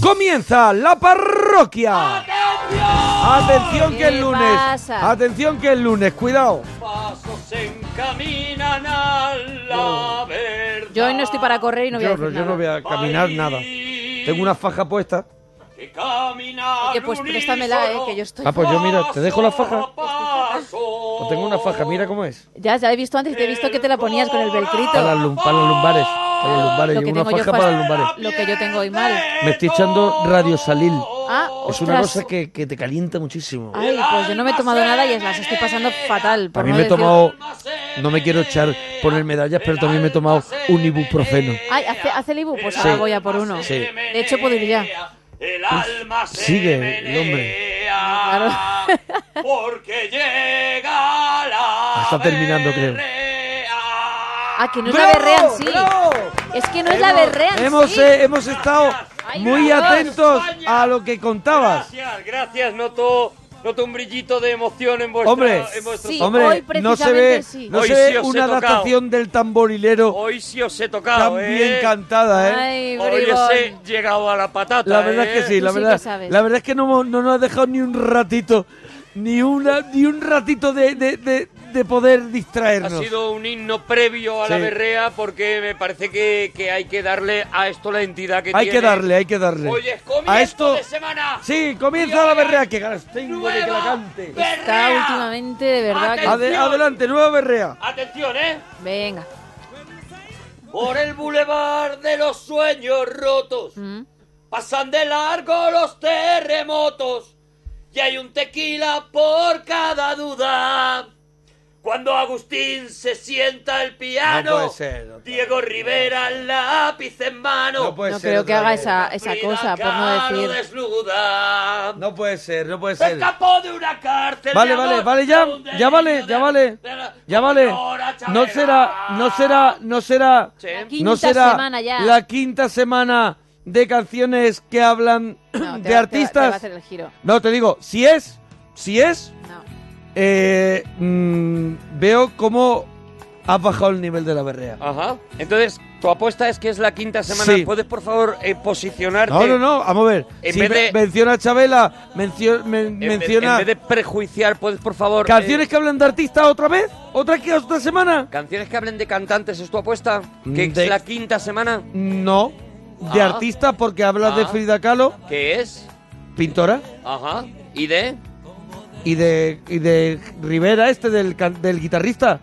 comienza la parroquia. Atención que ¿Qué es lunes. pasa? Atención que es lunes, cuidado. Pasos se encaminan a la verdad. Yo hoy no estoy para correr y no voy a yo, no, decir yo no voy a caminar nada. Tengo una faja puesta. Que camina Oye, pues préstamela, eh, que yo estoy... Ah, pues yo mira, te dejo la faja. paso. Pues tengo una faja, mira cómo es. Ya, ya he visto antes, te he visto que te la ponías con el velcrito. Para las, lum- para las lumbares. Para las lumbares. Lo que Llevo una tengo yo faja pas- para las lumbares. Lo que yo tengo hoy mal. Me estoy echando radiosalil. Ah, Es una ostras. cosa que, que te calienta muchísimo. Ay, pues yo no me he tomado nada y las estoy pasando fatal. por A mí no me he decir- tomado, no me quiero echar, poner medallas, pero también me he tomado un ibuprofeno. Ay, ¿hace, hace el ibu? Pues Sí. ahora voy a por uno. Sí. De hecho, puedo ir ya. El alma se sigue el hombre. menea, Porque llega la Está terminando, creo. berrea. Ah, que no es la berrea en sí. Es que no es la berrea en Hemos, sí. eh, hemos estado Ay, muy Dios. atentos a lo que contabas. Gracias, gracias. Noto, noto un brillito de emoción en vuestro. Hombre, en vuestro Sí, hombre, hoy no se ve, precisamente sí. no Hoy se ve sí os he una tocado. adaptación del tamborilero Hoy sí os he tan tocado, bien ¿eh? cantada, ¿eh? Ay, Hoy os he bribón. llegado a la patata, La verdad ¿eh? es que sí, Tú la sí que verdad, sabes. la verdad es que no, hemos- no nos ha dejado ni un ratito, ni una, ni un ratito de, de- de- de poder Ha distraernos. sido un himno previo a la Sí. berrea porque me parece que, que hay que darle a esto la entidad que Hay tiene. que darle, hay que darle. Hoy es comienzo a esto, de semana. sí, comienza la berrea que ganas tengo de que la Nueva cante. berrea. Está últimamente de verdad que... Ade- adelante, nueva berrea. Atención, ¿eh? Venga. Por el bulevar de los sueños rotos Mm. pasan de largo los terremotos y hay un tequila por cada duda. Cuando Agustín se sienta al piano, No puede ser, no puede Diego Rivera lápiz en mano. No puede No ser creo que otra haga vez. esa, esa Frida cosa, por no Kahlo decir... desnuda. No puede ser, no puede Se ser. escapó de una cárcel. Vale, de amor, vale, vale, ya, de un ya vale, delito ya de- vale, de la- ya vale. Aurora No Chavera. será, no será, no será, Sí. La quinta no será semana ya. la quinta semana de canciones que hablan No, te de va- Te va, te va a artistas. hacer el giro. No, te digo, si es, si es, No. eh, mm, veo cómo has bajado el nivel de la berrea. Ajá. Ah, Entonces, tu apuesta es que es la quinta semana. Sí. ¿Puedes, por favor, eh, posicionarte? No, no, no, vamos a ver. En Si vez de- me- menciona a Chabela, mencio- men- En, vez- menciona... en vez de prejuiciar, ¿puedes, por favor. eh, ¿Canciones que hablan de artistas otra vez? ¿Otra que otra semana? canciones que hablen de cantantes, ¿es tu apuesta? Que De- es la quinta semana. No, de Ah. artista porque hablas de Ah. Frida Kahlo, ¿Qué es? pintora, Ajá. ¿Y de? y de, y de Rivera, este del, can- del guitarrista.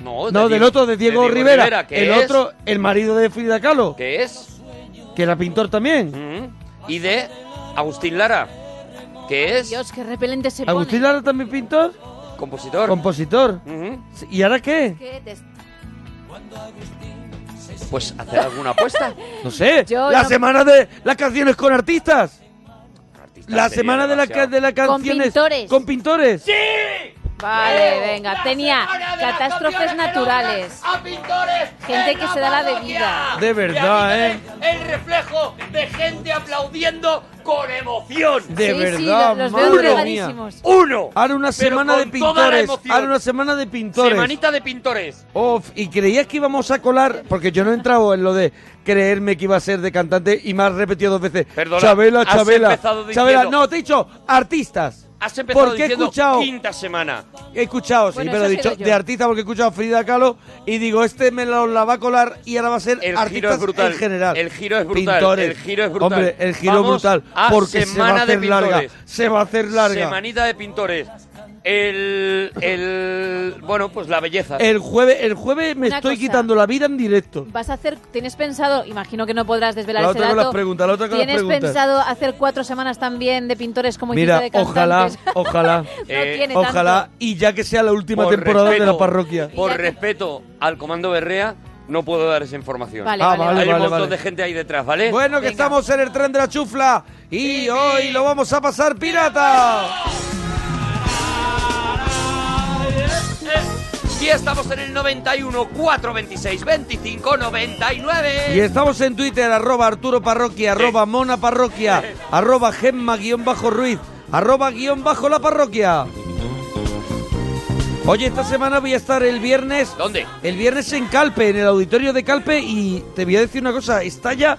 No, de no, del Diego- otro, de Diego, Rivera. ¿qué el es? otro, el marido de Frida Kahlo, ¿Qué es? que era pintor también. Mm. ¿Y de Agustín Lara? ¿Qué es? Dios, qué repelente se pone. Agustín Lara también pintor, Compositor. compositor. Ujú. ¿Y ahora qué? Qué des- Pues hacer alguna apuesta. No sé. Yo la no- semana de las canciones con artistas. Artista La sería semana de, la, ca- demasiado. de las canciones pintores. con pintores. Vale, venga. Tenía catástrofes naturales. A pintores. Gente en que se da la parroquia. bebida. De verdad, Y ahí ¿eh? tenéis El reflejo de gente aplaudiendo con emoción. De sí, sí, verdad, lo- los madre veo mía. entregadísimos. Uno. Ahora una Pero semana de con toda la pintores. emoción. Ahora una semana de pintores. Semanita de pintores. Of, y creías que íbamos a colar, porque yo no he entrado en lo de creerme que iba a ser de cantante y me has repetido dos veces. Perdona, Chabela, has Chabela. empezado Chabela, diciendo- no, te he dicho artistas. Has empezado Porque he diciendo escuchado- quinta semana. He escuchado, sí, Bueno, pero eso he he sido dicho yo. de artista porque he escuchado a Frida Kahlo y digo, este me lo la va a colar y ahora va a ser El artistas giro es brutal. en general. El giro es brutal. Pintores. El giro es brutal. Hombre, el giro Vamos brutal. a Porque se va a semana de hacer larga. pintores. Se va a hacer larga. Semanita de pintores. El, el. Bueno, pues la belleza. El jueves, el jueves me Una estoy cosa. quitando la vida en directo. Vas a hacer, tienes pensado, imagino que no podrás desvelar La ese otra con dato. las preguntas, la otra con las ¿Tienes preguntas. pensado hacer cuatro semanas también de pintores como Mira, hiciste de ojalá, cantantes? ojalá. no Eh, tiene tanto. Ojalá y ya que sea la última Por temporada de la respeto- parroquia. Por Ya que- respeto al comando Berrea, no puedo dar esa información. Vale, Ah, vale, vale. Hay un montón de gente ahí detrás, ¿vale? Bueno, que Venga. estamos en el tren de la chufla y hoy lo vamos a pasar pirata. Y estamos en el 91 426 25 99. Y estamos en Twitter, arroba Arturo Parroquia, arroba Mona Parroquia, arroba Gemma guión bajo Ruiz, arroba guión bajo la parroquia. Oye, esta semana voy a estar el viernes. ¿Dónde? El viernes en Calpe, en el auditorio de Calpe, y te voy a decir una cosa, está ya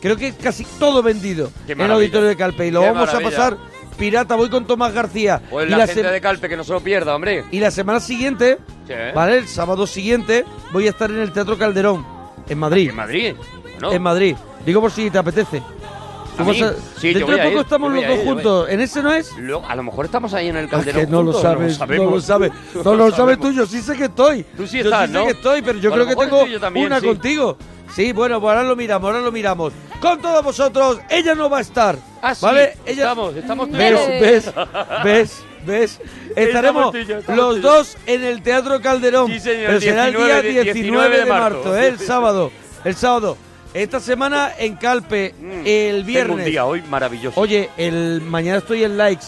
Creo que casi todo vendido Qué en el maravilla. auditorio de Calpe. Y lo Qué vamos maravilla. a pasar pirata. Voy con Tomás García. Pues y, la, la gente se- de Calpe que no se lo pierda, hombre. y la semana siguiente, Sí. ¿vale? El sábado siguiente, voy a estar en el Teatro Calderón, en Madrid. En Madrid. Bueno, En Madrid. Digo por si te apetece. Tú vas mí? a- Sí, yo pues Dentro voy de a poco ir, estamos yo los voy a dos ir, yo voy a ir. juntos. ¿En ese no es? Lo- a lo mejor estamos ahí en el Ah, Calderón. que no lo juntos, sabes, no sabemos. lo sabes. No lo sabes sabemos. tú, yo sí sé que estoy. Tú sí yo estás, sí ¿no? sé que estoy, pero yo Bueno, creo que a lo mejor tengo estoy yo también, una sí. contigo. Sí, bueno, pues ahora lo miramos, ahora lo miramos. Con todos vosotros, ella no va a estar. Ah, sí, ¿Vale? Ella... Estamos, estamos Pero- ¿Ves? todos. ¿Ves? ¿Ves? ¿Ves? Estaremos Estamos tú y yo, estamos tú los y yo. dos en el Teatro Calderón. Sí, señor, pero será el 19 día de- 19, de 19 de marzo, marzo, ¿eh? sí, el sí, sí. sábado. El sábado. Esta semana en Calpe, Mm, el Tengo viernes. un día hoy maravilloso. Oye, el mañana estoy en likes,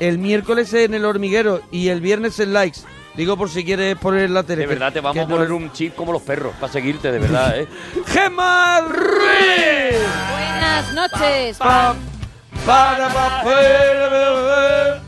el miércoles en el hormiguero y el viernes en likes. Digo por si quieres poner la tele. de verdad te vamos que a poner no- un chip como los perros para seguirte, de verdad, ¿eh? Gemma Ruiz. Buenas noches. Pam, para, pa, para, pa.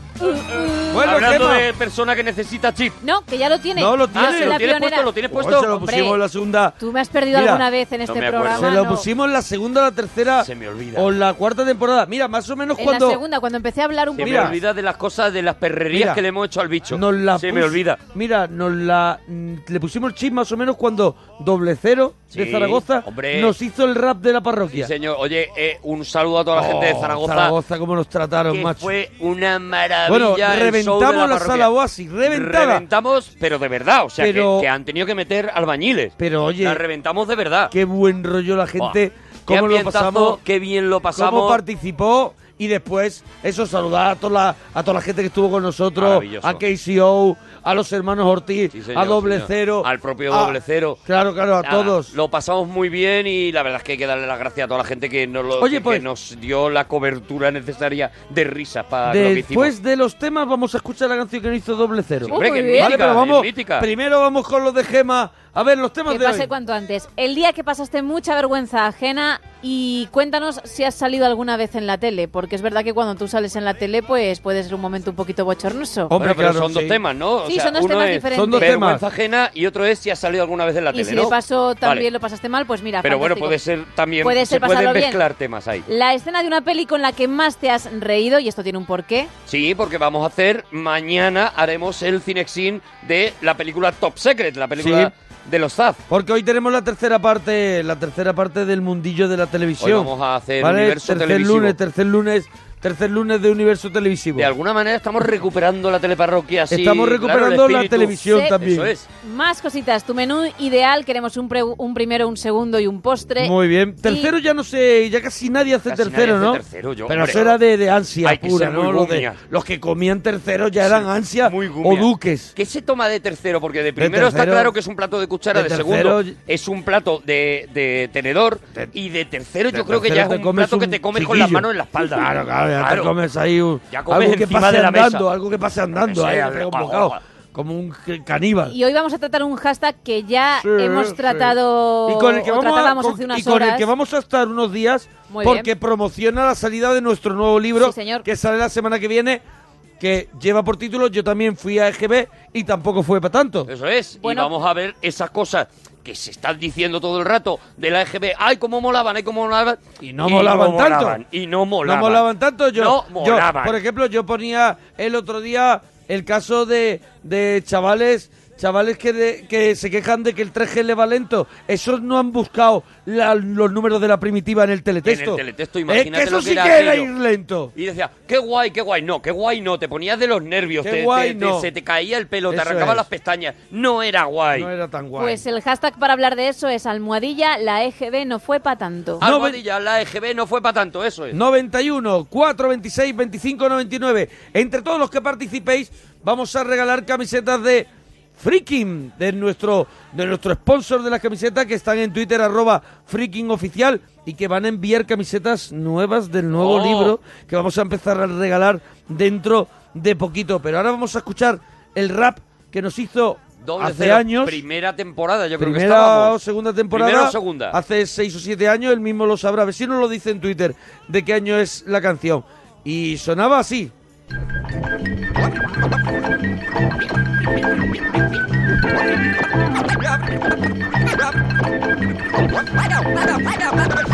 Bueno, Hablando Gemma. de persona que necesita chip. No, que ya lo tiene. No, lo tiene. Yo soy Ah, la ¿lo tienes pionera. puesto? ¿Lo tienes Hoy puesto? se lo Hombre, pusimos en la segunda. Tú me has perdido Mira, alguna vez en me este acuerdo. programa. Se lo no. pusimos en la segunda o la tercera. Se me olvida. O en la cuarta temporada. Mira, más o menos En cuando. la segunda, cuando empecé a hablar un Se poco. Mira. me olvida de las cosas, de las perrerías Mira. que le hemos hecho al bicho. Nos la Se me pus- olvida. Mira, nos la mm, le pusimos el chip más o menos cuando doble cero de Sí, Zaragoza hombre. nos hizo el rap de la parroquia. Sí, señor. Oye, eh, un saludo a toda la gente de Oh, Zaragoza. Zaragoza, cómo nos trataron, que macho. fue una maravilla. Bueno, el show de reventamos la, parroquia. sala Oasis, reventada. Reventamos, pero de verdad. O sea, que- Pero- que, han tenido que meter albañiles. Pero oye, la reventamos de verdad. qué buen rollo la Buah, gente, qué cómo lo ambientazo, pasamos, Qué bien lo cómo pasamos. participó y después eso saludar a toda la, a toda la gente que estuvo con nosotros, Maravilloso. a KCO, a los hermanos Ortiz, Sí, señor, a Doble señor. Cero, Al propio a- Doble Cero. Claro, claro, a Nada, todos. Lo pasamos muy bien y la verdad es que hay que darle las gracias a toda la gente que nos, lo- Oye, que- pues- que nos dio la cobertura necesaria de risas para lo Ah, que hicimos. Después de los temas vamos a escuchar la canción que nos hizo Doble Cero. Sí, Hombre, que muy es bien. vale, mítica, pero vamos, es mítica. primero vamos con los de Gema. A ver, los temas Que de pase hoy. cuanto antes. El día que pasaste mucha vergüenza ajena y cuéntanos si has salido alguna vez en la tele, porque es verdad que cuando tú sales en la tele pues puede ser un momento un poquito bochornoso. Hombre, Bueno, pero claro, son dos sí. temas, ¿no? O Sí, son dos uno temas es diferentes. Son dos vergüenza temas. ajena y otro es si ha salido alguna vez en la y tele, si ¿no? de paso también Vale. lo pasaste mal, pues mira, Pero bueno, fantástico. puede ser también. Puede ser se pueden pasarlo bien. mezclar temas ahí. La escena de una peli con la que más te has reído, y esto tiene un porqué. Sí, porque vamos a hacer. Mañana haremos el Cinexin de la película Top Secret, la película de los Zaz. Porque hoy tenemos la tercera parte, la tercera parte del mundillo de la televisión. Hoy vamos a hacer universo tercer televisivo. lunes, tercer lunes, tercer lunes de universo televisivo. De alguna manera estamos recuperando la teleparroquia. así, Estamos claro, el recuperando la espíritu. televisión Sí. también. Eso es. Más cositas, tu menú ideal, queremos un, pre- un primero, un segundo y un postre. Muy bien. Tercero ya no sé, ya casi nadie hace Casi nadie tercero, hace ¿no? tercero, yo, Pero hombre. eso era de, de ansia Hay que pura, ser ¿no? muy Los, de- gumia. los que comían tercero ya eran ansia Muy o gumia. duques. ¿Qué se toma de tercero? Porque de primero está tercero- claro que es un plato de cuchara, de de, tercero- segundo es un plato de, de tenedor y de tercero yo creo que ya tercero es te un comes plato que un te comes con las chiquillo. manos en la espalda. Claro, claro, ya te comes ahí un, Ya comes algo que encima pase de la mesa. andando, algo que pase andando, sé, ahí, algo, pega un pa- bocado, pa- como un caníbal. Y hoy vamos a tratar un hashtag que ya Sí, hemos sí. tratado y con el que o vamos tratábamos a, con- hace unas y con el horas. que vamos a estar unos días Muy porque bien. promociona la salida de nuestro nuevo libro Sí, señor. que sale la semana que viene que lleva por título Yo también fui a EGB y tampoco fue para tanto. Eso es. Bueno. y vamos a ver esas cosas que se están diciendo todo el rato de la EGB. ¡Ay, cómo molaban! ¡Ay, cómo molaban! Y no molaban tanto. molaban, y no molaban. No molaban tanto yo. No yo, molaban. por ejemplo, yo ponía el otro día el caso de, de chavales chavales que, de- que se quejan de que el 3G le va lento. Esos no han buscado la- los números de la primitiva en el teletexto. En el teletexto, Es imagínate que eso lo que sí era que era aquello. ir lento. Y decía, qué guay, qué guay, no, qué guay no, te ponías de los nervios, Qué te, te- guay, te- no. se te caía el pelo, Eso te arrancaban es. las pestañas, no era guay. No era tan guay. Pues el hashtag para hablar de eso es almohadilla, la EGB no fue para tanto. Ah. Almohadilla, la EGB no fue para tanto, eso es. 91 426 25 99. Entre todos los que participéis, vamos a regalar camisetas de Freaking, de nuestro, de nuestro sponsor de las camisetas que están en Twitter, arroba Freaking Oficial, y que van a enviar camisetas nuevas del nuevo Oh. libro que vamos a empezar a regalar dentro de poquito. Pero ahora vamos a escuchar el rap que nos hizo Doble hace cero, años. Primera temporada, yo creo que Primera estábamos. o segunda temporada. Primera o segunda. Hace seis o siete años, él mismo lo sabrá. A ver si nos lo dice en Twitter de qué año es la canción. Y sonaba así.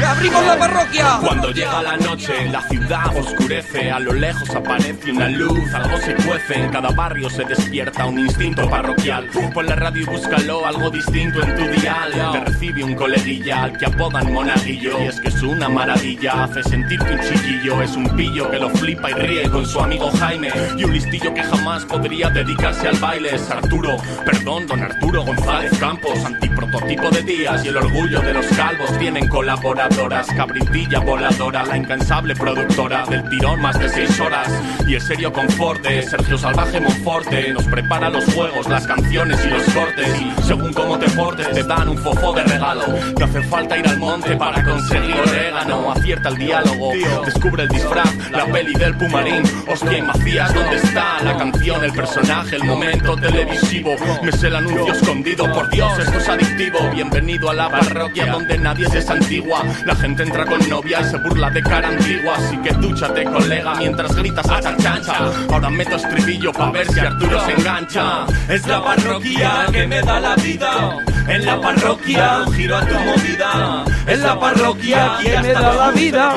¡Abrimos la parroquia! Cuando llega la noche, la ciudad oscurece, a lo lejos aparece una luz, algo se cuece, en cada barrio se despierta un instinto parroquial. Pon la radio y búscalo, algo distinto en tu dial. Te recibe un coleguilla al que apodan monaguillo, y es que es una maravilla, hace sentir que un chiquillo es un pillo que lo flipa y ríe con su amigo Jaime, y un listillo que jamás podría dedicarse al baile, es Arturo, perdón, don Arturo González Campos, antiprototipo de días y el orgullo de los calvos tienen colaboradoras, cabritilla voladora, la incansable productora del tirón más de seis horas y el serio conforte, Sergio Salvaje Monforte, nos prepara los juegos, las canciones y los cortes y según cómo te portes te dan un fofo de regalo, te hace falta ir al monte para conseguir orégano, acierta el diálogo, descubre el disfraz, la peli del pumarín, hostia y Macías, ¿dónde está la canción, el personaje, el momento televisivo? Me sé el anuncio escondido, por Dios, esto es adictivo, bienvenido a la parroquia donde nadie se santigua, la gente entra con novia y se burla de cara antigua, así que dúchate colega mientras gritas a chancha, ahora meto estribillo para ver si Arturo se engancha, es la parroquia que me da la vida, en la parroquia un giro a tu movida, es la parroquia que me da la vida.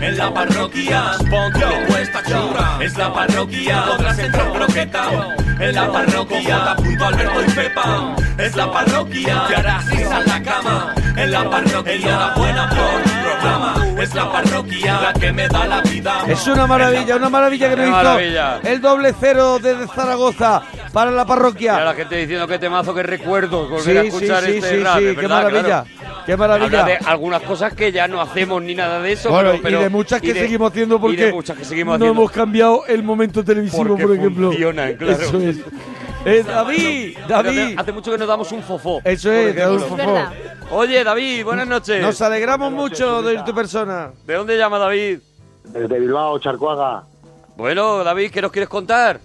en la parroquia, pon tu propuesta chura. Es la parroquia, podrás entrar croqueta. En la parroquia, junto a Alberto y Pepa. Es la parroquia, te harás risa en la cama. En la parroquia, buena por tu programa. Es la parroquia, la que me da la vida. Es una maravilla, una maravilla que Qué nos hizo maravilla. el doble cero desde Zaragoza para la Y a parroquia. la gente diciendo qué temazo, qué recuerdos volver Sí, a sí, escuchar sí, este sí, rap, sí, es qué verdad, maravilla, claro. qué maravilla. Habla de algunas cosas que ya no hacemos ni nada de eso, Bueno, pero, pero- y de muchas que y de- seguimos haciendo porque y de muchas que seguimos no haciendo. hemos cambiado el momento televisivo, Porque por ejemplo. funcionan, claro. Eso es. Eh, David, Hace, David. hace mucho que nos damos un fofó. Eso es, por ejemplo. Adolfo, por verdad. favor. Oye, David, buenas noches. Nos alegramos mucho de ir tu persona. ¿De dónde llama David? Desde Bilbao, Charcoaga. Bueno, David, ¿qué nos quieres contar?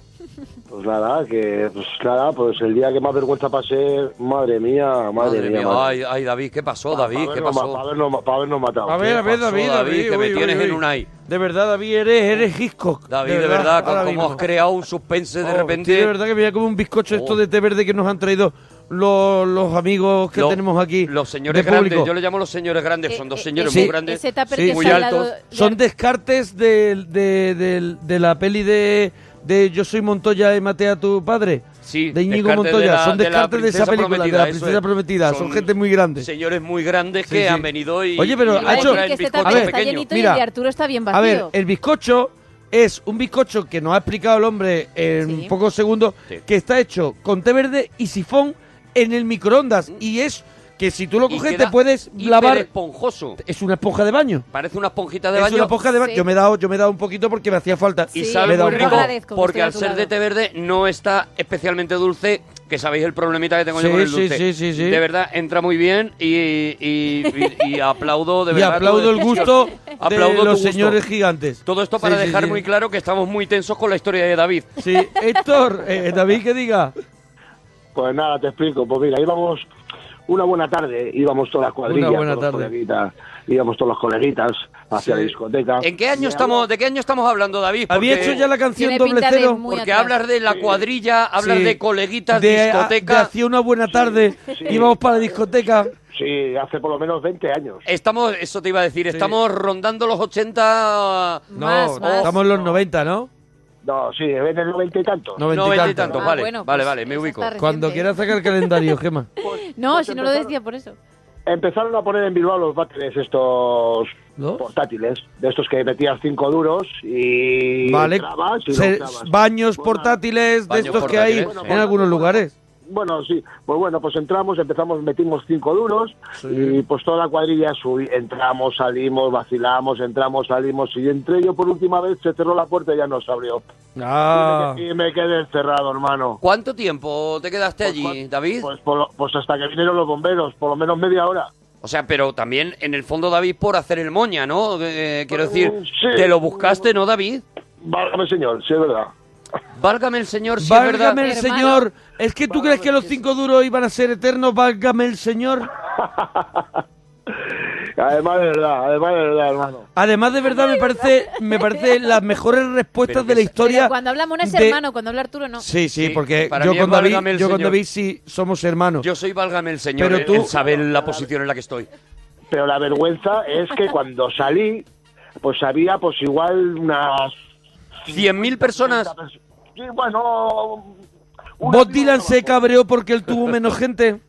Pues nada, que pues nada, pues el día que más vergüenza pasé, madre mía, madre, mía. madre. ay, ay, David, ¿qué pasó, David? Pa' ¿Qué habernos ma- pa' pasó? habernos, pa' habernos matado. A ver, a ver, pasó, David, David? David. Que me uy, uy, tienes en uy. un ahí. De verdad, David, eres, eres Hitchcock. David, de verdad, ahora ¿cómo mismo. has creado un suspense de Oh, repente? Oh. sí, de verdad que me voy a comer un bizcocho esto de té verde que nos han traído los, los amigos que Lo- tenemos aquí. Los señores de público. grandes, yo le llamo los señores grandes, Eh, son dos eh, señores ese- muy grandes, ese tupper que muy está al altos. lado- Son descartes de, de, de- de la peli de, de Yo soy Montoya y maté a tu padre. Sí, de Íñigo descartes Montoya. la- Son de la descartes de, esa princesa película, de prometida, la eso es. princesa prometida. Son, gente muy grande. Señores muy grandes Sí, que sí. han venido y. Oye, pero, y Iba a decir Hacho, que traen este bizcocho a tupper ver, está pequeño. llenito mira, y el de Arturo está bien vacío. A ver, el bizcocho es un bizcocho que nos ha explicado el hombre en Sí. pocos segundos, Sí. que está hecho con té verde y sifón en el microondas. Y es que si tú lo Mm. Y coges queda te puedes hiper lavar. esponjoso. Es una esponja de baño. Parece una esponjita de es baño. una esponja de baño. Sí. Yo me he dado, yo me he dado un poquito porque me hacía falta. Y Sí, sabe me da muy un rico poco. agradezco que porque estoy al a tu ser de lado. té verde no está especialmente dulce, que sabéis el problemita que tengo yo Sí, con el sí, dulce. sí, sí, sí. De verdad, entra muy bien y, y- y- y aplaudo de y verdad. aplaudo todo el esto. gusto Aplaudo de tu los gusto. señores gigantes. Todo esto para Sí, sí, dejar sí. muy claro que estamos muy tensos con la historia de David. Sí, Héctor, eh, David, que diga. Pues nada, te explico. Pues mira, íbamos una buena tarde, íbamos todas las cuadrillas, Una buena todos los tarde. coleguitas, íbamos todos los coleguitas hacia la discoteca. ¿En qué año estamos? ¿De qué año estamos hablando, David? Había Porque- hecho ya la canción Tiene doble pinta de cero. muy- Porque atrás. hablas de la cuadrilla, hablas Sí. de coleguitas, de, a- de discoteca. hacía una buena tarde. sí. Íbamos para la discoteca. Sí, hace por lo menos 20 años. Estamos, eso te iba a decir, estamos rondando los 80, No, Más, más. estamos en los 90, ¿no? No, sí, en el 90 y tanto. 90 y tantos. Ah, vale, bueno, vale, pues vale, me eso ubico. está reciente, Cuando ¿eh? quieras sacar el calendario, Gema. No, Pues si no lo empezaron- decía por eso. Empezaron a poner en Bilbao los váteres estos ¿Los? portátiles, de estos que metías cinco duros y Vale. entrabas y lo Se- usabas. baños Bueno, portátiles de Baños estos que hay portátiles, sí. en algunos lugares. Bueno, sí, pues bueno, pues entramos, empezamos, metimos cinco duros y pues toda la cuadrilla subí, entramos, salimos, vacilamos, entramos, salimos y entré yo por última vez, se cerró la puerta y ya no se abrió. Ah, Y me quedé encerrado, hermano. ¿Cuánto tiempo te quedaste Pues, allí, cua- David? Pues, por lo- pues hasta que vinieron los bomberos, por lo menos media hora. O sea, pero también en el fondo David por hacer el moña, ¿no? Eh, quiero decir, Mm, Sí. te lo buscaste, ¿no, David? Válgame señor, sí es verdad. Válgame el señor, si es válgame verdad. el Hermano. señor. ¿Es que tú crees que los cinco duros iban a ser eternos? Válgame el señor. Además de verdad, además de verdad, hermano. Además, de verdad, me parece, me parece las mejores respuestas Pero de la que- historia. Pero cuando habla Mona es de- hermano, cuando habla Arturo no. Sí, sí, Sí, porque para yo mí con, es válgame David, el yo con señor. David sí somos hermanos. Yo soy Válgame el señor, Pero el- tú- el saber la posición en la que estoy. Pero la vergüenza es que cuando salí, pues había pues igual unas... 100.000 personas. Sí, bueno... una ¿Bob piba Dylan más. se cabreó porque él tuvo menos gente?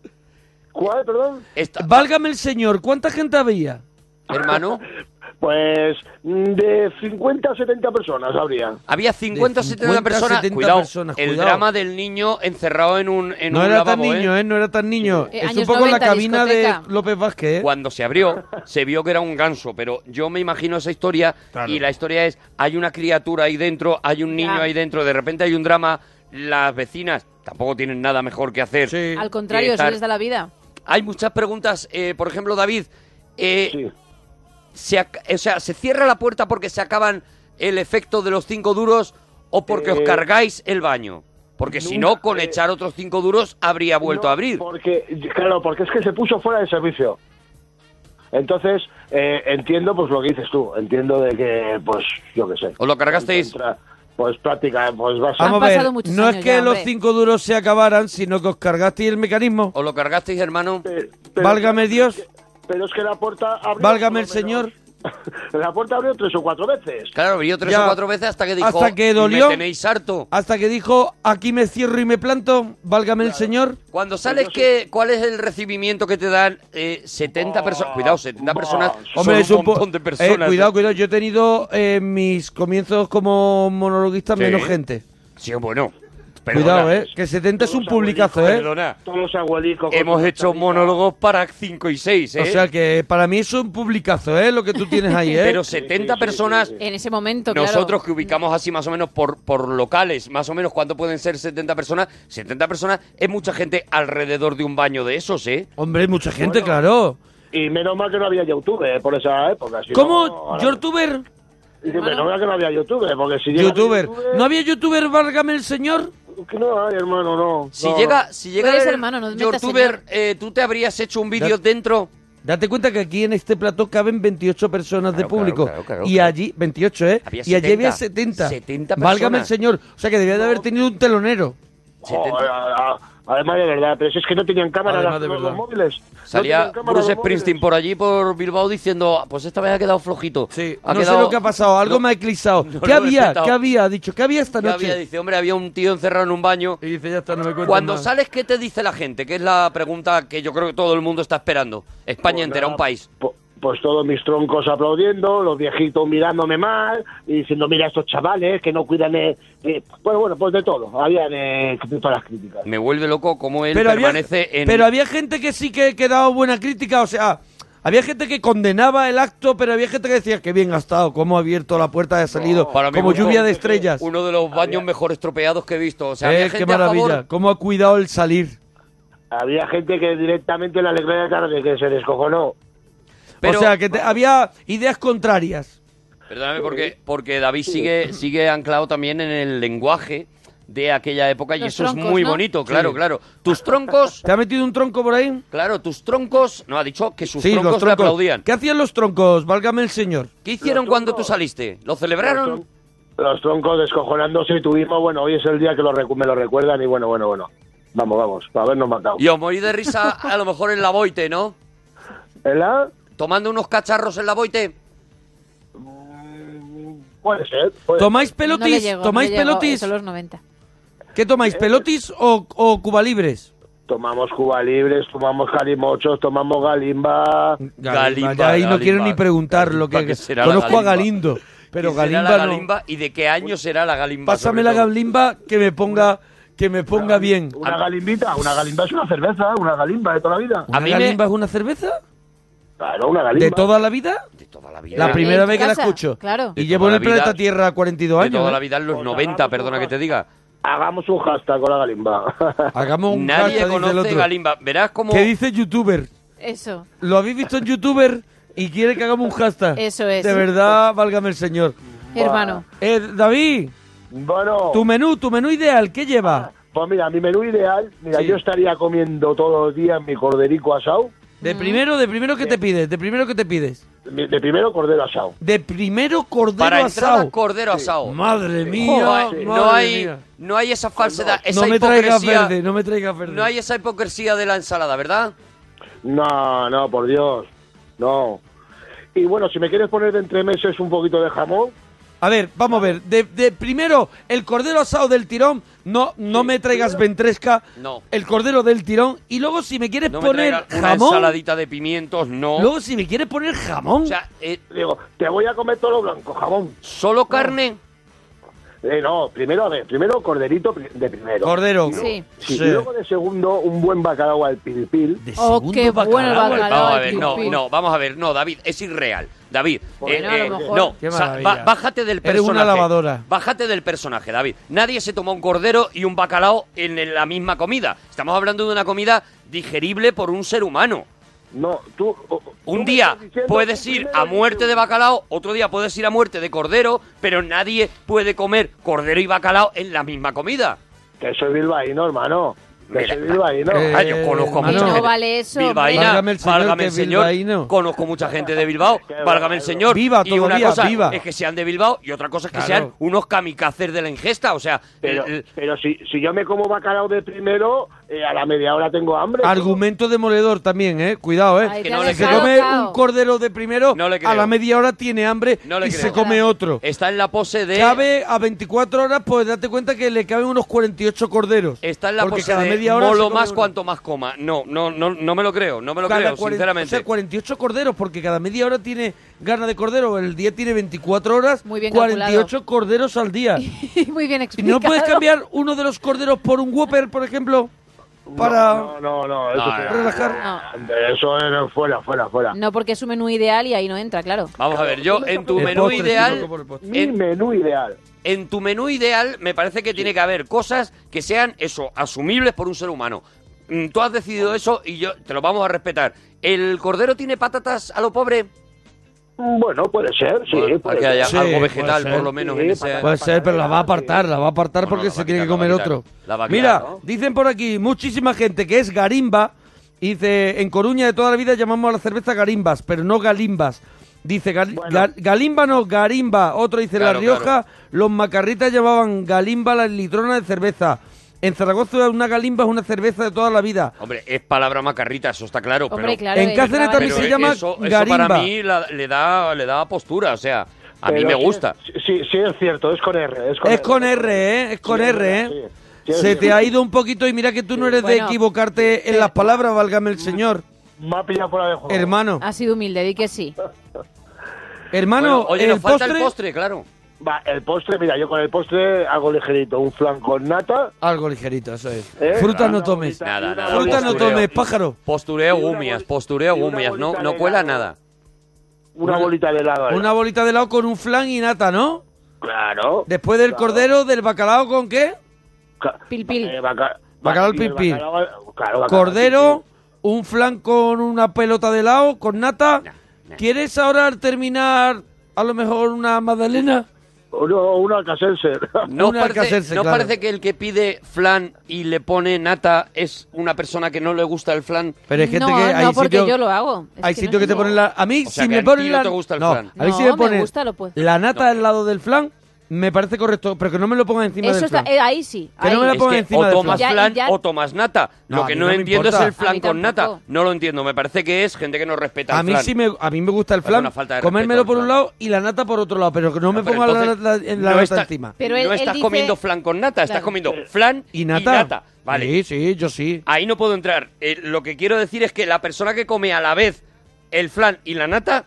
¿Cuál, perdón? Esta- Válgame el señor, ¿cuánta gente había? hermano, Pues mm, de 50 a 70 personas habría. había 50 o 70 50, personas. 70 cuidado, personas, el cuidado. drama del niño encerrado en un, en No un era tan lavabo, ¿eh? niño, ¿eh? No era tan niño. Eh, es un años poco la 90, cabina discoteca. de López Vázquez, ¿eh? Cuando se abrió, se vio que era un ganso, pero yo me imagino esa historia Claro. y la historia es, hay una criatura ahí dentro, hay un niño Ya. ahí dentro, de repente hay un drama, las vecinas tampoco tienen nada mejor que hacer. Sí. Al contrario, estar- eso les da la vida. Hay muchas preguntas, eh, por ejemplo, David, eh, Sí. se, ac- o sea, ¿se cierra la puerta porque se acaban el efecto de los cinco duros o porque os Eh, cargáis el baño? Porque si no, nunca, con eh, echar otros cinco duros habría vuelto No, a abrir. Porque, claro, porque es que se puso fuera de servicio. Entonces, eh, entiendo pues lo que dices tú. Entiendo de que, pues, yo qué sé. ¿Os lo cargasteis? Entra, Pues práctica, pues vas a... Han Vamos a ver, pasado muchos no es años que ya, los hombre. cinco duros se acabaran, sino que os cargasteis el mecanismo. ¿Os lo cargasteis, hermano? Pero- Válgame Dios. Pero es que la puerta abrió... Válgame por lo el menos- La puerta abrió tres o cuatro veces. Claro, yo tres Ya. o cuatro veces hasta que dijo, Hasta que dolió. me tenéis harto. Hasta que dijo, aquí me cierro y me planto, válgame el señor. Cuando sales, ¿qué, ¿cuál es el recibimiento que te dan eh, Ah. 70 personas? Cuidado, 70 personas Hombre, es son un un po- montón de Eh, personas. cuidado, cuidado. Yo he tenido eh, mis comienzos como monologuista Sí. menos gente. Sí, bueno, perdona, Cuidado, eh. Que 70 es un Todos abuelicos, publicazo, eh. Perdona, Todos los abuelicos... con hemos sus hecho tarjetas. monólogos para 5 y 6, ¿eh? O sea que para mí es un publicazo, eh, lo que tú tienes ahí, eh. Pero 70 personas, En ese momento, nosotros claro. que ubicamos así más o menos por, por locales, más o menos cuánto pueden ser 70 personas, 70 personas es mucha gente alrededor de un baño de esos, ¿eh? Hombre, hay mucha gente, claro. Y menos mal que no había YouTube eh, por esa época. si no, ¿Cómo? ahora- ¿Youtuber? Y que menos mal que no había YouTube, porque si llega ¿Youtuber? YouTube, ¿No había youtuber, válgame el señor? Que no hay, hermano, no. Si No, llega, si llega Pero eres el hermano, no te metas, youtuber, señor. eh, tú te habrías hecho un vídeo Ya- dentro. Date cuenta que aquí en este plató caben 28 personas Claro, de público. claro, claro, claro, y claro. allí, 28, ¿eh? Había y allí 70. había 70. 70 Válgame el personas. señor. O sea que debía de haber tenido un telonero. Joder, 70. a- a- además de verdad, pero si es que no tenían cámara Además las- de los, verdad. móviles. No Salía tenían cámara Bruce los móviles. Springsteen por allí, por Bilbao, diciendo, "Ah, pues esta vez ha quedado flojito. Ha no sé quedado- lo que ha pasado. Algo No- me ha eclipsado. no ¿Qué lo he había? respetado. ¿Qué había? Ha dicho, ¿qué había esta Ya noche? había, dice, hombre, había un tío encerrado en un baño. Y dice, ya está, no me cuento Cuando sales, ¿qué te dice la gente? Que es la pregunta que yo creo que todo el mundo está esperando. España entera, un país. Po- Pues todos mis troncos aplaudiendo, los viejitos mirándome mal y diciendo, mira estos chavales que no cuidan... eh, eh". Bueno, bueno, pues de todo. Habían eh, todas las críticas. Me vuelve loco cómo él pero había, permanece en... pero había gente que sí que, que daba buena crítica. O sea, había gente que condenaba el acto, pero había gente que decía, qué bien ha estado, cómo ha abierto la puerta, ha salido, Para mí como uno- lluvia de estrellas. Uno de los baños mejor estropeados que he visto. O sea, había Eh, gente qué a favor. maravilla, cómo ha cuidado el salir. Había gente que directamente la alegría de tarde que se descojonó. Pero- o sea, que te- había ideas contrarias. Perdóname porque, porque David sigue, sigue anclado también en el lenguaje de aquella época y Los eso es troncos, muy ¿no? bonito, claro, Sí. claro. Tus troncos, ¿Te ha metido un tronco por ahí? claro, tus troncos, no ha dicho que sus troncos, le aplaudían. ¿Qué hacían los troncos? Válgame el señor. ¿Qué hicieron Los cuando tú troncos. saliste? ¿Lo celebraron? Los troncos descojonándose y tuvimos, bueno, hoy es el día que lo recu- me lo recuerdan y bueno, bueno, bueno. Vamos, vamos, para habernos matado. Y os morí de risa a lo mejor en la boite, ¿no? ¿Ela? Tomando unos cacharros en la boite. Mm, Puede ser. puede ¿Tomáis No pelotis? le llegó, no ¿Tomáis le llegó, pelotis? Eso los 90. ¿Qué tomáis? ¿Pelotis o, o Cuba Libres? Tomamos Cuba Libres, tomamos calimochos, tomamos galimba. Galimba, ya ahí no Galimba. quiero ni preguntar lo que, Galimba, ¿qué será la conozco a Galimba? Galindo, pero ¿Qué será Galimba, la no. Pues galimba y de qué año será la galimba? Pásame sobre la todo? Galimba que me ponga que me ponga bien. Una galimbita, una galimba es una cerveza, una galimba de toda la vida. A ¿Una mí me- Galimba es una cerveza? Claro, una galimba. ¿De toda la vida? De toda la vida. La Eh, primera en tu vez que la casa, escucho. claro. Y De llevo toda en el la vida. planeta Tierra 42 de años. toda ¿eh? la vida en los Pues 90, hagamos perdona una- que te diga. Hagamos un hashtag con la galimba. Hagamos un Nadie hashtag, dice el conoce otro. galimba. Verás cómo... ¿Qué dice youtuber? Eso. Lo habéis visto en youtuber y quiere que hagamos un hashtag. Eso es. De verdad, válgame el señor. Hermano. Eh, David, bueno, tu menú, tu menú ideal, ¿qué lleva? pues mira, mi menú ideal, mira, Sí. yo estaría comiendo todos los días mi corderico asado. De primero, de primero que te pides, de primero que te pides. Mi- Mm. De primero, cordero asado. De primero cordero Para entrada, asado. cordero asado. Madre mía, No hay, madre no hay, mía. no hay esa falsedad, esa no me traigas hipocresía. verde, no me traigas verde. No hay esa hipocresía de la ensalada, ¿verdad? No, no, por Dios. No. Y bueno, si me quieres poner de entre meses un poquito de jamón, A ver, vamos a ver. De, de- primero, el cordero asado del tirón. No, no me traigas ventresca. No. El cordero del tirón. Y luego, si me quieres No me poner traigas una jamón. ensaladita de pimientos, no. Luego, si me quieres poner jamón. O sea, eh, digo, te voy a comer todo lo blanco, jamón. solo carne. Eh, no, primero, a ver, primero corderito pri- de primero. cordero. Sí. Sí, Sí. Y luego de segundo, un buen bacalao al pilpil. De Oh, segundo qué bueno el bacalao. bacalao. Vamos a al ver, no, pipí. no, vamos a ver, no, David, es irreal. David, eh, Bueno, a lo mejor. no, Qué o sea, maravilla. ba- bájate del Eres personaje. una lavadora. Bájate del personaje, David. Nadie se toma un cordero y un bacalao en la misma comida. Estamos hablando de una comida digerible por un ser humano. No, tú. o- tú Un me día estás diciendo puedes que ir primero a el muerte de segundo. bacalao, otro día puedes ir a muerte de cordero, pero nadie puede comer cordero y bacalao en la misma comida. Que soy bilbaíno, hermano. Que Mira, soy bilbaíno. eh, Ah, yo conozco a hermano. mucha No gente. vale eso, hombre. Bilbaína, Válgame el señor, válgame que el señor. bilbaíno. Conozco mucha gente de Bilbao. Qué válgame el bárbaro. señor. Viva y una todavía, cosa viva. es que sean de Bilbao y otra cosa es que Claro. sean unos kamikazes de la ingesta. O sea, Eh, Pero, el- el- pero si, si yo me como bacalao de primero, eh, a la media hora tengo hambre. Argumento demoledor también, ¿eh? Cuidado, ¿eh? Ay, que te no has le Si se creo. dejado come cao. un cordero de primero, No le a la creo. media hora tiene hambre No le y creo. se come otro. está en la pose de. Cabe a 24 horas, pues date cuenta que le caben unos 48 corderos. Está en la porque pose cada de media hora se molo come más uno. cuanto más coma. No, no, no, no me lo creo, no me lo Cada creo, 40 sinceramente. O sea, 48 corderos, porque cada media hora tiene gana de cordero. El día tiene 24 horas, Muy bien 48 calculado. corderos al día. Muy bien ¿Y explicado. no puedes cambiar uno de los corderos por un Whopper, por ejemplo? Para... No, no, no. Eso, No, no, no. Relajar. No. eso era fuera, fuera, fuera. No, porque es su menú ideal y ahí no entra, claro. Vamos a ver, yo en tu El menú postre, estoy ideal. loco por el postre. Mi en- menú ideal. en tu menú ideal me parece que tiene que haber cosas que sean eso, asumibles por un ser humano. Mm, Tú has decidido eso y yo te lo vamos a respetar. ¿El cordero tiene patatas a lo pobre? Mm, Bueno, puede ser, sí. Bueno, para puede que haya ser. Sí, algo puede vegetal, ser. por lo menos. Sí, en ese- patatas. Puede ser, pero la va a apartar, la va a apartar Bueno, porque la va se a tiene que quitar, comer la va a quitar. otro. La va a Mira, quitar, ¿no? dicen por aquí muchísima gente que es garimba. Dice, en Coruña de toda la vida llamamos a la cerveza garimbas, pero no galimbas. Dice, gal- ga- galimba no, garimba. Otro dice, La Claro, Rioja, claro. los macarritas llamaban galimba la litrona de cerveza. En Zaragoza una galimba es una cerveza de toda la vida. Hombre, es palabra macarrita, eso está claro. Hombre, pero, claro. en es Cáceres brava, también pero se e- llama eso, eso garimba. para mí la- le, da, le da postura, o sea, a mí Pero me sí, gusta. Sí, sí, es cierto, es con R. Es con Es R, con R, ¿eh? Es con Sí, R, sí, ¿eh? sí, es Se te cierto. ha ido un poquito y mira que tú no eres de Bueno, Ah. equivocarte en las palabras, válgame el señor. Me ha pillado fuera de juego. Ah. Hermano, Ha sido humilde, di que sí. hermano, Bueno, oye, el, nos falta postre, el postre, claro. Va, el postre, mira, yo con el postre hago ligerito. Un flan con nata. Algo ligerito, eso es. ¿eh? Fruta no Una tomes. bolita- Nada, una nada, Fruta no bolita- postureo. tomes, pájaro. Postureo Y una gumias, boli- postureo y una gumias, no, bolita no de cuela helado. nada. Una bolita de helado. ¿eh? Una bolita de helado con un flan y nata, ¿no? Claro. Después del Claro. cordero, del bacalao, ¿con qué? Ca- Pil, pil. eh, baca- Bacalao al y el pil, pil. bacalao- claro, bacalao al Cordero, pil, un flan con una pelota de helado, con nata. ¿Quieres ahora al terminar a lo mejor una magdalena? pil. Uno, uno alcacelser. ¿No, Una parece, Alcacelser, ¿no claro. parece que el que pide flan y le pone nata es una persona que no le gusta el flan? Pero hay gente no, este que hay no, porque sitio- yo lo hago. Es hay que no sitios que sé te cómo. ponen la. A mí, O sea, que si me a ti ponen no la. te gusta el flan. a mí si No, me me ponen gusta, lo puedo. la nata al lado del flan, me parece correcto, pero que no me lo pongan encima Eso del está, flan. eh, ahí sí. Que no ahí. me la Es pongo que encima o del tomas flan. flan Ya- ya- o tomas nata. No, lo a que mí no, no me entiendo es importa. el A mí flan con nata. tampoco. No lo entiendo. Me parece que es gente que no respeta el a mí flan. sí me, a mí me gusta el Parece una flan, falta de respeto comérmelo al por un flan. lado y la nata por otro lado, pero que no me No, pero ponga la, entonces la- la- en la no nata está- encima. Pero él- no él estás dice- comiendo flan con nata, estás Claro. comiendo flan ¿Y nata? Vale. Sí, sí, yo sí. Ahí no puedo entrar. Eh, lo que quiero decir es que la persona que come a la vez el flan y la nata,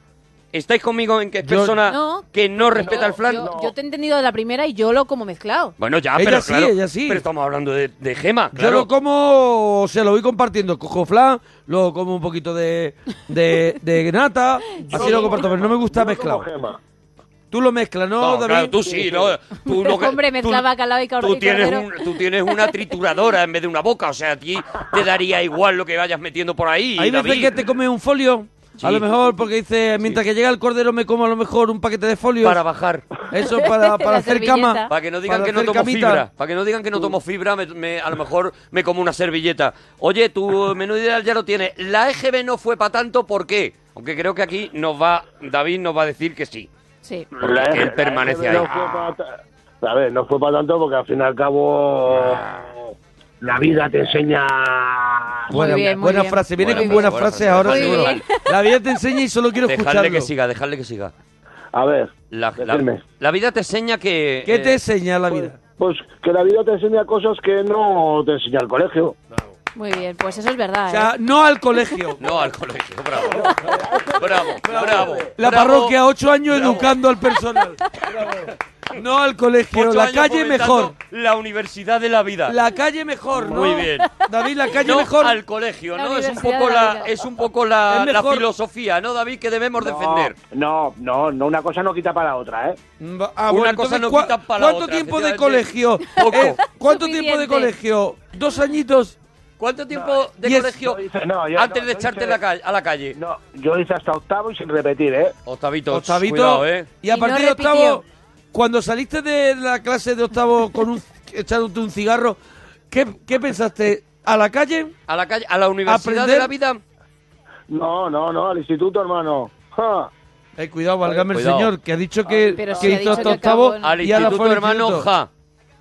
¿estáis conmigo en que es Yo- persona No. que no respeta Yo- el flan? Yo, yo te he entendido de la primera y yo lo como mezclado. Bueno, ya, Ella Ah, pero sí, claro. ella sí. Pero estamos hablando de, de gema, Yo claro. lo como, o sea, lo voy compartiendo. Cojo flan, luego como un poquito de, de, de nata, así lo comparto, pero no me gusta Yo como mezclado. gema. Tú lo mezclas, ¿no, No, David? claro, tú sí, no, tú no- Hombre, tú- mezcla bacalao y cor- tú y tienes, cordero. un- tú tienes una trituradora en vez de una boca, o sea, a ti te daría igual lo que vayas metiendo por ahí. Hay veces David. que te comes un folio, a Sí. lo mejor porque dice, mientras que llega el cordero me como a lo mejor un paquete de folios. Para bajar. Eso para, para La hacer servilleta. cama. Para que no digan para que no hacer tomo camita. fibra. Para que no digan que no tomo fibra, me- me- a lo mejor me como una servilleta. Oye, tu menú ideal ya lo tienes. La EGB no fue para tanto, ¿por qué? Aunque creo que aquí nos va, David nos va a decir que sí. Sí. Porque La- él la- permanece la- ahí. no fue para ta- a ver, no fue para tanto porque al fin y al cabo La vida te enseña... Buena, bien, muy buena bien. frase, viene Buena con buenas frase, frases buena ahora frase. seguro. Muy bien. La vida te enseña y solo quiero Dejadle que escucharlo. siga, dejadle que siga. A ver, La, la- Decirme. la vida te enseña que... ¿Qué te eh, enseña la vida? pues que la vida te enseña cosas que no te enseña el colegio. Muy bien, pues eso es verdad. O ¿eh? sea, Ah, no al colegio. No, al colegio, bravo. Bravo, bravo. La bravo. parroquia, ocho años Bravo. educando al personal. No al colegio, Ocho la años calle fomentando mejor. La universidad de la vida. La calle mejor, ¿no? Muy bien. David, la calle no mejor. al colegio, La ¿no? Es un universidad poco de la la, vida. es un poco la, Es mejor. la filosofía, ¿no, David? Que debemos defender. No, no, no, una cosa no quita para la otra, ¿eh? Mm, ah, Una bueno, cosa entonces, no ¿cuá- quita para la ¿Cuánto otra, tiempo de efectivamente. colegio? Eh, Poco. ¿Cuánto Suficiente. tiempo de colegio? ¿Dos añitos? ¿Cuánto tiempo de Yes. colegio Yo hice- no, yo- antes no, de yo echarte hice- la calle- a la calle? No, yo hice hasta octavo y sin repetir, ¿eh? Octavito, Octavito. cuidado, ¿eh? Y a Y no partir de repitió. octavo, cuando saliste de la clase de octavo con un, echándote un cigarro, ¿qué, qué pensaste? ¿A la calle? A la calle, a la universidad Aprender- de la vida. No, no, no, al instituto, hermano. Ja. Eh, cuidado, válgame el Cuidado. señor, que ha dicho que, Pero que si ha hizo dicho hasta que octavo acabó en- Al y ahora fue instituto, al hermano, instituto. ja.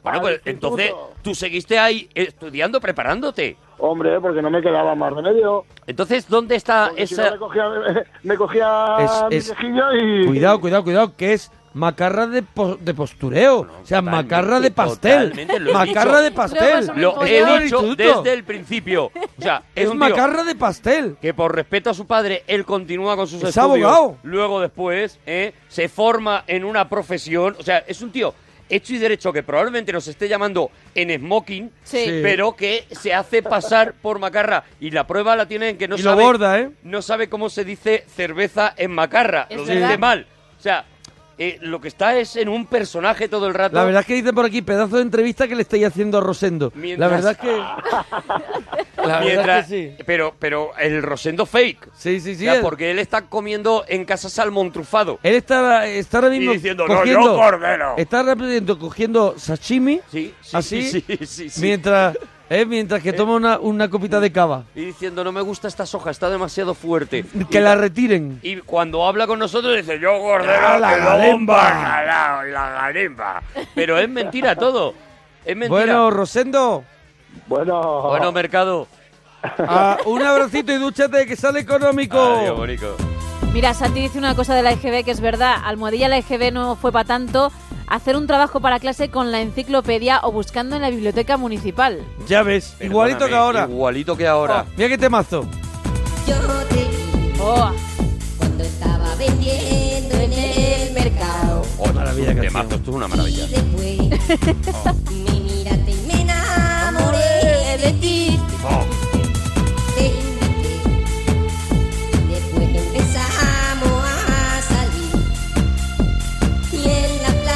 Bueno, Al pues instituto. entonces tú seguiste ahí estudiando, preparándote. Hombre, porque no me quedaba más remedio. Entonces, ¿dónde está Porque si no esa...? me cogía, me cogía Es- mi es- quejillo y... Cuidado, cuidado, cuidado, que es macarra de, po- de postureo. o sea, totalmente, macarra de pastel. totalmente, lo he Macarra dicho. de pastel. Lo Lo Pues he yo al dicho Instituto. desde el principio. O sea, es, Es un tío macarra de pastel. que por respeto a su padre, él continúa con sus Es estudios. abogado. Luego después ¿eh? se forma en una profesión. O sea, es un tío hecho y derecho que probablemente nos esté llamando en smoking, Sí. Sí. pero que se hace pasar por macarra. Y la prueba la tiene en que no y sabe... lo borda, ¿eh? no sabe cómo se dice cerveza en macarra. Es lo verdad. dice mal. O sea, eh, lo que está es en un personaje todo el rato. La verdad es que dicen por aquí, pedazo de entrevista que le estáis haciendo a Rosendo. Mientras- La verdad es que. La verdad Mientras- es que sí. Pero, pero el Rosendo fake. Sí, sí, O sí. sea, él- porque él está comiendo en casa salmón trufado. Él está, está ahora mismo. diciendo, "No, cogiendo, Eh, yo cordero". Está repitiendo, cogiendo sashimi. Sí, sí, Así, sí, sí, sí, sí. Mientras, eh, mientras que toma una, una copita de cava. Y diciendo, no me gusta esta soja, está demasiado fuerte. Que la retiren. Y cuando habla con nosotros dice, yo Ah, gordero, la la garimba. y la garimba. Pero es mentira todo. Es mentira. Bueno, Rosendo, Bueno, Bueno, mercado. ah, un abracito y dúchate que sale económico. Adiós, bonito. Mira, Santi dice una cosa de la EGB que es verdad. Almohadilla la EGB no fue para tanto. Hacer un trabajo para clase con la enciclopedia o buscando en la biblioteca municipal. ya ves, igualito que Perdóname, ahora. Igualito que ahora. Ah, mira que temazo. Yo te vi Oh, cuando estaba vendiendo en el mercado. Oh, qué Maravilla canción. mazo, esto es una maravilla. Y después me miraste y me enamoré de ti. Te invité. Y después empezamos a salir. Y en la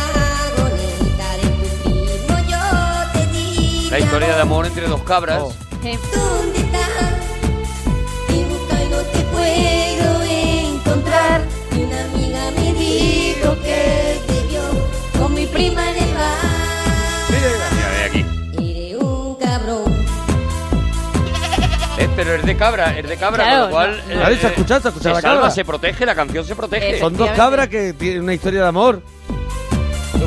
flagoneta de tu primo yo te di. La mi historia amor. de amor entre dos cabras. Oh. eh, ¿Dónde estás? Te busco y no te puedo encontrar. Y una amiga me dijo que te vio con mi prima en el bar. Mira, ve aquí. Eres un cabrón. Eh, Pero es de cabra, es de cabra, Claro, con lo cual. no. eh, Claro, se ha escuchado, se ha escuchado se la salva, cabra. se protege, la canción se protege. Eso. Eh, Son dos Efectivamente. cabras que tienen una historia de amor.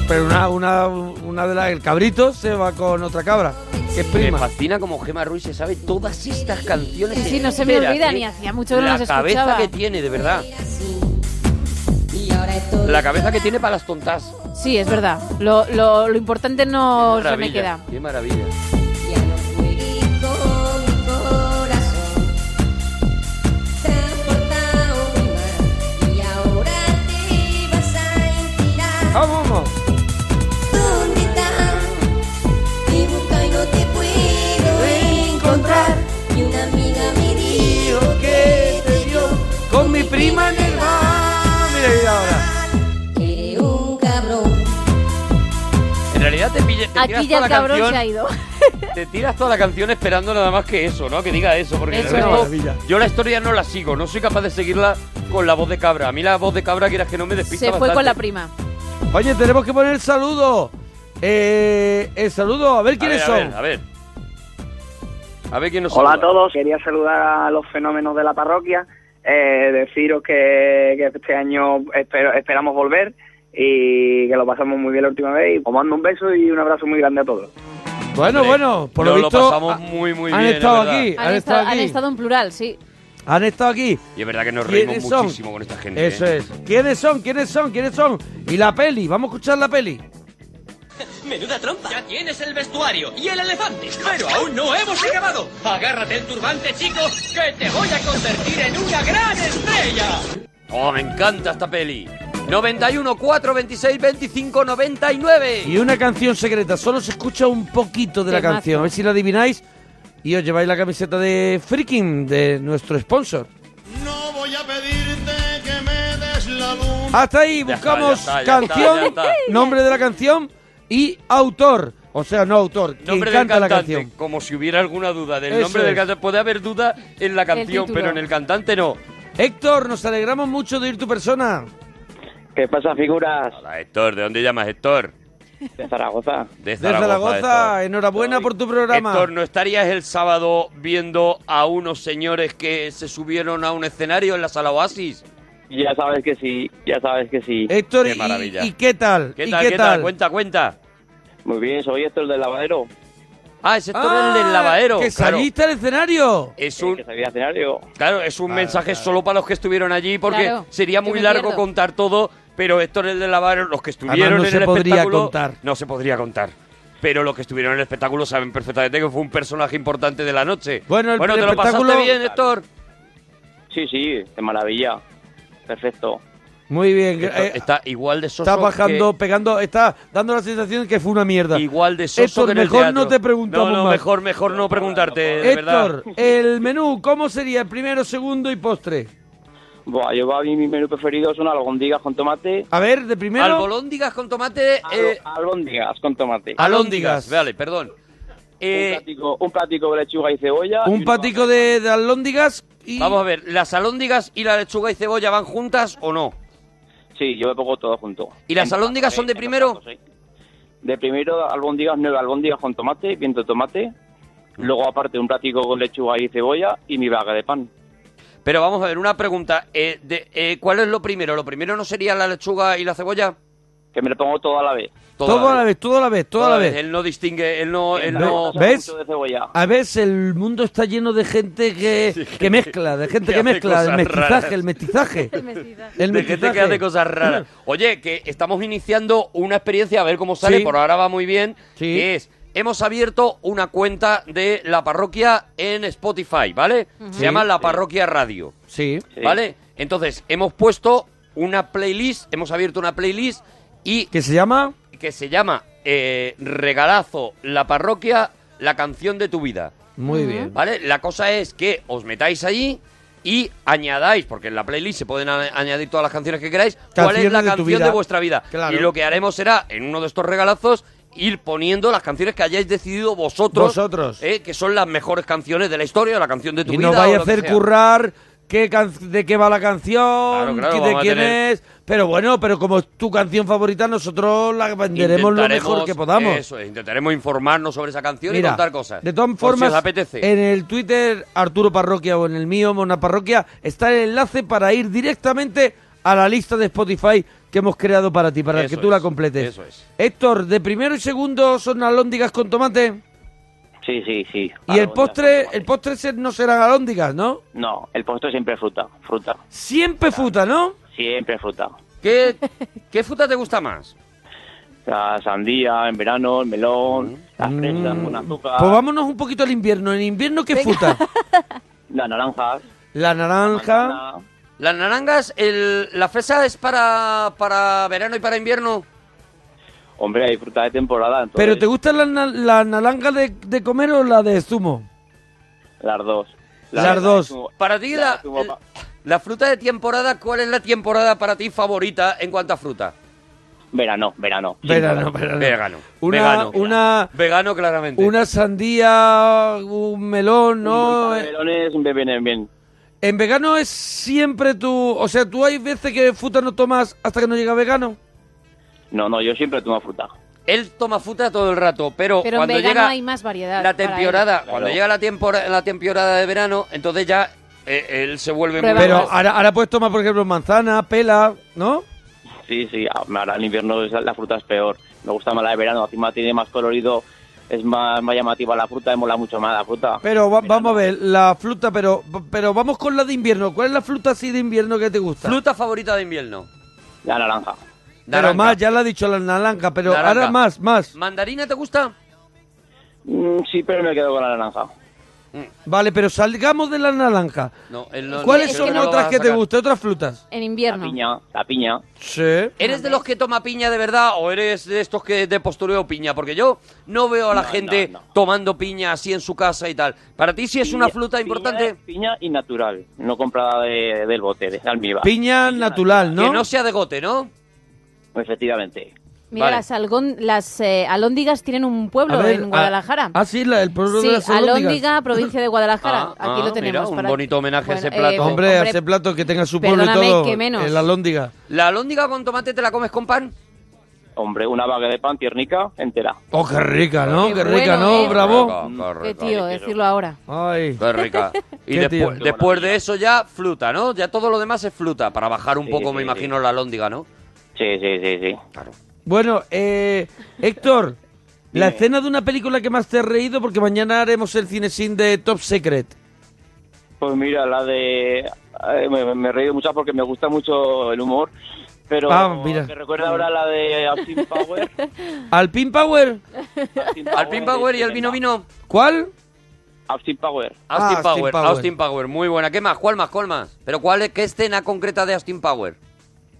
Pero una, una, una de las, el cabrito se va con otra cabra, que es Me prima. fascina como Gemma Ruiz se sabe todas estas canciones. Sí, sí, no se me enteras, olvidan, eh. y hacía mucho que no La las cabeza escuchaba. que tiene, de verdad. Así. Y ahora estoy. La cabeza que tiene para las tontas. sí, es verdad. Lo, lo- lo importante no se me Maravilla, queda. Qué maravilla. Ya no juegues con mi corazón. Te has portado muy mal. Y ahora te vas a inspirar. ¡Vamos! vamos. ¿Dónde estás? Te busco y no te puedo encontrar. Y una amiga me dijo que te vio Con mi prima en el bar. Mira, mira ahora. que eres un cabrón. En realidad te, pille- te Aquí ya tiras toda el la cabrón canción. se ha ido. Ah. Te tiras toda la canción esperando nada más que eso, ¿no? Que diga eso, porque Eso el resto- es. Maravilla. yo la historia no la sigo, no soy capaz de seguirla con la voz de cabra. A mí la voz de cabra quieras que no me despista Se fue bastante. con la prima. Oye, tenemos que poner el saludo. Eh, el saludo, a ver quiénes a son. ver, A ver, a ver. A ver quién nos Hola a saluda. todos, quería saludar a los fenómenos de la parroquia, eh, deciros que, que este año espero- esperamos volver y que lo pasamos muy bien la última vez y os mando un beso y un abrazo muy grande a todos. Bueno, Hombre, bueno, por lo nos visto ah, pasamos muy, muy han bien, es estado verdad. aquí, Han, han estado, estado han aquí, estado en plural, sí. han estado aquí. Y es verdad que nos ¿Quiénes reímos son? muchísimo con esta gente. Eso ¿eh? es. ¿Quiénes son? ¿Quiénes son? ¿Quiénes son? Y la peli, vamos a escuchar la peli. Menuda trompa. Ya tienes el vestuario y el elefante. Pero aún no hemos acabado. Agárrate el turbante, chico, que te voy a convertir en una gran estrella. Oh, me encanta esta peli. 91, 4, 26, 25, 99. Y una canción secreta, solo se escucha un poquito de la Temazo. canción, a ver si la adivináis y os lleváis la camiseta de Freaking, de nuestro sponsor. No voy a pedirte que me des la luna. Hasta ahí Ya está, buscamos ya está, ya canción, está, ya está. nombre de la canción y autor. O sea, no autor, quien Nombre canta del la cantante, canción. como si hubiera alguna duda del Eso nombre del es. cantante. Puede haber duda en la canción, título. pero en el cantante no. Héctor, nos alegramos mucho de ir tu persona. ¿Qué pasa, figuras Hola, Héctor, ¿de dónde llamas, Héctor? de Zaragoza? De Desde Zaragoza, Héctor. enhorabuena por tu programa. Héctor, ¿no estarías el sábado viendo a unos señores que se subieron a un escenario en la sala Oasis? Ya sabes que sí, ya sabes que sí. Héctor, Qué ¿y- maravilla. ¿y, qué tal? ¿Qué ¿Y tal, qué, tal? Cuenta, cuenta. Muy bien, soy Héctor del lavadero. Ah, es Héctor Ah, el del lavadero. Que claro. saliste al escenario. Es un, sabía escenario. Claro, es un mensaje solo para los que estuvieron allí, porque Claro, sería yo muy me largo pierdo. contar todo, pero Héctor el de Lavaro, los que Además, estuvieron no en se el podría espectáculo... contar. No se podría contar. Pero los que estuvieron en el espectáculo saben perfectamente que fue un personaje importante de la noche. Bueno, el ¿te lo pasaste espectáculo- bien, Héctor? Sí, sí, de maravilla. Perfecto. Muy bien. eh, Héctor está igual de soso está bajando, que- pegando, está dando la sensación que fue una mierda. Igual de soso Héctor, que en el mejor teatro. no te preguntamos No, no, más. mejor, mejor no preguntarte, de verdad. Héctor, el menú, ¿cómo sería? El primero, segundo y postre. Buah, yo para mí mi menú preferido son albóndigas con tomate. A ver, de primero. Albolóndigas con tomate... Ah, eh, Al- albóndigas con tomate. alóndigas. Vale, perdón. Eh, un, platico, un platico de lechuga y cebolla. y Un una patico base- de, de alóndigas y. Vamos a ver, ¿las alóndigas y la lechuga y cebolla van juntas o no? Sí, yo me pongo todo junto. ¿Y las En albóndigas platos, son de en los primero? platos, sí. De primero, albóndigas, nueve albóndigas con tomate, viento de tomate. Mm. Luego, aparte, un platico con lechuga y cebolla y mi vaga de pan. Pero vamos a ver, una pregunta. eh, de- eh, ¿Cuál es lo primero? ¿Lo primero no sería la lechuga y la cebolla? Que me lo pongo todo a la vez. Todo, a la vez, todo a la vez, todo a la vez. Él no distingue, él no... Él Ve- no... Una ¿Ves? salsa de cebolla. A veces el mundo está lleno de gente que, que mezcla, de gente que que, hace mezcla, el cosas mestizaje, raras. el mestizaje. El de gente que mestizaje. hace cosas raras. Oye, que estamos iniciando una experiencia, a ver cómo sale, Sí. por ahora va muy bien, Sí. que es, hemos abierto una cuenta de La Parroquia en Spotify, ¿vale? Se Sí. llama La Parroquia Radio. Sí. Sí. ¿Vale? Entonces, hemos puesto una playlist, hemos abierto una playlist y Que se llama. que se llama eh, Regalazo, la parroquia, la canción de tu vida. Muy bien. ¿Vale? La cosa es que os metáis allí y añadáis, porque en la playlist se pueden a- añadir todas las canciones que queráis, cuál es Canciones la de tu canción vida. de vuestra vida. Claro. Y lo que haremos será, en uno de estos regalazos, ir poniendo las canciones que hayáis decidido vosotros. Vosotros. eh, que son las mejores canciones de la historia, la canción de tu Y vida. nos o vais a lo que hacer sea. currar qué can- de qué va la canción, Claro, claro, qué- de vamos a quién tener- es. Pero bueno, pero como es tu canción favorita, nosotros la venderemos lo Intentaremos- mejor que podamos. Eso, es, intentaremos informarnos sobre esa canción y Mira, contar cosas. De todas Por si formas, os apetece. en el Twitter Arturo Parroquia o en el mío, Mona Parroquia, está el enlace para ir directamente a la lista de Spotify que hemos creado para ti, para Eso que tú la es, completes. eso es. Héctor, de primero y segundo son alóndigas con tomate. Sí, sí, sí. Y el Albóndigas postre, con tomate. el postre se- no serán alóndigas, ¿no? No, el postre siempre fruta, fruta. Siempre fruta, ¿no? Siempre fruta. ¿Qué, ¿Qué fruta te gusta más? La sandía en verano, el Mm. melón, las fresas con azúcar, Pues vámonos un poquito al invierno. ¿En invierno qué fruta? las naranjas, La naranja. manzana. Las naranjas, el, la fresa es para, para verano y para invierno. Hombre, hay fruta de temporada, ¿Pero entonces, te gustan las na- las naranjas de, de comer o la de zumo? las dos. Las dos. zumo- Para ti, la la, de zumo pa- la fruta de temporada, ¿cuál es la temporada para ti favorita en cuanto a fruta? Verano, verano. Verano, verano. Vegano. Una- vegano. una- Vegano, claramente. Una sandía, un melón, No, ¿no? Los melones me vienen bien. En vegano es siempre tú... O sea, tú hay veces que fruta no tomas hasta que no llega vegano. No, no, yo siempre tomo fruta. Él toma fruta todo el rato, pero, Pero en cuando vegano llega hay más variedad. la para temporada, él. cuando Claro. llega la temporada, la temporada de verano, entonces ya eh, él se vuelve muy Prueba Pero Vamos. ahora, ahora puedes tomar, por ejemplo, manzana, pela, ¿no? Sí, sí, ahora en invierno es- la fruta es peor. Me gusta más la de verano, encima tiene más colorido es más, más llamativa la fruta, me mola mucho más la fruta. Pero va- vamos a eh. ver, la fruta, pero, pero vamos con la de invierno. ¿Cuál es la fruta así de invierno que te gusta? ¿Fruta favorita de invierno? La naranja. Pero más, ya lo ha dicho la naranja, pero Naranja. ahora más, más. ¿Mandarina te gusta? Mm, sí, pero me quedo con la naranja. Vale, pero salgamos de la naranja. No, él no- ¿Cuáles no, creo son no lo vas otras a que te sacar. gustan, otras frutas? En invierno. Piña, la piña. Sí. Ah, ¿Eres de los que toma piña de verdad o eres de estos que de postureo piña? Porque yo no veo a la No, gente no, no. tomando piña así en su casa y tal. Para ti sí es una Piña- fruta piña- importante Piña, y natural, no comprada de- del bote, de almíbar. Piña natural, que ¿no? no sea de gote, ¿no? Efectivamente. Mira, Vale. las, algón- las eh, alhóndigas tienen un pueblo A ver, en Guadalajara. Ah, sí, la- el pueblo sí, de las alóndigas. Alhóndiga, provincia de Guadalajara. Ah, Aquí ah, lo tenemos. mira, un para- bonito homenaje a ese Bueno, plato. eh, Hombre, hombre, ese plato que tenga su pueblo y perdóname, todo. que menos. El alóndiga. ¿La alóndiga con tomate te la comes con pan? Hombre, una vaga de pan tiernica entera. Oh, qué rica, ¿no? Qué, Qué rica, bueno, ¿no? ¿eh? Bravo. Qué tío, decirlo ahora. Ay. Ah, Qué rica. Y Qué tío. después, después de eso ya fruta, ¿no? Ya todo lo demás es fruta, para bajar un Sí, poco, sí, me sí. imagino, la alóndiga, ¿no? Sí, sí, sí, sí. Bueno, eh, Héctor, la Dime. escena de una película que más te ha reído porque mañana haremos el cinesín de Top Secret. Pues mira, la de... eh, me, me he reído mucho porque me gusta mucho el humor. Pero Ah, mira. me recuerda ahora la de Austin Power. ¿Al Pin Power? Austin Al Pin Power y el vino vino. ¿Cuál? Ah, Austin Power. Austin Austin Power, Power. Austin Power, muy buena. ¿Qué más? ¿Cuál más? ¿Cuál más? ¿Pero cuál es, qué escena concreta de Austin Power?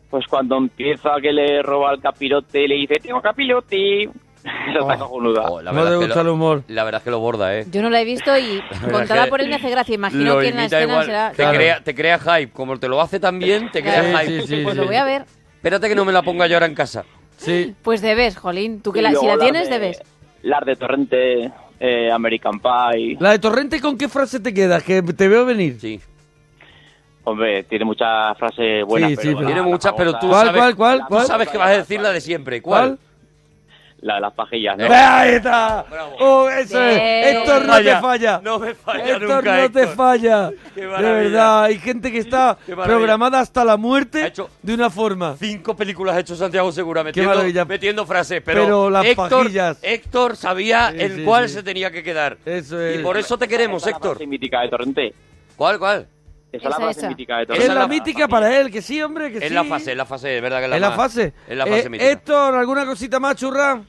Pues cuando empieza que le roba el capirote, le dice, tengo capirote. Esa está cojonuda. Oh, la no verdad te es que gusta lo- el humor. La verdad es que lo borda, ¿eh? Yo no la he visto y contada por él me hace gracia. Imagino Lo que en la imita escena igual. será... Te, Claro. crea, te crea hype. Como te lo hace tan bien, te crea Sí, hype. sí, Pues lo voy a ver. Espérate que no me la ponga yo ahora en casa. Sí. Pues debes, Jolín. Tú que Y la, si luego la las tienes, de- debes. Las de Torrente, eh, American Pie. ¿La de Torrente con qué frase te quedas? Que te veo venir. Sí. Hombre, tiene muchas frases buenas. Sí, sí, pero pero- la- Tiene la muchas, pero famosa- tú ¿Cuál, sabes, cuál, cuál, tú cuál? sabes que vas a decir la de siempre. ¿Cuál? ¿Cuál? La de las pajillas, ¿no? ¡Ahí está! ¡Oh, eso es! Bien. Héctor no te falla. No me falla Héctor nunca, no te Héctor. falla. Qué De maravilla. verdad, hay gente que está Qué maravilla. programada hasta la Ha muerte hecho- de una forma. Cinco películas ha hecho Santiago Segura maravilla. metiendo, metiendo frases, pero, Pero las Héctor, pajillas. Héctor sabía Sí, el sí, cual sí. se tenía que quedar. Eso Y es. por eso te queremos, Esa es la Héctor. frase mítica de Torrente. ¿Cuál, cuál? Esa es la Esa, frase esa. mítica de Esa Es Torrente. es la, la- mítica para él, que sí, hombre, que sí. Es la fase, es la fase, es verdad que es la Es la más- fase. Es la fase Eh, mítica. Héctor, ¿alguna cosita más, churra?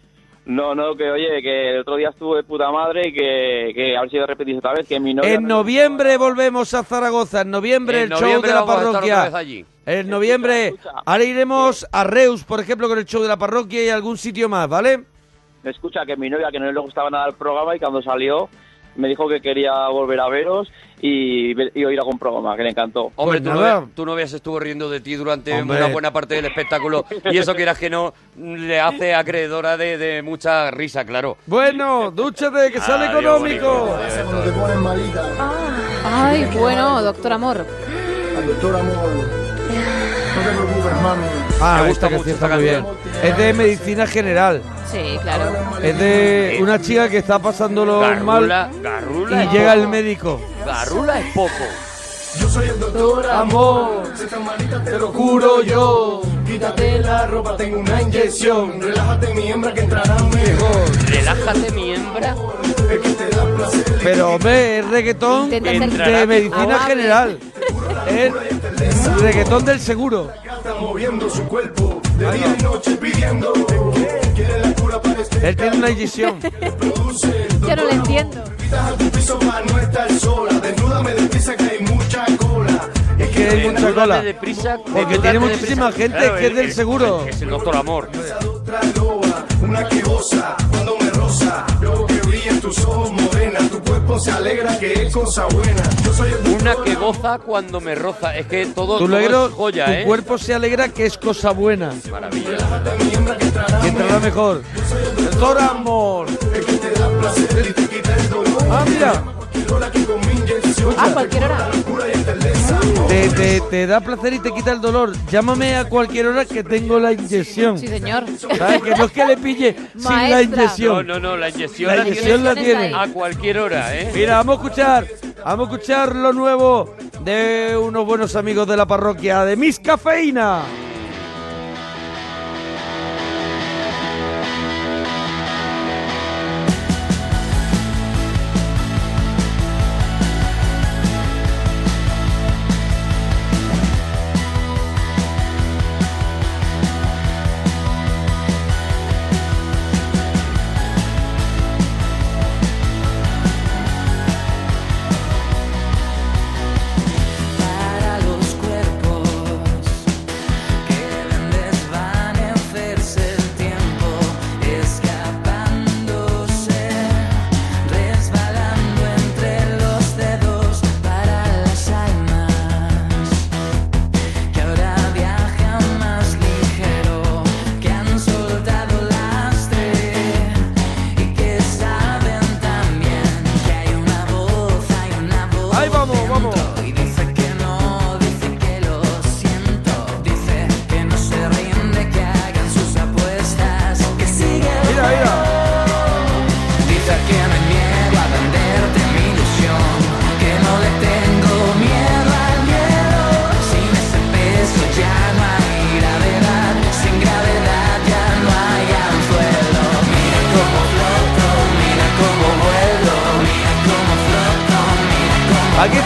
No, no, que oye, que el otro día estuve de puta madre y que, que a ver si lo repetís otra vez, que mi novia... En noviembre volvemos a Zaragoza. En noviembre En el show noviembre de la vamos a estar otra vez parroquia. allí. En noviembre Escucha, escucha. ahora iremos a Reus, por ejemplo, con el show de la parroquia y algún sitio más, ¿vale? Escucha, que mi novia, que no le gustaba nada el programa y cuando salió me dijo que quería volver a veros y, ve- y oír algún programa, que le encantó. Hombre, Pues tu, nada. novia, tu novia se estuvo riendo de ti durante Hombre. una buena parte del espectáculo y eso quieras que no le hace acreedora de, de mucha risa, claro. Bueno, dúchate, que sale Adiós, económico. bonito. Adiós, Cuando te ponen malita, Ay, bueno, doctor amor. al doctor amor. No te preocupes, mami. Ah, Me gusta esta que mucho sí esta está muy bien. Es de medicina general. Sí, claro. Es de una chica que está pasándolo Garrula, mal garrula, y es llega el poco. médico. Garrula es poco. Yo soy el doctor amor. Si estás malita, te lo juro yo. Quítate la ropa, tengo una inyección. Relájate, mi hembra, que entrará mejor. Relájate, miembra. Es que te da placer. Pero hombre, es reggaetón Intenta de hacer- medicina Aguante. general. Es reggaetón del seguro. Está moviendo su cuerpo de día y noche pidiendo quiere la cura para este Él tiene una inyección. produce Yo no lo entiendo. invitas a tu piso para no estar sola desnúdame de prisa que hay mucha cola Es que hay mucha cola. Porque tiene muchísima gente que es del seguro. Es el doctor amor. otra loba una que goza cuando me rosa yo que brilla en tus ojos morena tu cuerpo se alegra que es cosa buena yo soy el Una que goza cuando me roza. Es que todo, Tu todo logro, es joya, tu ¿eh? cuerpo se alegra que es cosa buena. Maravilla. Que entrará mejor. Doctor Amor. Ah, mira. Ah, A cualquier hora. Te, te- te da placer y te quita el dolor. Llámame a cualquier hora que tengo la inyección. Sí, señor. ¿Sabes? Que no es que le pille sin la Maestra. No, inyección. no, no, la inyección La la, inyección la tiene. tiene a cualquier hora, ¿eh? Mira, vamos a escuchar, vamos a escuchar lo nuevo de unos buenos amigos de la parroquia de Miss Cafeína.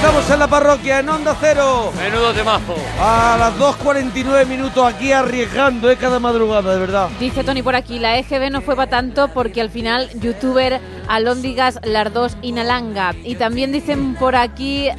Estamos en la parroquia, en Onda Cero. Menudo temazo. A las 2.49 minutos aquí arriesgando, eh, cada madrugada, de verdad. Dice Tony por aquí, la EGB no fue para tanto porque al final youtuber Alóndigas Lardós Inalanga. Y también dicen por aquí, eh,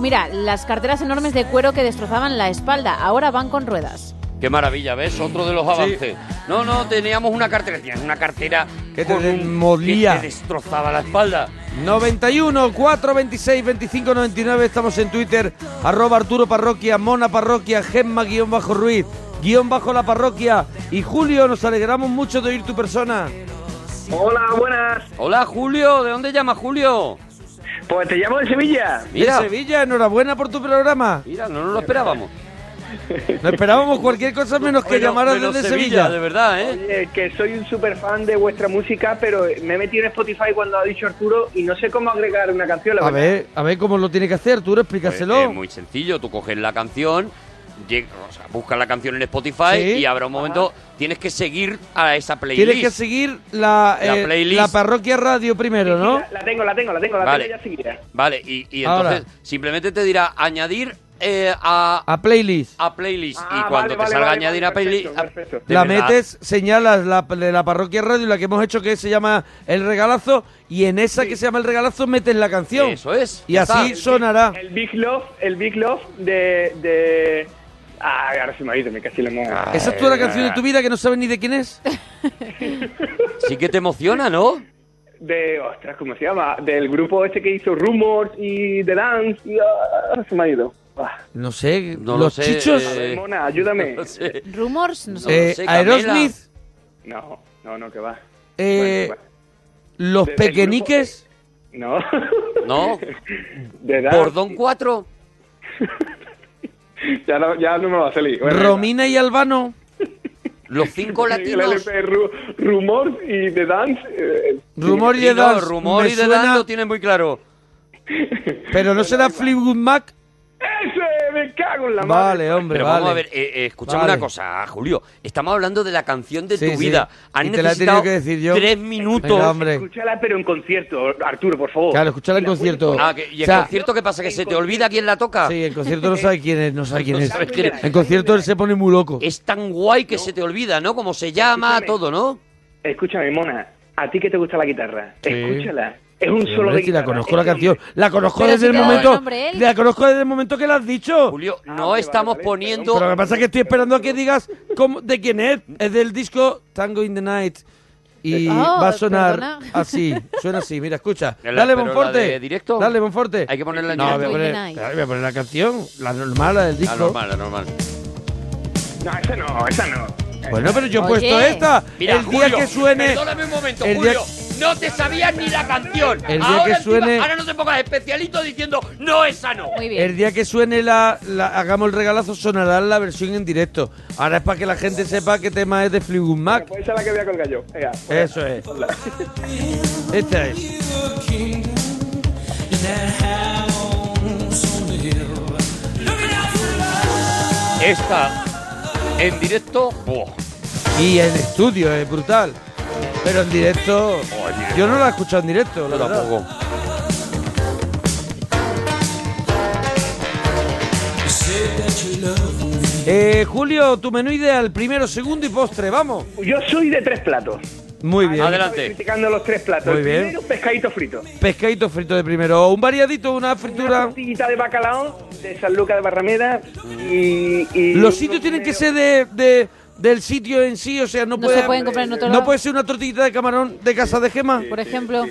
mira, las carteras enormes de cuero que destrozaban la espalda, ahora van con ruedas. Qué maravilla, ¿ves? Otro de los avances. No, no, teníamos una cartera. Tenías una cartera Que te con un- molía. que te destrozaba la espalda. 91 426 25 99 estamos en Twitter arroba Arturo Parroquia, Mona Parroquia, Gemma guión bajo Ruiz, guión bajo la parroquia y Julio, nos alegramos mucho de oír tu persona. Hola, buenas. Hola Julio, ¿de dónde llama Julio? Pues te llamo de Sevilla. Mira. De Sevilla, enhorabuena por tu programa. Mira, no nos lo esperábamos. No esperábamos cualquier cosa menos que Bueno, llamaras menos desde Sevilla, Sevilla. de verdad, ¿eh? Oye, que soy un super fan de vuestra música, pero me he metido en Spotify cuando ha dicho Arturo y no sé cómo agregar una canción. La A verdad. ver, a ver cómo lo tiene que hacer, Arturo, Pues, Es explícaselo. muy sencillo, tú coges la canción, lleg- o sea, buscas la canción en Spotify Sí. y habrá un momento, tienes que seguir a esa playlist. Tienes que seguir la, La eh, playlist. la parroquia radio primero, ¿no? La tengo, la tengo, la tengo, la Vale. tengo ya seguida. Vale, y, y Ahora. entonces simplemente te dirá añadir eh, a, A playlist. a playlist Ah, y cuando vale, te vale, salga vale, añadir vale, a playlist... perfecto, a- perfecto. de la verdad, metes, señalas la de la parroquia radio, la que hemos hecho que se llama El Regalazo, y en esa que se llama El Regalazo metes la canción. Eso es. Y ya así está. sonará. El Big Love, el Big Love de... de... Ah, ahora se me ha ido, me casi lo hemos... Esa es toda la canción Eh. de tu vida que no sabes ni de quién es. Sí que te emociona, ¿no? De, ostras, ¿cómo se llama? Del grupo ese que hizo Rumors y The Dance y... ah, ahora se me ha ido. Ah. No sé, No lo los sé, chichos. A ver, Eh, Mona, ayúdame. Eh, No sé. Rumors, no sé. no eh, lo sé, Camela. Aerosmith, No, no, no, que va. eh, Bueno, los Del grupo- pequeñiques. No. No. De edad. Bordón 4. Ya no, ya no me va a salir. Bueno, Romina y Albano. Los cinco el latinos. LP Ru- Rumors y The Dance. eh, Rumor y Y no, edad. rumor me y de suena, edad lo tiene muy claro. Pero no será Fleetwood Mac. ¡Ese! ¡Me cago en la madre! Vale, hombre, Pero vale. vamos a ver, eh, eh, escúchame Vale. una cosa, Julio. Estamos hablando de la canción de Sí, tu sí. vida. Han Y te la he necesitado tenido que decir yo. tres minutos. Venga, hombre. Escúchala, pero en concierto, Arturo, por favor. Claro, escuchar el concierto. Ah, que- ¿Y O el sea, concierto qué pasa? ¿Que se te olvida quién la toca? Sí, el concierto no sabe quién es, no sabe quién No es. sabes quién es. En concierto él se pone muy loco. Es tan guay que se te olvida, ¿no? Cómo se llama, Escúchame. todo, ¿no? Escúchame, Mona. A ti que te gusta la guitarra. Sí. Escúchala. Es un Pero, solo hombre, de si la guitarra. conozco la Es un- canción, la conozco Pero desde si el te da el momento, nombre él. la conozco desde el momento que la has dicho. Julio, Ah, no vale, estamos vale, vale, poniendo... Pero lo que pasa es que estoy esperando a que digas cómo- de quién es. Es del disco Tango in the Night y Oh, va a sonar perdona. así, suena así. Mira, escucha. La- Dale pero la Bonforte. de directo. Dale Bonforte. Hay que ponerla en No, voy a directo. In the poner, Night. claro, voy a poner la canción, la normal, la del disco. Ah, normal, ah, normal. No, esa no, esa no. Bueno, pero yo pues, he Oye. puesto esta. Mira, el día Julio, que suene Perdóname un momento, el día- Julio. No te sabías ni la canción. El día ahora, que encima- suene- ahora no te pongas especialito diciendo, no, esa no. Muy bien. El día que suene la, la- hagamos el regalazo sonará la versión en directo. Ahora es para que la gente sepa qué tema es de Fleetwood Mac. Pues esa es la que voy a colgar yo. Venga. Eso es. Esta es. Esta, en directo, ¡buah! Y en estudio es brutal. Pero en directo, en directo. yo no la he escuchado en directo. La Yo verdad. tampoco. Eh, Julio, tu menú ideal, primero, segundo y postre. Vamos. Yo soy de tres platos. Muy bien. Adelante. Estoy criticando los tres platos. Muy El bien. Primero, pescadito frito. Pescadito frito de primero, un variadito, una Una fritura. tortillita de bacalao de San Lucas de Barrameda y, y- Los sitios tienen que ser de, de- del sitio en sí, o sea, no, No puede, se pueden comprar en otro no lado. puede ser una tortillita de camarón de casa de gema. Por ejemplo,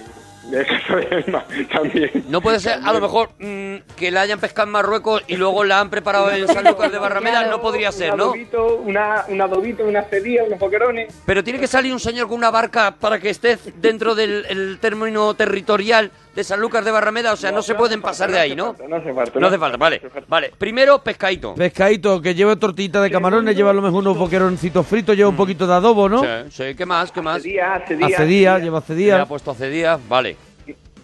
De Casa de Alma, también. No puede ser, a lo mejor, mm, que la hayan pescado en Marruecos y luego la han preparado en San Lucas de Barrameda. No podría ser, un ¿no? adobito, una, un adobito, una cedilla, unos boquerones. Pero tiene que salir un señor con una barca para que estés dentro del el término territorial de San Lucas de Barrameda. O sea, no se pueden pasar de ahí, ¿no? No hace falta. No hace falta, vale. Vale, primero pescadito. Pescadito que lleva tortillita de camarones, lleva a lo mejor unos boqueroncitos fritos, lleva un poquito de adobo, ¿no? Sí, sí, ¿qué más? ¿Qué más? Cedilla, cedilla, Hace cedilla, días, lleva hace Le ha días. puesto hace días, vale.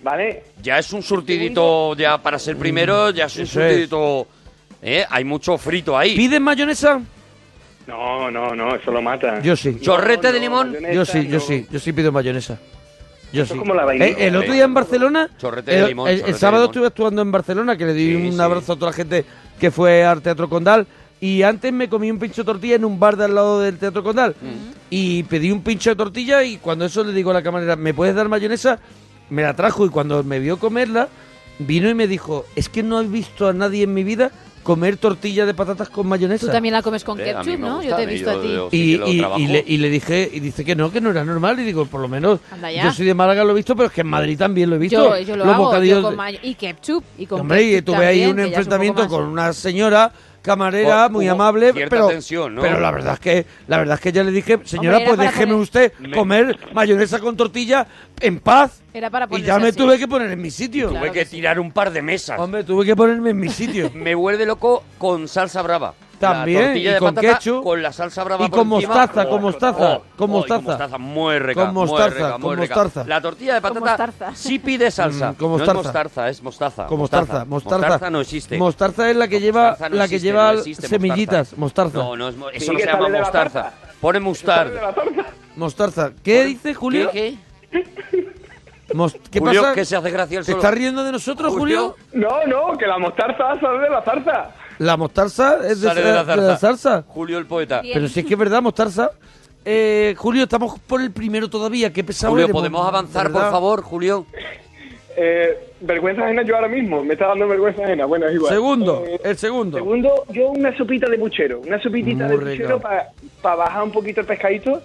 ¿Vale? Ya es un surtidito, ya para ser primero, ya es un Mm, Eso es. surtidito. ¿eh? Hay mucho frito ahí. ¿Piden mayonesa? No, no, no, eso lo mata. Yo sí. Chorrete de limón. mayonesa, Yo sí, no. yo sí, yo sí pido mayonesa. Yo Eso sí. es como la vainilla. Eh, el otro día en Barcelona, Chorrete de el- limón, el- el, chorrete de sábado limón. estuve actuando en Barcelona, que le di un abrazo a toda la gente que fue al Teatro Condal. Y antes me comí un pincho de tortilla en un bar de al lado del Teatro Condal. Y pedí un pincho de tortilla y cuando eso le digo a la camarera, ¿me puedes dar mayonesa? Me la trajo y cuando me vio comerla, vino y me dijo, es que no he visto a nadie en mi vida comer tortilla de patatas con mayonesa. Tú también la comes eh, con ketchup, ¿no? Yo te he visto a ti. Y, y- y le, y le dije, y dice que no, que no era normal. Y digo, por lo menos, Anda ya. yo soy de Málaga, lo he visto, pero es que en Madrid también lo he visto. Yo, yo lo Los hago, yo bocadillos con de- mayo- y ketchup. Y con Hombre, y ketchup tuve ahí también, un que ya es poco enfrentamiento más. con una señora camarera Hubo- muy hubo amable, cierta pero, tensión, ¿no? pero la verdad es que la verdad es que ya le dije, Hombre, señora, era pues para déjeme poner- usted comer mayonesa con tortilla en paz. Era para Y ponerse ya me así. tuve que poner en mi sitio. Tuve que tirar un par de mesas. Hombre, tuve que ponerme en mi sitio. Me vuelve loco con salsa brava. También, La tortilla y de con patata ketchup. con la salsa brava Y por con encima. Oh, mostaza, con mostaza, con y mostaza. muy rica, Con muy mostaza, rica, muy con rica. mostaza. La tortilla de Con patata mostaza. sí pide salsa. Mm, con No mostaza. es mostaza, es mostaza. Con mostaza, mostaza. no existe. Mostaza es la que lleva, Mostaza no la que existe, lleva no existe semillitas, mostaza. No, no es mo- Sí, eso no que se llama sale de la mostaza. Pone mustard. Mostaza. ¿Qué dice Julio? ¿Qué, Mos- ¿Qué Julio, pasa? que se hace gracia el ¿Te solo. estás riendo de nosotros, Julio? No, no, que la mostaza sale de la zarza. La mostaza es de, Sale de la, salsa. Julio el poeta. Bien. Pero si es que es verdad, mostaza. Eh, Julio, estamos por el primero todavía. Qué pesado Julio, eres, ¿podemos mo- avanzar, por ¿verdad? favor, Julio? Eh, vergüenza ajena yo ahora mismo. Me está dando vergüenza ajena. Bueno, es igual. Segundo, Eh, el segundo. segundo, yo una sopita de puchero. Una sopitita Muy de rica. puchero para bajar un poquito el pescadito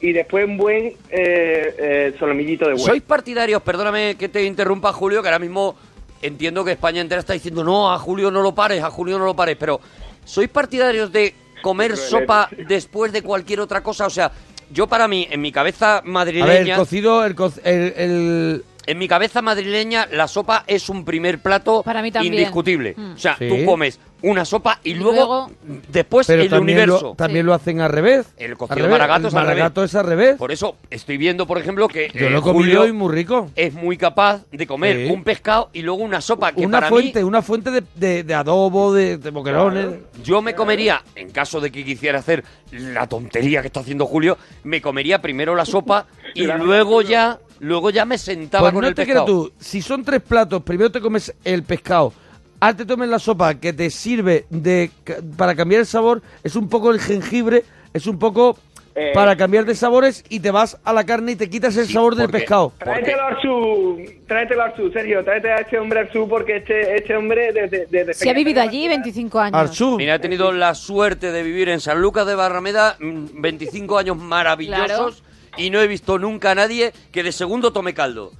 y después un buen eh, eh, solomillito de huevo. ¿Sois partidarios? Perdóname que te interrumpa, Julio, que ahora mismo entiendo que España entera está diciendo no, a Julio no lo pares, a Julio no lo pares, pero ¿sois partidarios de comer sopa después de cualquier otra cosa? O sea, yo para mí, en mi cabeza A ver, el madrileña, cocido, el, co- el, el- en mi cabeza madrileña, la sopa es un primer plato Para mí también. indiscutible. Mm. O sea, Sí. tú comes una sopa y Y luego, luego- después Pero el también, universo. Lo, también Sí. lo hacen al revés. El Al cocido revés, maragato el es al revés. maragato es al revés. Por eso estoy viendo, por ejemplo, que Yo eh, lo he Julio comido y muy rico. es muy capaz de comer Sí. un pescado y luego una sopa que Una para mí fuente, una fuente de, de- de adobo, de, de boquerones. Yo me comería, en caso de que quisiera hacer la tontería que está haciendo Julio, me comería primero la sopa y luego ya, luego ya me sentaba Pues con no el te creas pescado. tú, si son tres platos, primero te comes el pescado, antes te tomes la sopa que te sirve de ca- para cambiar el sabor, es un poco el jengibre, es un poco Eh. para cambiar de sabores y te vas a la carne y te quitas el Sí, sabor del porque- pescado. Tráetelo al su, tráetelo al su, Sergio, tráete a este hombre al su porque este, este hombre desde... desde Si ha vivido pequeño- allí 25 años. Arzú, Mira, he tenido la suerte de vivir en San Lucas de Barrameda mm, 25 años maravillosos y no he visto nunca a nadie que de segundo tome caldo.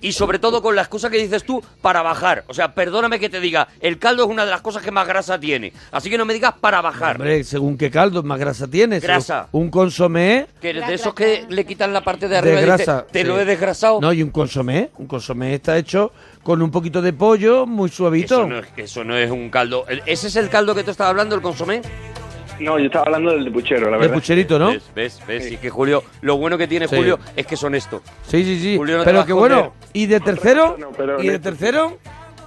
Y sobre todo con la excusa que dices tú para bajar. O sea, perdóname que te diga, el caldo es una de las cosas que más grasa tiene. Así que no me digas para bajar. hombre, según qué caldo, más grasa tienes. Grasa. Un consomé Que eres Crac, de esos crac, que crac. le quitan la parte de de, arriba y dice, grasa. te lo sí. he desgrasado. No, y un consomé, un consomé está hecho con un poquito de pollo muy suavito. eso, no es, eso no es un caldo. El- ¿Ese es el caldo que tú estabas hablando, el consomé? No, yo estaba hablando del de puchero, la de verdad. pucherito, ¿no? ¿Ves? ¿Ves? ¿Ves? Y que Julio, lo bueno que tiene Sí. Julio es que son esto. Sí, sí, sí. Julio, no te vas pero a que bueno. esconder. ¿Y de tercero? No, pero ¿Y de honesto, tercero?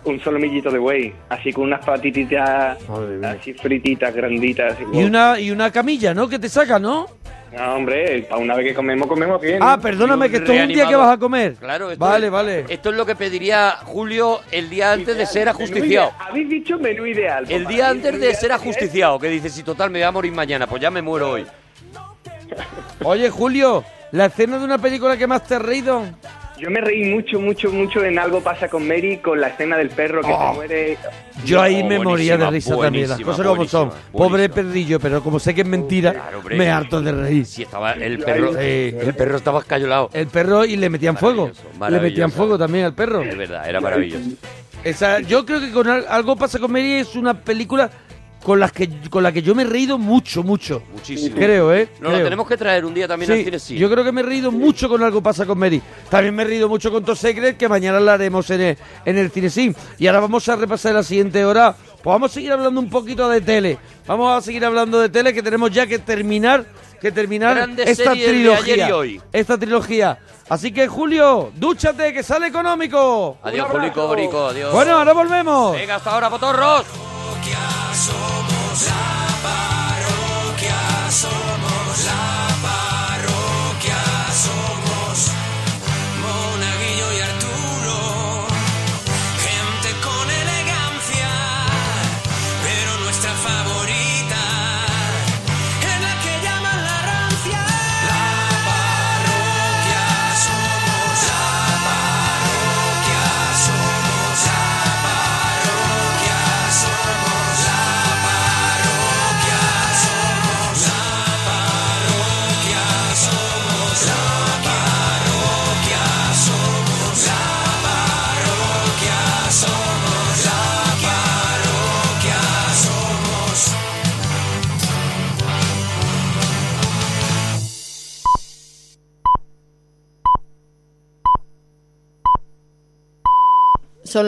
Un solomillito de buey, así con unas patititas Madre mía. así frititas, granditas. Así, Y una, y una camilla, ¿no? Que te saca, ¿no? No, hombre, para una vez que comemos, comemos bien. Ah, perdóname, que esto es un día que reanimado. vas a comer. Claro, esto Vale, es- vale. Esto es lo que pediría Julio el día antes de ser Menú ajusticiado. ideal. Habéis dicho menú ideal. El Para día mí, antes menú de ideal ser es- ajusticiado, que dices, si total me voy a morir mañana, pues ya me muero hoy. Oye, Julio, la escena de una película que más te has reído. Yo me reí mucho, mucho, mucho en Algo pasa con Mary con la escena del perro que se muere. Yo ahí Oh, me moría de buenísima, risa también, las buenísima, cosas como son. buenísima, Pobre buenísima. perrillo, pero como sé que es mentira, Claro, hombre. me harto de reír. Si estaba el perro, Sí. el perro estaba escayolado. El perro y le metían fuego. Maravilloso, Le maravilloso. metían fuego también al perro. Es verdad, era maravilloso. Esa, yo creo que con al- algo pasa con Mary es una película con las que con la que yo me he reído mucho, mucho. Muchísimo. Creo, ¿eh? Nos lo Creo. tenemos que traer un día también al cine, sí. Yo creo que me he reído mucho con algo pasa con Mary. También me he reído mucho con Top Secret, que mañana la haremos en el, en el cine Sim. Y ahora vamos a repasar la siguiente hora. Pues vamos a seguir hablando un poquito de tele. Vamos a seguir hablando de tele, que tenemos ya que terminar, que terminar Grandes esta series de trilogía. ayer y hoy. Esta trilogía. Así que Julio, dúchate, que sale económico. Adiós, Julico Brico, adiós. Bueno, ahora volvemos. Venga, hasta ahora, potorros. somos la parroquia, somos Son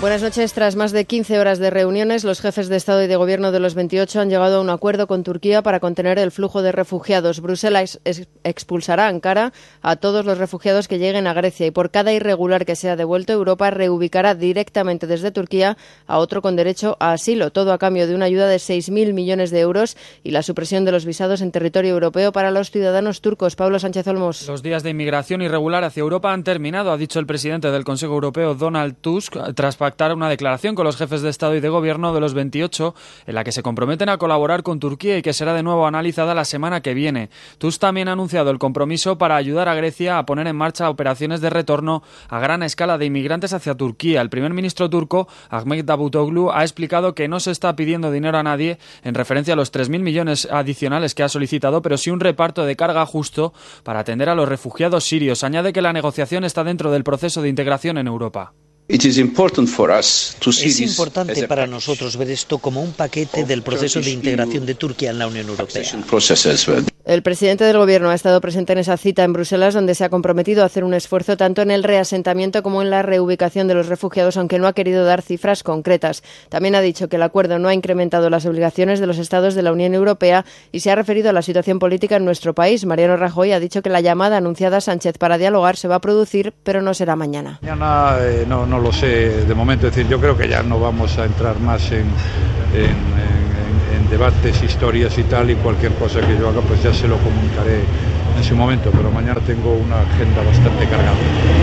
Buenas noches. Tras más de 15 horas de reuniones, los jefes de Estado y de Gobierno de los 28 han llegado a un acuerdo con Turquía para contener el flujo de refugiados. Bruselas ex- expulsará a Ankara a todos los refugiados que lleguen a Grecia y por cada irregular que sea devuelto, Europa reubicará directamente desde Turquía a otro con derecho a asilo, todo a cambio de una ayuda de 6.000 millones de euros y la supresión de los visados en territorio europeo para los ciudadanos turcos. Pablo Sánchez Olmos. Los días de inmigración irregular hacia Europa han terminado, ha dicho el presidente del Consejo Europeo, Donald Tusk, tras pactar una declaración con los jefes de Estado y de Gobierno de los 28, en la que se comprometen a colaborar con Turquía y que será de nuevo analizada la semana que viene. Tusk también ha anunciado el compromiso para ayudar a Grecia a poner en marcha operaciones de retorno a gran escala de inmigrantes hacia Turquía. El primer ministro turco, Ahmet Davutoglu, ha explicado que no se está pidiendo dinero a nadie en referencia a los 3.000 millones adicionales que ha solicitado, pero sí un reparto de carga justo para atender a los refugiados sirios. Añade que la negociación está dentro del proceso de integración en Europa. Es Es importante importante para nosotros ver esto como un paquete del proceso de integración de Turquía en la Unión Europea. El presidente del Gobierno ha estado presente en esa cita en Bruselas, donde se ha comprometido a hacer un esfuerzo tanto en el reasentamiento como en la reubicación de los refugiados, aunque no ha querido dar cifras concretas. También ha dicho que el acuerdo no ha incrementado las obligaciones de los Estados de la Unión Europea y se ha referido a la situación política en nuestro país. Mariano Rajoy ha dicho que la llamada anunciada a Sánchez para dialogar se va a producir, pero no será mañana. Mañana eh, no, no lo sé de momento, es decir, yo creo que ya no vamos a entrar más en, en- en- en debates, historias y tal, y cualquier cosa que yo haga, pues ya se lo comunicaré en su momento, pero mañana tengo una agenda bastante cargada,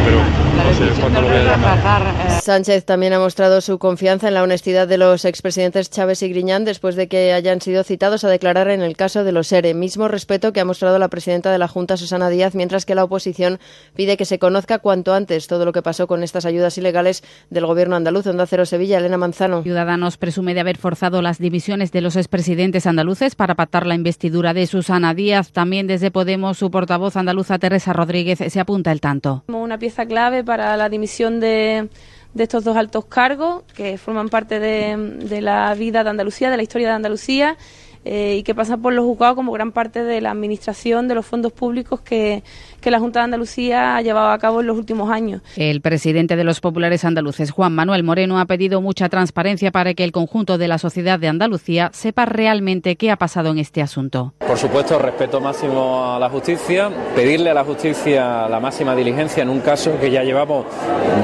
pero no sé cuándo lo voy a llamar. Sánchez también ha mostrado su confianza en la honestidad de los expresidentes Chávez y Griñán después de que hayan sido citados a declarar en el caso de los ERE. Mismo respeto que ha mostrado la presidenta de la Junta, Susana Díaz, mientras que la oposición pide que se conozca cuanto antes todo lo que pasó con estas ayudas ilegales del gobierno andaluz. Onda Cero Sevilla, Elena Manzano. Ciudadanos presume de haber forzado las divisiones de los expresidentes andaluces para pactar la investidura de Susana Díaz. También desde Podemos, su portavoz andaluza Teresa Rodríguez se apunta el tanto. como una pieza clave para la dimisión de, de estos dos altos cargos que forman parte de, de la vida de Andalucía, de la historia de Andalucía eh, y que pasan por los juzgados como gran parte de la administración de los fondos públicos que, que la Junta de Andalucía ha llevado a cabo en los últimos años. El presidente de los populares andaluces, Juan Manuel Moreno, ha pedido mucha transparencia para que el conjunto de la sociedad de Andalucía sepa realmente qué ha pasado en este asunto. Por supuesto, respeto máximo a la justicia, pedirle a la justicia la máxima diligencia en un caso que ya llevamos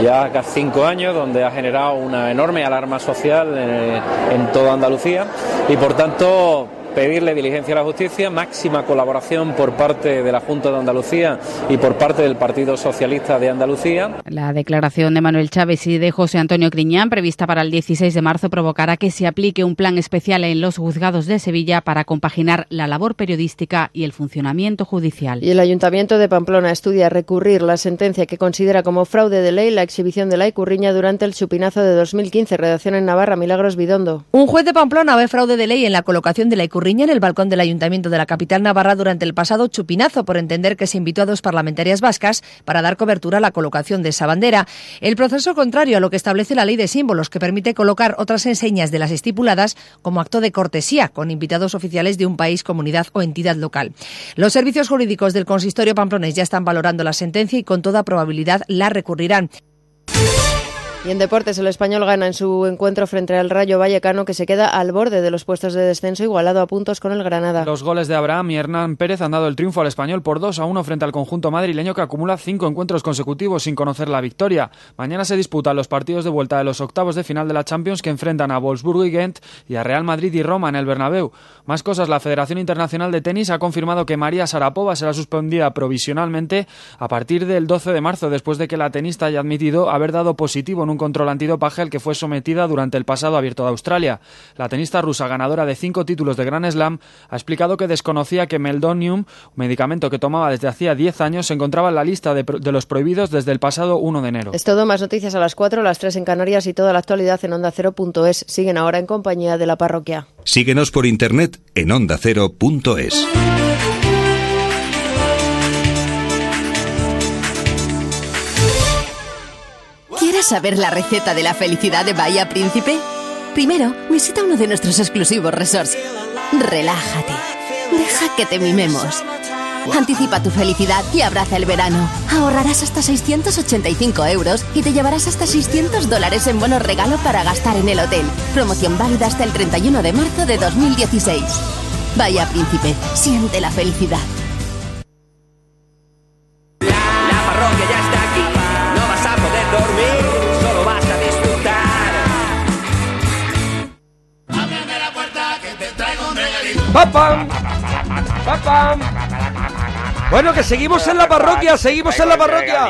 ya casi cinco años, donde ha generado una enorme alarma social eh, en toda Andalucía y, por tanto, pedirle diligencia a la justicia, máxima colaboración por parte de la Junta de Andalucía y por parte del Partido Socialista de Andalucía. La declaración de Manuel Chávez y de José Antonio Criñán, prevista para el 16 de marzo, provocará que se aplique un plan especial en los juzgados de Sevilla para compaginar la labor periodística y el funcionamiento judicial. Y el Ayuntamiento de Pamplona estudia recurrir la sentencia que considera como fraude de ley la exhibición de la Icurriña durante el chupinazo de 2015. Redacción en Navarra, Milagros Bidondo. Un juez de Pamplona ve fraude de ley en la colocación de la Icurriña en el balcón del Ayuntamiento de la capital navarra durante el pasado chupinazo por entender que se invitó a dos parlamentarias vascas para dar cobertura a la colocación de esa bandera. El proceso contrario a lo que establece la ley de símbolos, que permite colocar otras enseñas de las estipuladas como acto de cortesía con invitados oficiales de un país, comunidad o entidad local. Los servicios jurídicos del consistorio pamplonés ya están valorando la sentencia y con toda probabilidad la recurrirán. Y en deportes, el español gana en su encuentro frente al Rayo Vallecano, que se queda al borde de los puestos de descenso, igualado a puntos con el Granada. Los goles de Abraham y Hernán Pérez han dado el triunfo al español por 2 a 1 frente al conjunto madrileño que acumula cinco encuentros consecutivos sin conocer la victoria. Mañana se disputan los partidos de vuelta de los octavos de final de la Champions que enfrentan a Wolfsburgo y Ghent y a Real Madrid y Roma en el Bernabéu. Más cosas, la Federación Internacional de Tenis ha confirmado que María Sarapova será suspendida provisionalmente a partir del 12 de marzo después de que la tenista haya admitido haber dado positivo en un control antidopaje al que fue sometida durante el pasado abierto de Australia. La tenista rusa, ganadora de cinco títulos de Grand Slam, ha explicado que desconocía que Meldonium, un medicamento que tomaba desde hacía 10 años, se encontraba en la lista de, pro- de los prohibidos desde el pasado 1 de enero. Es todo, más noticias a las 4, las 3 en Canarias y toda la actualidad en Onda Cero.es. Siguen ahora en compañía de la parroquia. Síguenos por internet en ondacero.es. ¿Quieres saber la receta de la felicidad de Bahía Príncipe? Primero, visita uno de nuestros exclusivos resorts. Relájate. Deja que te mimemos. Anticipa tu felicidad y abraza el verano. Ahorrarás hasta 685 euros y te llevarás hasta 600 dólares en bonos regalo para gastar en el hotel. Promoción válida hasta el 31 de marzo de 2016. Vaya príncipe, siente la felicidad. parroquia ya está aquí. No vas a poder dormir, solo vas a disfrutar. ¡Papam! ¡Papam! Bueno, que seguimos en la parroquia, seguimos en la parroquia.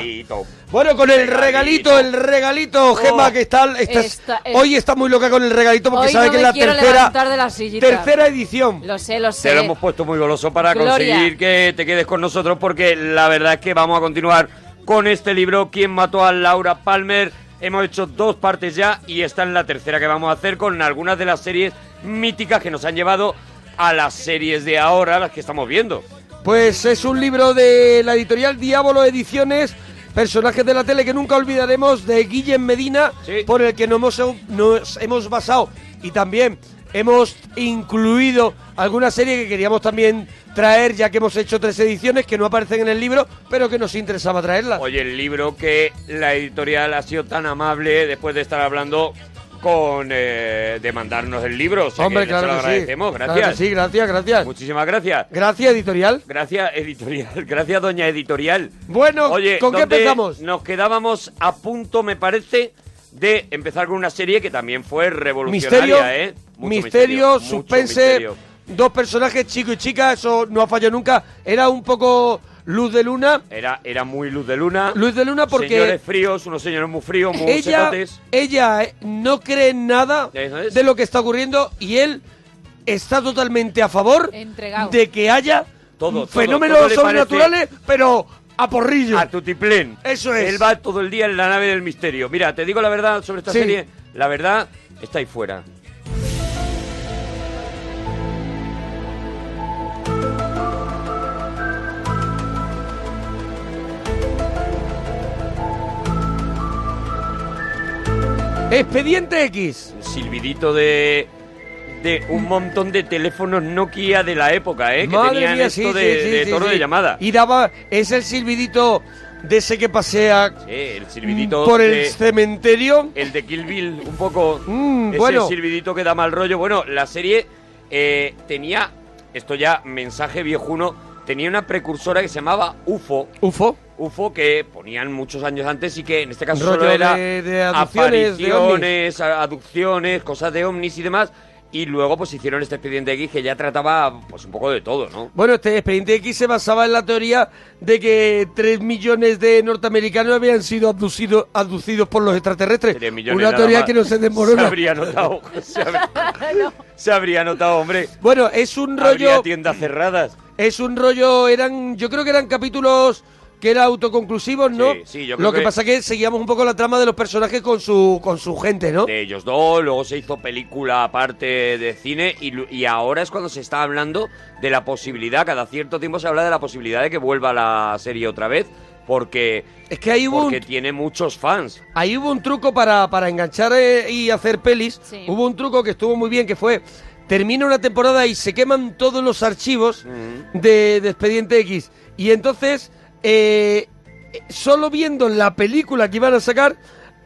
Bueno, con el regalito, el regalito, Gema, que está, estás- Esta- es- hoy está muy loca con el regalito porque Hoy sabe no que me es la quiero levantar tercera, de la sillita. tercera edición. Lo sé, lo Te lo sé. hemos puesto muy goloso para Gloria. conseguir que te quedes con nosotros porque la verdad es que vamos a continuar con este libro, ¿Quién mató a Laura Palmer? Hemos hecho dos partes ya y esta es la tercera que vamos a hacer con algunas de las series míticas que nos han llevado a las series de ahora, las que estamos viendo. Pues es un libro de la editorial Diablo Ediciones, personajes de la tele que nunca olvidaremos, de Guillem Medina, por el que nos hemos, nos hemos basado y también hemos incluido alguna serie que queríamos también traer, ya que hemos hecho tres ediciones que no aparecen en el libro, pero que nos interesaba traerlas. Oye, el libro que la editorial ha sido tan amable después de estar hablando con eh, de mandarnos el libro. O sea que Hombre, se claro lo que sí. agradecemos, Claro gracias. que sí, gracias, gracias. Muchísimas gracias. Gracias, editorial. Gracias, editorial. Gracias, doña editorial. Bueno, Oye, ¿con qué ¿dónde empezamos? Nos quedábamos a punto, me parece, de empezar con una serie que también fue revolucionaria, Misterio, ¿eh? Mucho misterio, mucho suspense, misterio. dos personajes, chico y chica, eso no ha fallado nunca. Era un poco luz de luna. Era, era muy luz de luna. Luz de luna porque- Señores fríos, unos señores muy fríos, muy ella, setotes. ella eh, no cree en nada Eso es. de lo que está ocurriendo y él está totalmente a favor Entregado. de que haya Todo, todo, fenómenos todo le sobrenaturales, pero a porrillo. A tutiplén. Eso es. Él va todo el día en la nave del misterio. Mira, te digo la verdad sobre esta Sí. serie. La verdad está ahí fuera. Expediente X. Un silbidito de de un montón de teléfonos Nokia de la época, ¿eh? que tenían esto de, de tono de llamada. Y daba, es el silbidito de ese que pasea Eh, el silbidito por el de- este cementerio. el de Kill Bill, un poco Mm, ese bueno. silbidito que da mal rollo. Bueno, la serie eh, tenía, esto ya mensaje viejuno, tenía una precursora que se llamaba UFO. UFO. UFO que ponían muchos años antes y que en este caso Rollo solo era de- de aducciones, de apariciones, a- aducciones, cosas de ovnis y demás. Y luego pues hicieron este expediente X que ya trataba pues un poco de todo, ¿no? Bueno, este expediente X se basaba en la teoría de que 3 millones de norteamericanos habían sido abducidos, abducidos por los extraterrestres. millones Una nada teoría más. que no se desmorona. Se habría notado. Se habría, se habría notado, hombre. Bueno, es un rollo- Habría tiendas cerradas. Es un rollo, eran, yo creo que eran capítulos que eran autoconclusivos, ¿no? Sí, sí, yo creo Lo que, que- pasa que seguíamos un poco la trama de los personajes con su, con su gente, ¿no? De ellos dos, luego se hizo película aparte de cine y, lu- y ahora es cuando se está hablando de la posibilidad, cada cierto tiempo se habla de la posibilidad de que vuelva la serie otra vez porque es que ahí hubo porque tiene muchos fans. Ahí hubo un truco para, para enganchar eh, y hacer pelis. Hubo un truco que estuvo muy bien, que fue, termina una temporada y se queman todos los archivos de, de Expediente X. Y entonces, eh, solo viendo la película que iban a sacar,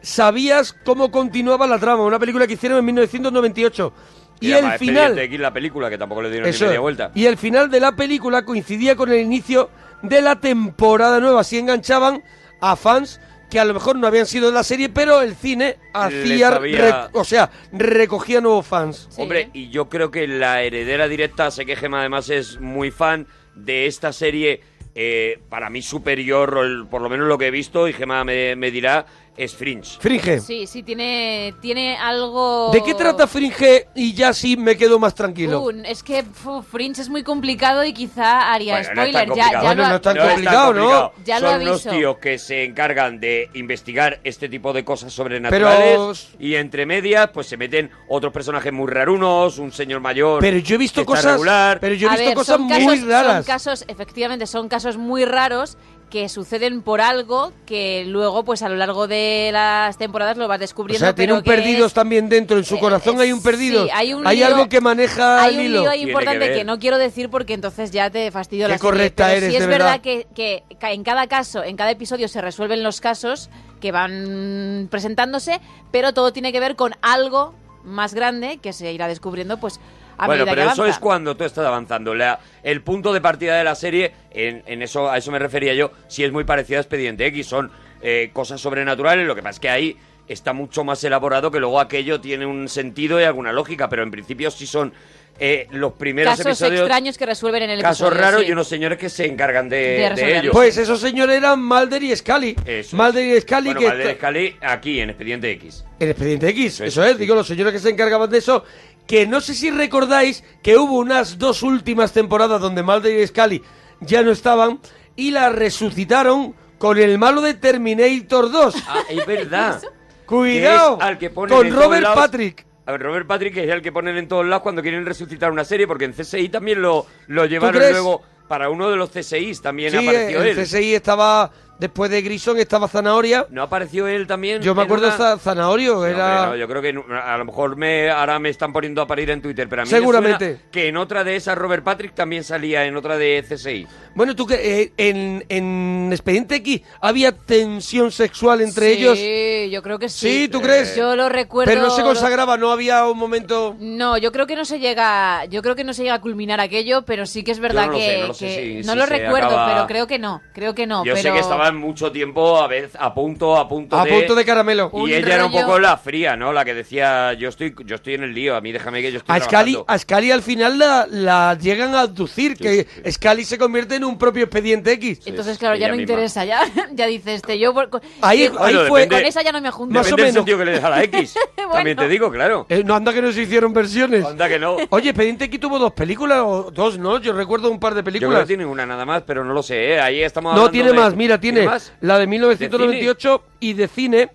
sabías cómo continuaba la trama. Una película que hicieron en 1998. Y Era el más final... Expediente X la película que tampoco le dieron Eso ni media es. vuelta. Y el final de la película coincidía con el inicio de la temporada nueva. Así enganchaban a fans que a lo mejor no habían sido de la serie, pero el cine hacía, había- rec- o sea, recogía nuevos fans. Hombre, y yo creo que la heredera directa, sé que Gemma además es muy fan de esta serie, eh, para mí superior, o el- por lo menos lo que he visto, y Gemma me, me dirá, es Fringe. Fringe. Sí, sí, tiene, tiene algo... ¿De qué trata Fringe? Y ya sí me quedo más tranquilo. Uh, es que fu, Fringe es muy complicado y quizá haría Bueno, no es tan spoiler. ya, ya complicado. lo ha- complicado, ¿no? Ya lo Son aviso. los tíos que se encargan de investigar este tipo de cosas sobrenaturales y entre medias pues se meten otros personajes muy rarunos, un señor mayor. Pero yo he visto que está cosas- regular. pero yo he A ver, son casos- raras. Son casos, efectivamente, son casos muy raros que suceden por algo que luego, pues a lo largo de las temporadas lo vas O descubriendo. sea, tiene pero un que perdidos es- eh, también dentro, en su corazón hay un perdido. sí, hay un lío- algo que maneja Hay el un hilo. lío ahí importante que, no quiero decir porque entonces ya te fastidio Qué la serie, correcta pero eres, sí es de verdad, verdad. que, que ca- en cada caso, en cada episodio se resuelven los casos que van presentándose, pero todo tiene que ver con algo más grande que se irá descubriendo pues a bueno, medida pero que eso es avanza. cuando tú estás avanzando. La- el punto de partida de la serie, en, en eso a eso me refería yo, sí es muy parecido a Expediente X. Son eh, cosas sobrenaturales, lo que pasa es que ahí está mucho más elaborado que luego aquello tiene un sentido y alguna lógica, pero en principio sí son eh, los primeros Casos episodios... extraños que resuelven en el casos episodio, raros sí. y unos señores que se encargan de, De de resolverlo. ello. Pues esos señores eran Mulder y Scully. Mulder y Scully Bueno, que Mulder y esto- Scully aquí, en Expediente X. El expediente X, eso es, digo, los señores que se encargaban de eso, que no sé si recordáis que hubo unas dos últimas temporadas donde Mulder y Scully ya no estaban y la resucitaron con el malo de Terminator 2. Ah, es verdad. Cuidado, Que es al que ponen con en todos Robert lados. Patrick. A ver, Robert Patrick es el que ponen en todos lados cuando quieren resucitar una serie, porque en CSI también lo, lo llevaron crees? luego para uno de los CSIs también Sí, apareció el él. CSI estaba, después de Grison, estaba Zanahoria. ¿No apareció él también? Yo me en acuerdo una- de Za- Zanahorio, No, era... hombre, no, yo creo que en- a lo mejor me ahora me están poniendo a parir en Twitter, pero a mí me Seguramente. suena que en otra de esas Robert Patrick también salía en otra de CSI. Bueno, tú que eh, en, en Expediente X había tensión sexual entre ellos. Sí, yo creo que sí. Sí, ¿tú crees? Yo lo recuerdo. Pero no se consagraba, no había un momento. No, yo creo que no se llega, yo creo que no se llega a culminar aquello, pero sí que es verdad no lo que sé, no lo sé que- si- no si lo se recuerdo, acaba- pero creo que no, creo que no. Yo sé pero- que estaban mucho tiempo a vez a punto, a punto A de. punto de caramelo. Y Un ella era un rollo- poco la fría, ¿no? La que decía, yo estoy, yo estoy en el lío, a mí déjame que yo estoy A Scali, trabajando. a Scali al final la, la llegan a abducir, que Scali se convierte en un propio Expediente X. Entonces, claro, ya no interesa, ya, ya dice este, yo por- con- Ahí- sí, ahí con- fue- con esa ya no me junto. Más o menos. que le deja la X. También te digo, claro. Eh, no anda que no se hicieron versiones. Anda que no. Oye, Expediente X tuvo dos películas o dos, ¿no? Yo recuerdo un par de Yo creo que películas. tiene una nada más, pero no lo sé, ¿eh? Ahí estamos no, hablando tiene de- más, mira, tiene, más? la de 1998 y de cine.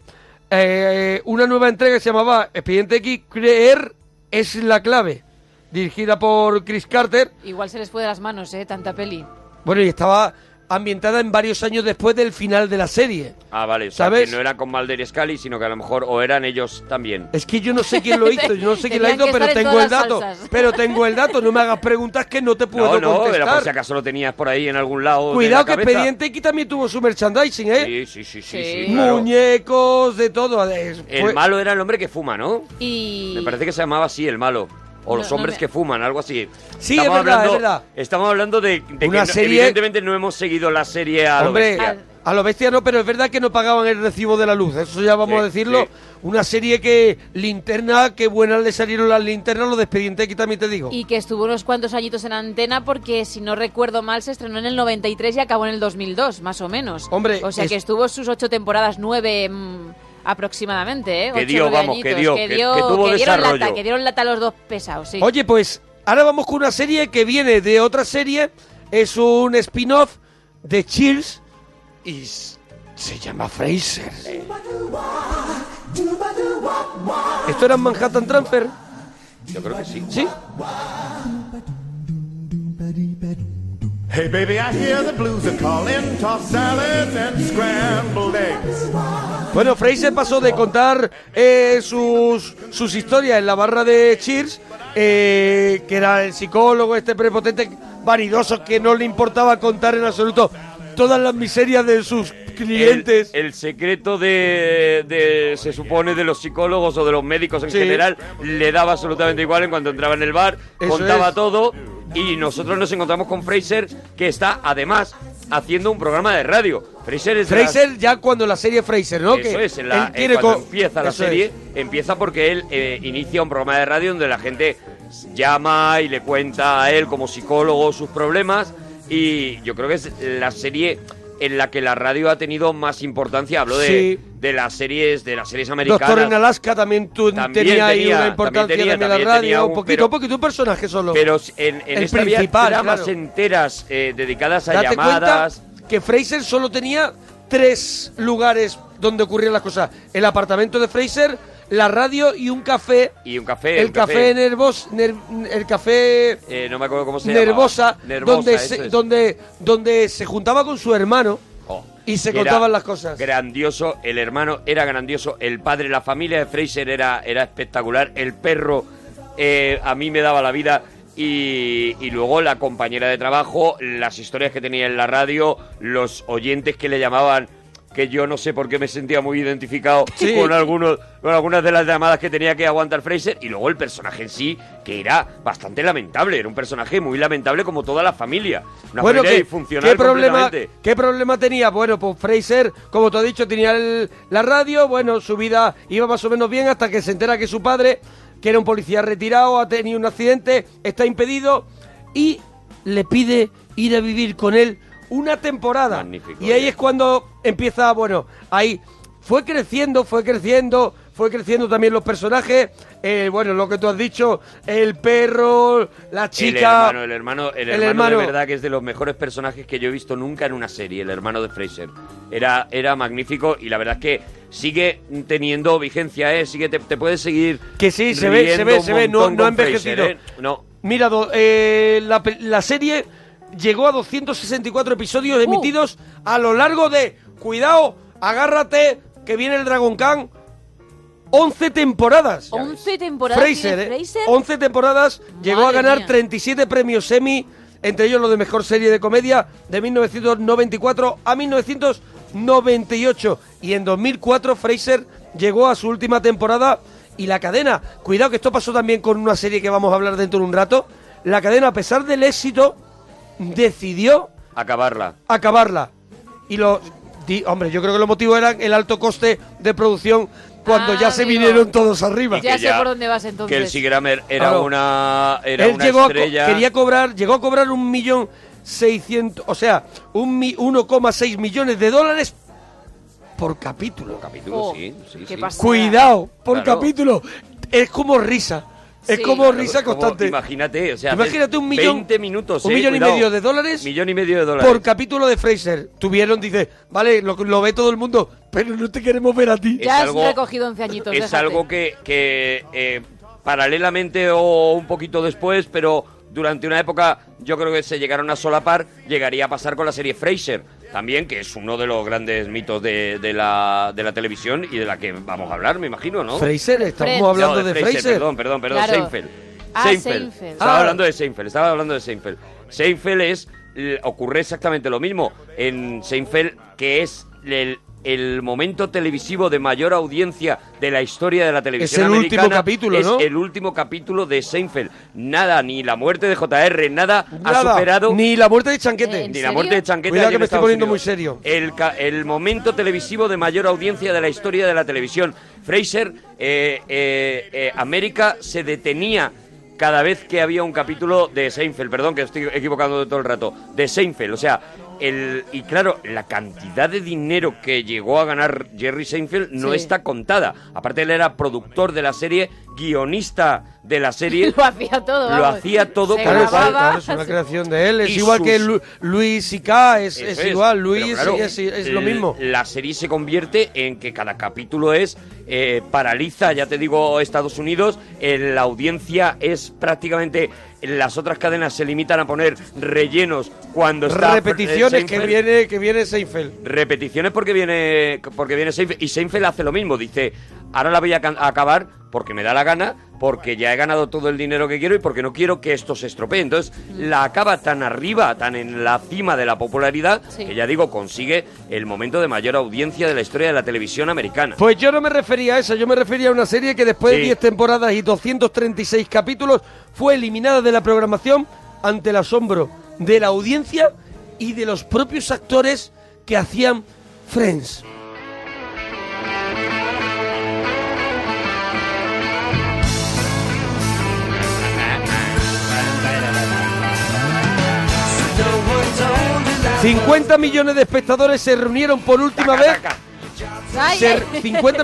eh, una nueva entrega que se llamaba Expediente X, Creer es la clave. Dirigida por Chris Carter. Igual se les fue de las manos, eh, tanta peli. Bueno, y estaba ambientada en varios años después del final de la serie. Ah, vale, o sea, ¿Sabes? que no era con Mulder y Scully, sino que a lo mejor o eran ellos también. Es que yo no sé quién lo hizo, yo no sé quién lo Tenían hizo, que pero estar en tengo el todas las dato. salsas. Pero tengo el dato, no me hagas preguntas que no te no, puedo no, pero por si contestar. acaso lo tenías por ahí en algún lado. de Cuidado la que cabeza. Expediente X también tuvo su merchandising, ¿eh? Sí, sí, sí, sí. sí, claro. Muñecos, de todo. eh, El fue- malo era el hombre que fuma, ¿no? Y Me parece que se llamaba así el malo. O No, los no hombres me- que fuman, algo así. Sí, es verdad, es verdad. Estamos hablando de, de Una que no- serie- evidentemente no hemos seguido la serie a lo Hombre, bestia. a lo bestia no, pero es verdad que no pagaban el recibo de la luz, eso ya vamos Sí, a decirlo. sí. Una serie que linterna, qué buenas le salieron las linternas, los de Expediente X también te digo. Y que estuvo unos cuantos añitos en antena porque, si no recuerdo mal, se estrenó en el 93 y acabó en el 2002, más o menos. Hombre, o sea es- que estuvo sus ocho temporadas, nueve mm, aproximadamente, ¿eh? Que Ocho, dio, nueve vamos, que añitos, dio, que- que tuvo que dieron lata, desarrollo. que dieron lata los dos pesados, sí. Oye, pues ahora vamos con una serie que viene de otra serie. Es un spin-off de Cheers y s- se llama Fraser. ¿Esto era Manhattan Transfer? Yo creo que sí. ¿Sí? Hey baby, I hear the blues are calling, toss salads and scrambled eggs. Bueno, Fraser pasó de contar eh, sus, sus historias en la barra de Cheers, eh, que era el psicólogo, este prepotente vanidoso que no le importaba contar en absoluto todas las miserias de sus clientes. El, el secreto de, de- se supone, de los psicólogos o de los médicos en Sí. general, le daba absolutamente igual en cuanto entraba en el bar, Eso contaba es. todo. Y nosotros nos encontramos con Fraser, que está además haciendo un programa de radio. Fraser es de las- Fraser ya cuando la serie Fraser, ¿no? Eso que es, en la- él tiene eh, cuando co- empieza la eso es. serie, empieza porque él eh, inicia un programa de radio donde la gente llama y le cuenta a él como psicólogo sus problemas y yo creo que es la serie en la que la radio ha tenido más importancia. Hablo de, Sí. de las series, de las series americanas. Doctor en Alaska también, tu- También tenía ahí tenía, una también importancia tenía, también, también la radio, tenía un- un poquito, pero- un poquito un personaje solo. Pero en, en El esta había principal, tramas claro. enteras eh, dedicadas a Date llamadas. cuenta que Fraser solo tenía tres lugares donde ocurrían las cosas. El apartamento de Fraser, la radio y un café. Y un café. el un café, nervos, ner- el café Eh, no me acuerdo cómo se llamaba. nervosa, Nervosa, donde, eso se, es. Oh, donde, donde se juntaba con su hermano. Y se que era contaban las cosas. Grandioso, el hermano era grandioso, el padre, la familia de Fraser era, era espectacular, el perro eh, a mí me daba la vida y, y luego la compañera de trabajo, las historias que tenía en la radio, los oyentes que le llamaban que yo no sé por qué me sentía muy identificado Sí. con algunos con algunas de las llamadas que tenía que aguantar Fraser y luego el personaje en sí que era bastante lamentable era un personaje muy lamentable como toda la familia una bueno, familia ¿qué, disfuncional qué problema, completamente. ¿qué problema tenía? Bueno, pues Fraser, como te he dicho, tenía el- la radio, bueno, su vida iba más o menos bien hasta que se entera que su padre, que era un policía retirado, ha tenido un accidente, está impedido y le pide ir a vivir con él una temporada. y ahí es cuando empieza, bueno, ahí fue creciendo, fue creciendo, fue creciendo también los personajes. eh, bueno, lo que tú has dicho, el perro, la el chica. hermano, el hermano, el el hermano, hermano. de verdad que es de los mejores personajes que yo he visto nunca en una serie, el hermano de Fraser. Era, era magnífico y la verdad es que sigue teniendo vigencia, ¿eh? Sigue, te, te puedes seguir. Que sí, se ve, se riendo ve, un se ve, no, montón no ha con Fraser, envejecido. ¿eh? No, Mira, do- eh, la, pe- la serie llegó a 264 episodios emitidos a lo largo de, cuidado, agárrate, que viene el Dragon Khan, 11 temporadas. 11 temporadas Fraser, tiene eh, Fraser. 11 temporadas, llegó a Madre ganar mía. 37 premios Emmy, entre ellos lo de Mejor Serie de Comedia de 1994 a 1998. Y en 2004 Fraser llegó a su última temporada y la cadena, cuidado que esto pasó también con una serie que vamos a hablar dentro de un rato, la cadena a pesar del éxito decidió acabarla. acabarla. Y los... di- hombre, yo creo que los motivos eran el alto coste de producción cuando Ah, ya se amigo. vinieron todos arriba. Ya sé por dónde vas entonces. Kelsey Grammer era Claro. una, era Él una llegó a co- estrella. quería cobrar, llegó a cobrar un millón seiscientos, o sea, un mi- 1,6 millones de dólares por capítulo. capítulo, Oh, sí, sí, sí. Cuidado, por Claro. capítulo. Es como risa. Es Sí. como Claro, risa es como- constante. imagínate, o sea, Imagínate un millón. 20 minutos, un eh, millón cuidado. y medio de dólares. Millón y medio de dólares. Por capítulo de Fraser. Tuvieron, dice, vale, lo, lo ve todo el mundo, pero no te queremos ver a ti. Ya has recogido 11 añitos. es déjate. algo que, que, eh, paralelamente o un poquito después, pero durante una época yo creo que se llegaron a solapar, llegaría a pasar con la serie Fraser, también, que es uno de los grandes mitos de, de la, de la televisión y de la que vamos a hablar, me imagino, ¿no? Fraser, estamos No, hablando de, Fraser. Perdón, perdón, perdón, Claro. Seinfeld. Ah, Seinfeld. Seinfeld. Estaba Ah. hablando de Seinfeld, estaba hablando de Seinfeld. Seinfeld es, l- ocurre exactamente lo mismo en Seinfeld, que es el, el momento televisivo de mayor audiencia de la historia de la televisión el último americana. capítulo, Es ¿no? el último capítulo de Seinfeld. Nada, ni la muerte de JR, nada, ha Nada, superado... Ni la muerte de Chanquete. Ni la muerte de Chanquete. Cuidado allí que en me estoy Estados poniendo muy Unidos. serio. El, ca- el momento televisivo de mayor audiencia de la historia de la televisión. Fraser, eh, eh, eh, América se detenía cada vez que había un capítulo de Seinfeld. Perdón, que estoy equivocando de todo el rato. De Seinfeld, o sea. El, y claro, la cantidad de dinero que llegó a ganar Jerry Seinfeld no Sí. está contada. Aparte, él era productor de la serie, guionista de la serie. Lo hacía todo, Lo vamos. hacía todo, Se con lo Claro, cual- claro, claro, es una creación de él. Es Y igual sus- que Lu- Luis y K, es, Eso es es. igual. Pero Luis claro, eh, es, es lo l- mismo. La serie se convierte en que cada capítulo es eh, paraliza, ya te digo, Estados Unidos. eh, la audiencia es prácticamente. Las otras cadenas se limitan a poner rellenos cuando está. eh, Repeticiones Seinfeld. que viene, que viene Seinfeld. Repeticiones porque viene porque viene Seinfeld y Seinfeld hace lo mismo, dice, ahora la voy a, can- a acabar porque me da la gana, porque ya he ganado todo el dinero que quiero y porque no quiero que esto se estropee. Entonces, la acaba tan arriba, tan en la cima de la popularidad, que ya digo, consigue el momento de mayor audiencia de la historia de la televisión americana. Pues yo no me refería a esa, yo me refería a una serie que después Sí. de 10 temporadas y 236 capítulos fue eliminada de la programación ante el asombro de la audiencia y de los propios actores que hacían Friends. No one told you that. 50 millones de espectadores se reunieron por última vez. Ay, Se- ay. 50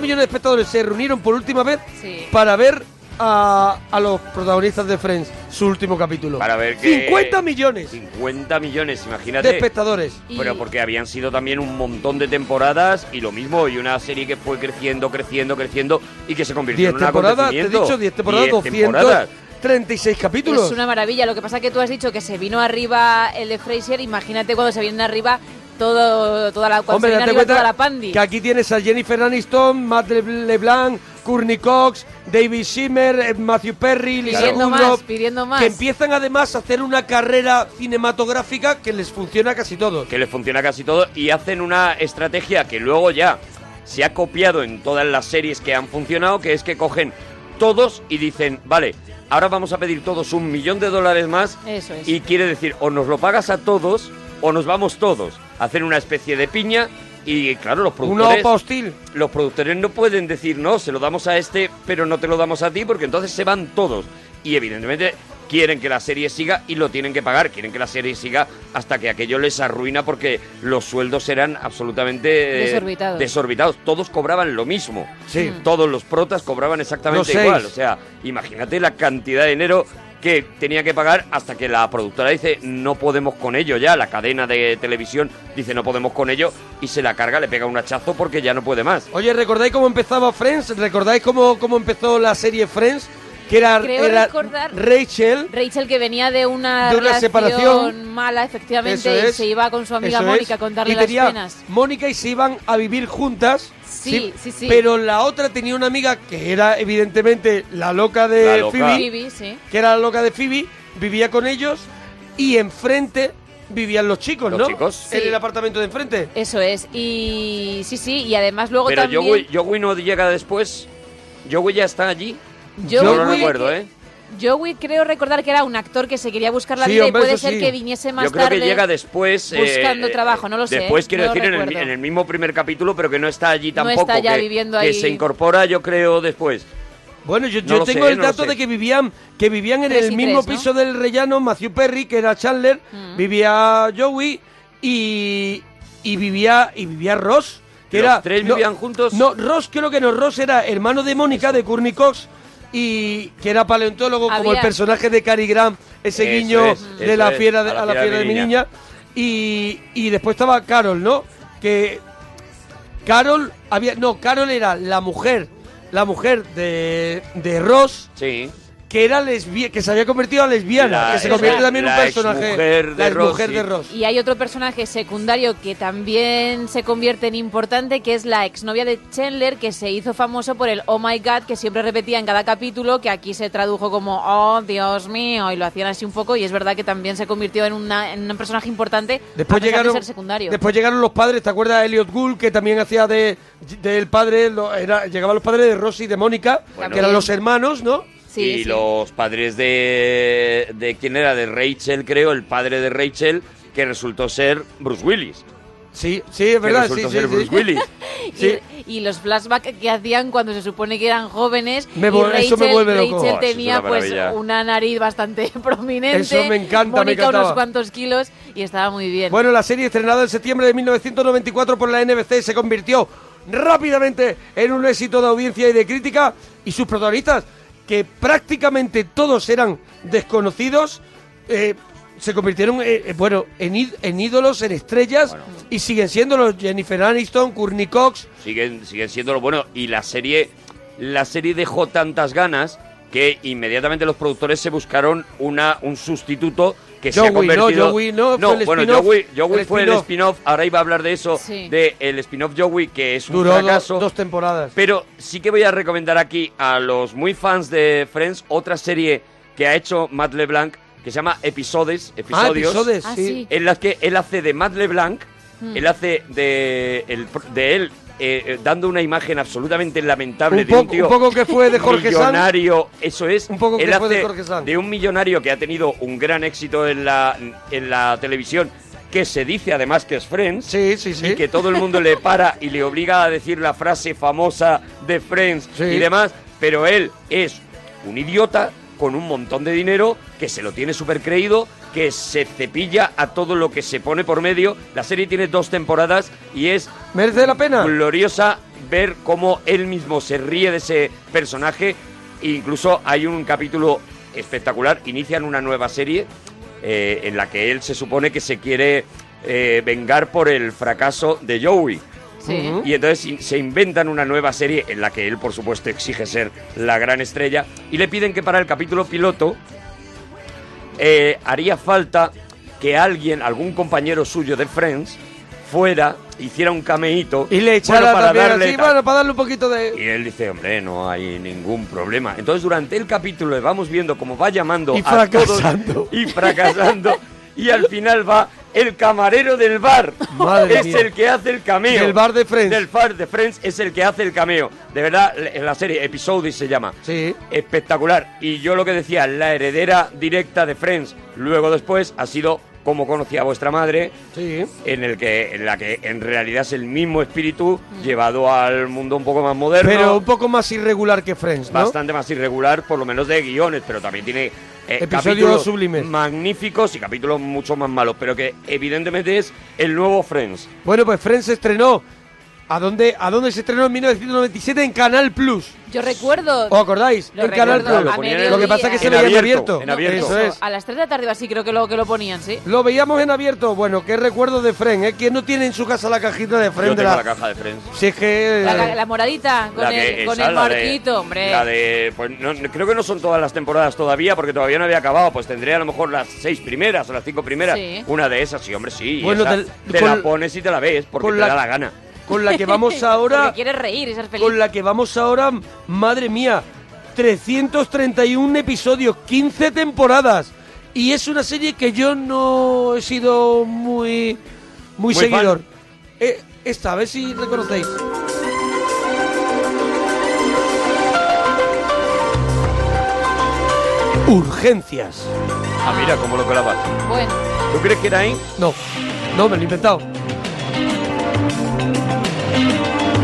millones de espectadores se reunieron por última vez Sí. para ver a, a los protagonistas de Friends, su último capítulo. Para ver que 50 millones 50 millones, imagínate. de espectadores. Pero porque habían sido también un montón de temporadas y lo mismo, y una serie que fue creciendo, creciendo, creciendo y que se convirtió 10 en un temporadas, te he acontecimiento. dicho, 10 temporadas, 200 236 capítulos. Es una maravilla. Lo que pasa que tú has dicho que se vino arriba el de Fraser. Imagínate cuando se vienen arriba todo, toda la cuando se viene arriba, toda la pandi. que aquí tienes a Jennifer Aniston, Matt Le- LeBlanc, Courtney Cox, David Schimmer, eh, Matthew Perry, Lisa Pidiendo más, Kudrow, pidiendo más. que empiezan además a hacer una carrera cinematográfica que les funciona a casi todos. que les funciona casi todo y hacen una estrategia que luego ya se ha copiado en todas las series que han funcionado, que es que cogen todos y dicen, vale, ahora vamos a pedir todos un millón de dólares más Eso es. y quiere decir, o nos lo pagas a todos o nos vamos todos. Hacen una especie de piña y claro, los productores... OPA hostil. Los productores no pueden decir, no, se lo damos a este, pero no te lo damos a ti, porque entonces se van todos. Y evidentemente quieren que la serie siga y lo tienen que pagar, quieren que la serie siga hasta que aquello les arruina porque los sueldos eran absolutamente eh, Desorbitados. desorbitados. Todos cobraban lo mismo. Sí. Mm. Todos los protas cobraban exactamente Los seis. igual. O sea, imagínate la cantidad de dinero que tenía que pagar hasta que la productora dice no podemos con ello ya, la cadena de televisión dice no podemos con ello y se la carga, le pega un hachazo porque ya no puede más. Oye, ¿recordáis cómo empezaba Friends? ¿Recordáis cómo, cómo empezó la serie Friends? Que era, Creo era recordar- Rachel. Rachel que venía de una, De una relación separación. mala, efectivamente, Eso y es, se iba con su amiga eso Mónica es. a contarle Y las tenía- penas. Mónica y se iban a vivir juntas. Sí, sí, sí. Pero la otra tenía una amiga que era evidentemente la loca de La loca. Phoebe, Phoebe, sí. que era la loca de Phoebe, vivía con ellos y enfrente vivían los chicos, Los ¿no? chicos. En Sí. el apartamento de enfrente. Eso es. Y sí, sí, y además luego Pero también... Joey, Joey no llega después. Joey ya está allí. Yo Yo no lo Joey- recuerdo, ¿eh? Joey creo recordar que era un actor que se quería buscar la Sí, vida hombre, y puede eso ser sí. que viniese más Yo creo tarde. que llega después. eh, buscando trabajo, no lo sé, Después, ¿eh? quiero No lo decir, en el, recuerdo. en el mismo primer capítulo, pero que no está allí No tampoco. está ya que, viviendo que ahí. se incorpora, yo creo, después. Bueno, yo, No yo lo tengo sé, el no lo dato sé. de que vivían que vivían en Tres el y mismo tres, ¿no? Mm. piso del rellano Matthew Perry, que era Chandler, vivía Joey y, y vivía y vivía Ross, que ¿Los era tres vivían juntos? No, Ross creo que no, Ross era hermano de Mónica de Courtney Cox y que era paleontólogo como el Había- personaje de Cary Grant, ese Eso guiño es, de eso la es, fiera de, a la fiera de mi niña. Y, y después estaba Carol, ¿no? Que Carol había. No, Carol era la mujer. La mujer de, de Ross. Sí. Que era lesbia, que se había convertido a lesbiana. La- que se convierte la- también en un la personaje. exmujer de la Ross, exmujer sí. de Ross. Y hay otro personaje secundario que también se convierte en importante, que es la exnovia de Chandler, que se hizo famoso por el Oh My God, que siempre repetía en cada capítulo, que aquí se tradujo como Oh Dios mío, y lo hacían así un poco, y es verdad que también se convirtió en, una- en un personaje importante Después a pesar llegaron, de ser secundario. después llegaron los padres, ¿te acuerdas? Elliot Gould, que también hacía de del padre, lo- era, llegaban los padres de Ross y de Mónica, Bueno. que eran los hermanos, ¿no? y los padres de, de. ¿Quién era? De Rachel, creo, el padre de Rachel, que resultó ser Bruce Willis. Sí, sí, es Que verdad, sí, resultó sí, ser sí. Bruce Willis. Y- Y, los flashbacks que hacían cuando se supone que eran jóvenes. Me y vol- eso me Rachel- vuelve Rachel loco. Oh, eso es tenía una pues maravilla. una nariz bastante prominente. Eso me encanta, me Mónica unos encantaba. cuantos kilos y estaba muy bien. Bueno, la serie estrenada en septiembre de 1994 por la NBC se convirtió rápidamente en un éxito de audiencia y de crítica y sus protagonistas, que prácticamente todos eran desconocidos, eh, se convirtieron eh, eh, bueno, en, í- en ídolos, en estrellas y siguen siendo los Jennifer Aniston, Courtney Cox. siguen, siguen siendo lo bueno. Y la serie, la serie dejó tantas ganas que inmediatamente los productores se buscaron una, un sustituto que se ha Joey, no, convertido... Joey, no, fue el bueno, spin-off, Joey, Joey el fue el spin-off. spin-off, ahora iba a hablar de eso, Sí. de el spin-off Joey, que es un Duró do- fracaso. dos temporadas. Pero sí que voy a recomendar aquí a los muy fans de Friends otra serie que ha hecho Matt LeBlanc que se llama Episodes, episodios, Episodes, Ah, sí. sí. en las que él hace de Matt LeBlanc, Hmm. él hace de, el pr- de él eh, eh, dando una imagen absolutamente lamentable Un de un poco- tío un poco que fue de Jorge Sanz. millonario, eso es, un poco que él fue de hace Jorge Sanz. de un millonario que ha tenido un gran éxito en la, en la televisión, que se dice además que es Friends, y que todo el mundo le para y le obliga a decir la frase famosa de Friends y demás, pero él es un idiota con un montón de dinero que se lo tiene súper creído, que se cepilla a todo lo que se pone por medio. La serie tiene dos temporadas y es... ¿Merece la pena? Gloriosa ver cómo él mismo se ríe de ese personaje. E incluso hay un capítulo espectacular, inician una nueva serie eh, en la que él se supone que se quiere eh, vengar por el fracaso de Joey. Sí. Ujú. Y entonces in- se inventan una nueva serie en la que él, por supuesto, exige ser la gran estrella y le piden que para el capítulo piloto eh, haría falta que alguien, algún compañero suyo de Friends, fuera, hiciera un cameíto. Y le echara bueno, para también darle así, tal. bueno, para darle un poquito de... Y él dice, hombre, no hay ningún problema. Entonces, durante el capítulo le vamos viendo cómo va llamando Y a todos fracasando. y fracasando. y al final va el camarero del bar. Madre es mía. el que hace el cameo. Del bar de Friends. Del bar de Friends es el que hace el cameo. De verdad, en la serie Episodic se llama. Sí. Espectacular. Y yo lo que decía, la heredera directa de Friends. Luego después ha sido como conocía a vuestra madre, Sí. en el que en la que en realidad es el mismo espíritu llevado al mundo un poco más moderno Pero un poco más irregular que Friends, ¿no? bastante más irregular por lo menos de guiones pero también tiene eh, Episodios capítulos sublimes. magníficos y capítulos mucho más malos pero que evidentemente es el nuevo Friends Bueno, pues Friends se estrenó. ¿A dónde, ¿A dónde se estrenó en 1997? En Canal Plus. Yo recuerdo. ¿Os acordáis? Lo en Canal recuerdo, a Plus. mediodía. Lo que pasa es que se En veía en abierto, abierto. en abierto. Eso es. Eh. A las 3 de la tarde o así creo que lo, que lo ponían, ¿sí? Lo veíamos en abierto. Bueno, qué recuerdo de Friends, ¿eh? ¿Quién no tiene en su casa la cajita de Friends? yo de tengo la- la caja de Friends Si es que... La, la- la moradita con La el, que- con esa, el la de- marquito, hombre. La de. Pues no, no- creo que no son todas las temporadas todavía, porque todavía no había acabado. Pues tendría a lo mejor las seis primeras o las cinco primeras. Sí. Una de esas, sí, hombre, sí. y Bueno, esa del- te con- la pones y te la ves, porque con te la- da la gana. Con la que vamos ahora... Porque quieres reír y ser feliz. con la que vamos ahora, madre mía, 331 episodios, 15 temporadas. Y es una serie que yo no he sido muy, Muy muy, seguidor. fan. Eh, esta, a ver si reconocéis. Urgencias. Ah, mira, cómo lo clavas. Bueno. ¿Tú crees que era ahí? No, no, me lo he inventado.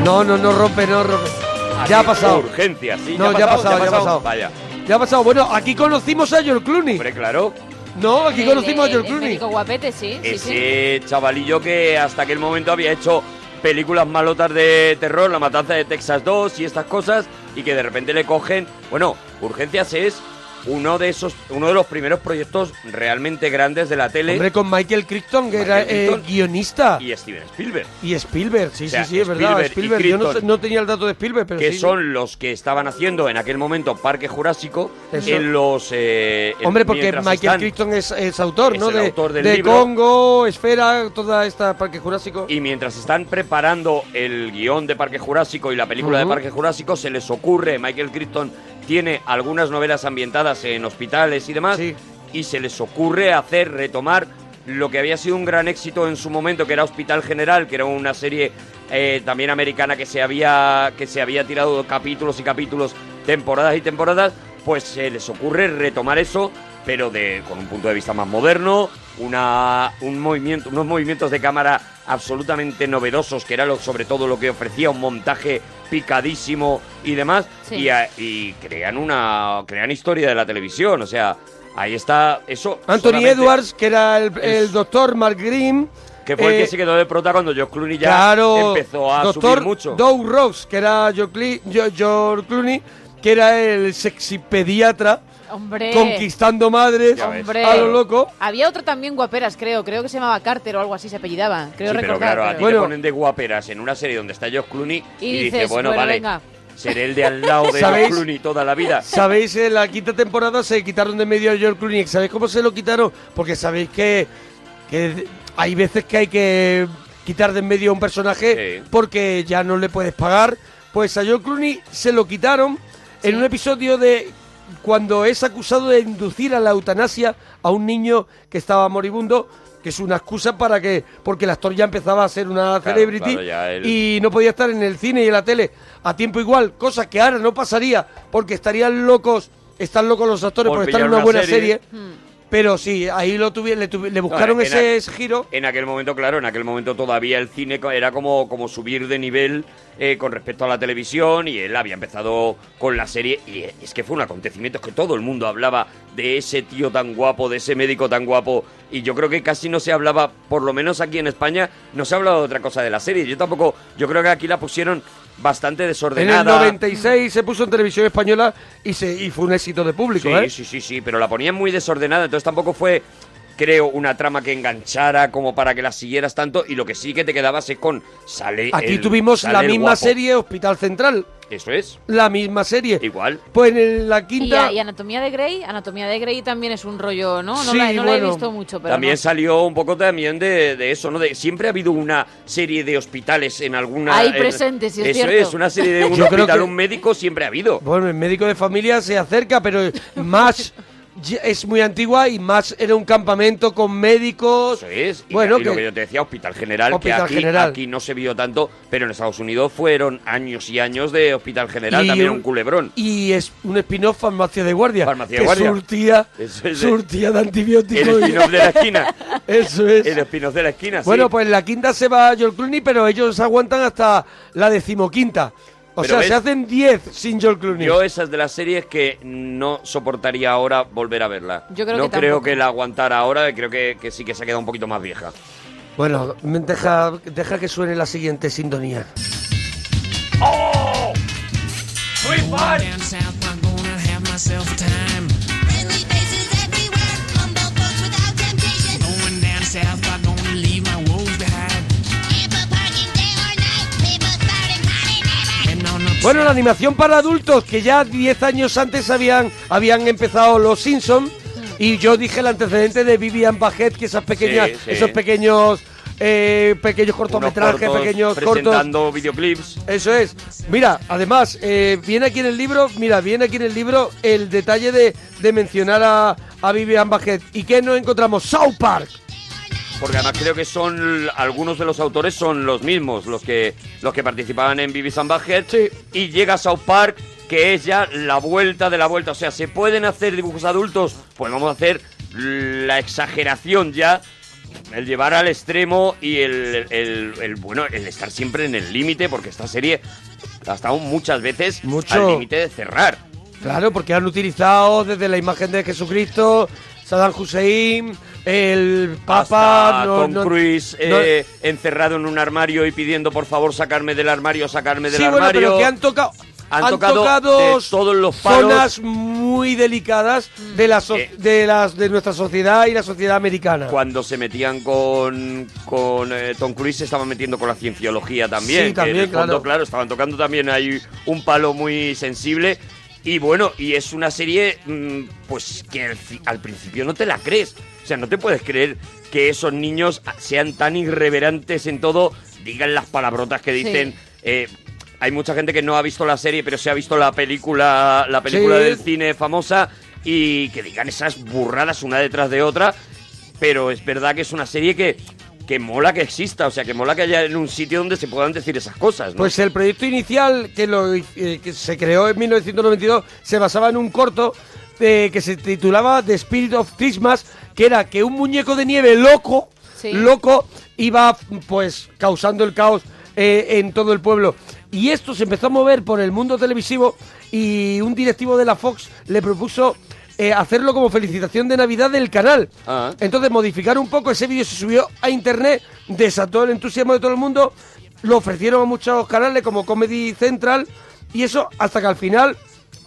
No, no, no rompe, no rompe. Ah, Ya ha pasado. Urgencias, sí. No, ya ha pasado, ya ha pasado. Vaya. Ya ha pasado. Bueno, aquí conocimos a George Clooney. Hombre, claro. No, aquí El- conocimos a el- George el Clooney. Eh, médico guapete, sí. sí, sí. Ese chavalillo que hasta aquel momento había hecho películas malotas de terror, La Matanza de Texas 2 y estas cosas, y que de repente le cogen. Bueno, Urgencias es uno de esos, uno de los primeros proyectos realmente grandes de la tele. Hombre, con Michael Crichton, que era Michael eh, Crichton. guionista. y Steven Spielberg. Y Spielberg, sí, O sea, sí, sí, es verdad. Spielberg y Spielberg, yo no, Crichton. sé- no tenía el dato de Spielberg, pero que sí. son los que estaban haciendo en aquel momento Parque Jurásico Eso. en los eh, en- Hombre, porque mientras Michael están- Crichton es, es autor, Es ¿no? el de autor del de libro. Congo, Esfera, toda esta Parque Jurásico. Y mientras están preparando el guión de Parque Jurásico y la película Ujú. de Parque Jurásico, se les ocurre, Michael Crichton tiene algunas novelas ambientadas en hospitales y demás, y se les ocurre hacer, retomar lo que había sido un gran éxito en su momento, que era Hospital General, que era una serie eh, también americana que se, había, que se había tirado capítulos y capítulos, temporadas y temporadas, pues se les ocurre retomar eso, pero de, con un punto de vista más moderno, una, un movimiento, unos movimientos de cámara absolutamente novedosos, que era lo, sobre todo lo que ofrecía un montaje picadísimo y demás, Sí. y, a- y crean una crean historia de la televisión, o sea, ahí está eso. Anthony solamente- Edwards, que era el, Es- el doctor Mark Grimm. que fue el eh, que se quedó de prota cuando George Clooney ya claro, empezó a doctor subir mucho. Doug Rose, que era George Cli- Gio- George Clooney, que era el sexipediatra, Hombre. conquistando madres Hombre. a lo loco. Había otro también guaperas, creo. Creo que se llamaba Carter o algo así se apellidaba. Creo sí, pero recordar. claro, a pero- ti te ponen de guaperas en una serie donde está George Clooney y, Y dices, dices, bueno, bueno, vale, venga. seré el de al lado de George ¿Sabéis? Clooney toda la vida. Sabéis, en la quinta temporada se quitaron de medio a George Clooney. ¿Sabéis cómo se lo quitaron? Porque sabéis que, que hay veces que hay que quitar de en medio a un personaje porque ya no le puedes pagar. Pues a George Clooney se lo quitaron en un episodio de cuando es acusado de inducir a la eutanasia a un niño que estaba moribundo que es una excusa para que porque el actor ya empezaba a ser una Claro, celebrity claro, ya él- y y no podía estar en el cine y en la tele a tiempo igual, cosa que ahora no pasaría porque estarían locos, están locos los actores por, Por estar en pillar una, una buena serie. serie. Pero sí, ahí lo tuvi- le, tuvi- le No, buscaron en- en ese, a- giro. En aquel momento, claro, en aquel momento todavía el cine co- era como, como subir de nivel eh, con respecto a la televisión y él había empezado con la serie y eh, es que fue un acontecimiento, es que todo el mundo hablaba de ese tío tan guapo, de ese médico tan guapo y yo creo que casi no se hablaba, por lo menos aquí en España, no se ha hablado de otra cosa de la serie. Yo tampoco, yo creo que aquí la pusieron bastante En el desordenada. 96 se puso en televisión española y, se, y fue un éxito de público, Sí, ¿eh? sí, sí, sí, pero la ponían muy desordenada, entonces tampoco fue creo, una trama que enganchara como para que la siguieras tanto y lo que sí que te quedabas es con sale Aquí el- tuvimos sale la el misma guapo. serie Hospital Central. Eso es. La misma serie. Igual. Pues en la Y, quinta. a- y Anatomía de Grey, Anatomía de Grey también es un rollo, ¿no? No, Sí, la, no la bueno. he visto mucho, pero también no. salió un poco también de, de eso, ¿no? De, siempre ha habido una serie de hospitales en alguna... Ahí en- presente, sí, es Eso cierto. es, una serie de un Yo creo hospital, que- un médico, siempre ha habido. Bueno, el médico de familia se acerca, pero más ya es muy antigua y más era un campamento con médicos. Eso es. Y, Bueno, y lo que- que yo te decía, Hospital General, Hospital que aquí, General. aquí no se vio tanto, pero en Estados Unidos fueron años y años de Hospital General, Y también un- un culebrón. Y es un spin-off farmacia de guardia. Farmacia de guardia. Surtía, Eso es. surtía de antibióticos. El spin-off de la esquina. Eso es. El spin-off de la esquina, sí. Bueno, pues en la quinta se va George Clooney, pero ellos aguantan hasta la decimoquinta. O Pero sea, ves- se hacen 10 sin George Clooney. Yo esas de las series que no soportaría ahora volver a verla. Yo creo no que creo tampoco. que la aguantara ahora, creo que, que sí que se ha quedado un poquito más vieja. Bueno, me- deja, deja que suene la siguiente sintonía. Sweet party. Bueno, la animación para adultos, que ya 10 años antes habían, habían empezado Los Simpsons. Y yo dije el antecedente de Vivian Paget, que esas pequeñas, Sí, sí. esos pequeños, eh, pequeños cortometrajes, cortos pequeños cortos. presentando videoclips. Eso es. Mira, además, eh, viene aquí en el libro, mira, viene aquí en el libro el detalle de, de mencionar a, a Vivian Bajet. ¿Y qué nos encontramos? South Park. Porque además creo que son algunos de los autores son los mismos, los que los que participaban en Bibi and Butthead. Y llega South Park, que es ya la vuelta de la vuelta. O sea, se pueden hacer dibujos adultos, pues vamos a hacer la exageración ya. El llevar al extremo y el, el- el- bueno, el estar siempre en el límite, porque esta serie ha estado muchas veces Mucho. al límite de cerrar. Claro, porque han utilizado desde la imagen de Jesucristo, Saddam Hussein, el Papa, Hasta no- Tom no- Cruise no- eh, encerrado en un armario y pidiendo por favor sacarme del armario, sacarme del sí, bueno, armario. pero que han tocado. Han han tocado de todos los palos. Eh. zonas muy delicadas de la so- de las de nuestra sociedad y la sociedad americana. Cuando se metían con, con eh, Tom Cruise se estaban metiendo con la cienciología también. Sí, que también, en el fondo, claro. estaban tocando también ahí un palo muy sensible. Y bueno, y es una serie mm, pues que al, fi- al principio no te la crees. O sea, no te puedes creer que esos niños sean tan irreverentes en todo, digan las palabrotas que dicen. eh, hay mucha gente que no ha visto la serie, pero se ha visto la película, la película Sí. del cine famosa y que digan esas burradas una detrás de otra. Pero es verdad que es una serie que, que mola que exista, o sea, que mola que haya en un sitio donde se puedan decir esas cosas, ¿no? Pues el proyecto inicial que, lo, eh, que se creó en 1992 se basaba en un corto eh, que se titulaba The Spirit of Christmas, que era que un muñeco de nieve loco, Sí. loco, iba pues causando el caos eh, en todo el pueblo. Y esto se empezó a mover por el mundo televisivo y un directivo de la Fox le propuso eh, hacerlo como felicitación de Navidad del canal. Entonces modificaron un poco, ese vídeo se subió a internet, desató el entusiasmo de todo el mundo, lo ofrecieron a muchos canales como Comedy Central y eso hasta que al final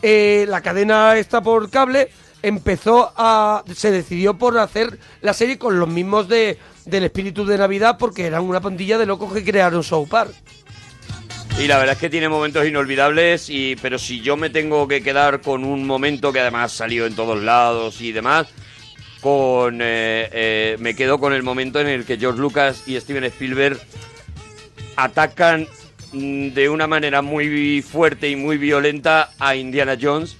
eh, la cadena está por cable empezó a... se decidió por hacer la serie con los mismos de, del espíritu de Navidad porque eran una pandilla de locos que crearon South Park. Y la verdad es que tiene momentos inolvidables, y, pero si yo me tengo que quedar con un momento que además salió en todos lados y demás, con eh, eh, me quedo con el momento en el que George Lucas y Steven Spielberg atacan mm, de una manera muy fuerte y muy violenta a Indiana Jones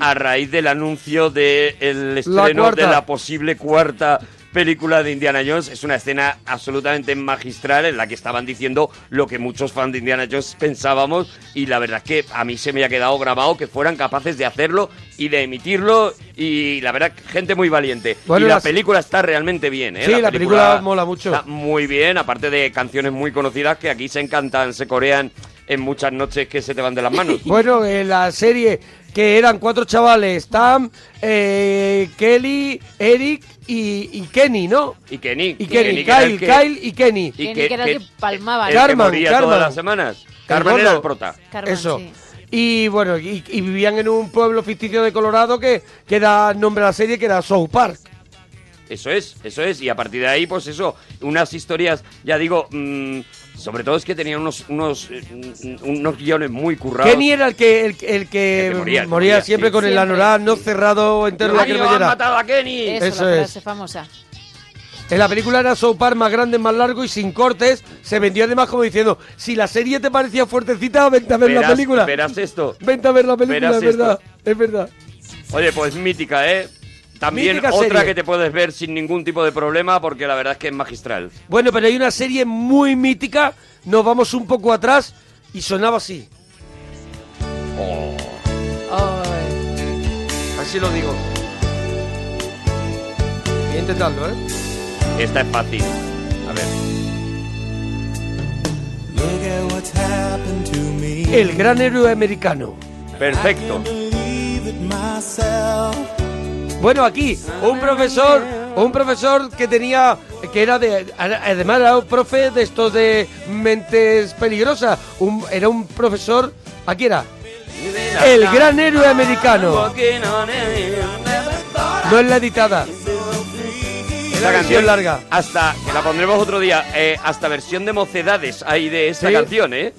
a raíz del anuncio del estreno de cuarta. la posible cuarta película de Indiana Jones. Es una escena absolutamente magistral en la que estaban diciendo lo que muchos fans de Indiana Jones pensábamos y la verdad es que a mí se me ha quedado grabado que fueran capaces de hacerlo y de emitirlo y la verdad gente muy valiente. Bueno, y la las- película está realmente bien. ¿eh? sí, la película mola mucho. Está muy bien, aparte de canciones muy conocidas que aquí se encantan, se corean en muchas noches que se te van de las manos. Bueno, en la serie que eran cuatro chavales, Tam, eh, Kelly, Eric y, y Kenny, ¿no? Y Kenny. Y Kenny, que era el Kyle, que- Kyle y Kenny. y Kenny, que era el que palmaba. el ¿no? que Carmen, moría Carmen. todas las semanas. Carmen gordo. era el prota. Carmen, Eso. sí. Y bueno, y, y vivían en un pueblo ficticio de Colorado que, que da nombre a la serie, que era South Park. Eso es, eso es. Y a partir de ahí, pues eso, unas historias, ya digo, mm, sobre todo es que tenían unos, unos, eh, mm, unos guiones muy currados. Kenny era el que, el, el que moría, moría, el que moría, siempre sí. con el Siempre, anorak no cerrado entero en la Mario, han cremallera. matado a Kenny! Eso, Eso la es. frase famosa. En la película era Sopar más grande, más largo y sin cortes. Se vendió además como diciendo, si la serie te parecía fuertecita, vente a ver la Verás- película. Verás esto. Vente a ver la película, verás es verdad. Es verdad. Oye, pues mítica, ¿eh? También Mítica otra serie. que te puedes ver sin ningún tipo de problema porque la verdad es que es magistral. Bueno, pero hay una serie muy mítica. Nos vamos un poco atrás y sonaba así. Oh. Así lo digo. Voy a intentarlo, ¿eh? Esta es fácil. A ver. El gran héroe americano. Perfecto. Bueno, aquí un profesor, un profesor que tenía, que era de, además era un profe de estos de mentes peligrosas. Un- era un profesor, aquí era. El gran héroe americano. No es la editada. Esta canción larga. Hasta, que la pondremos otro día, eh, hasta versión de mocedades hay de esta Sí. canción, ¿eh?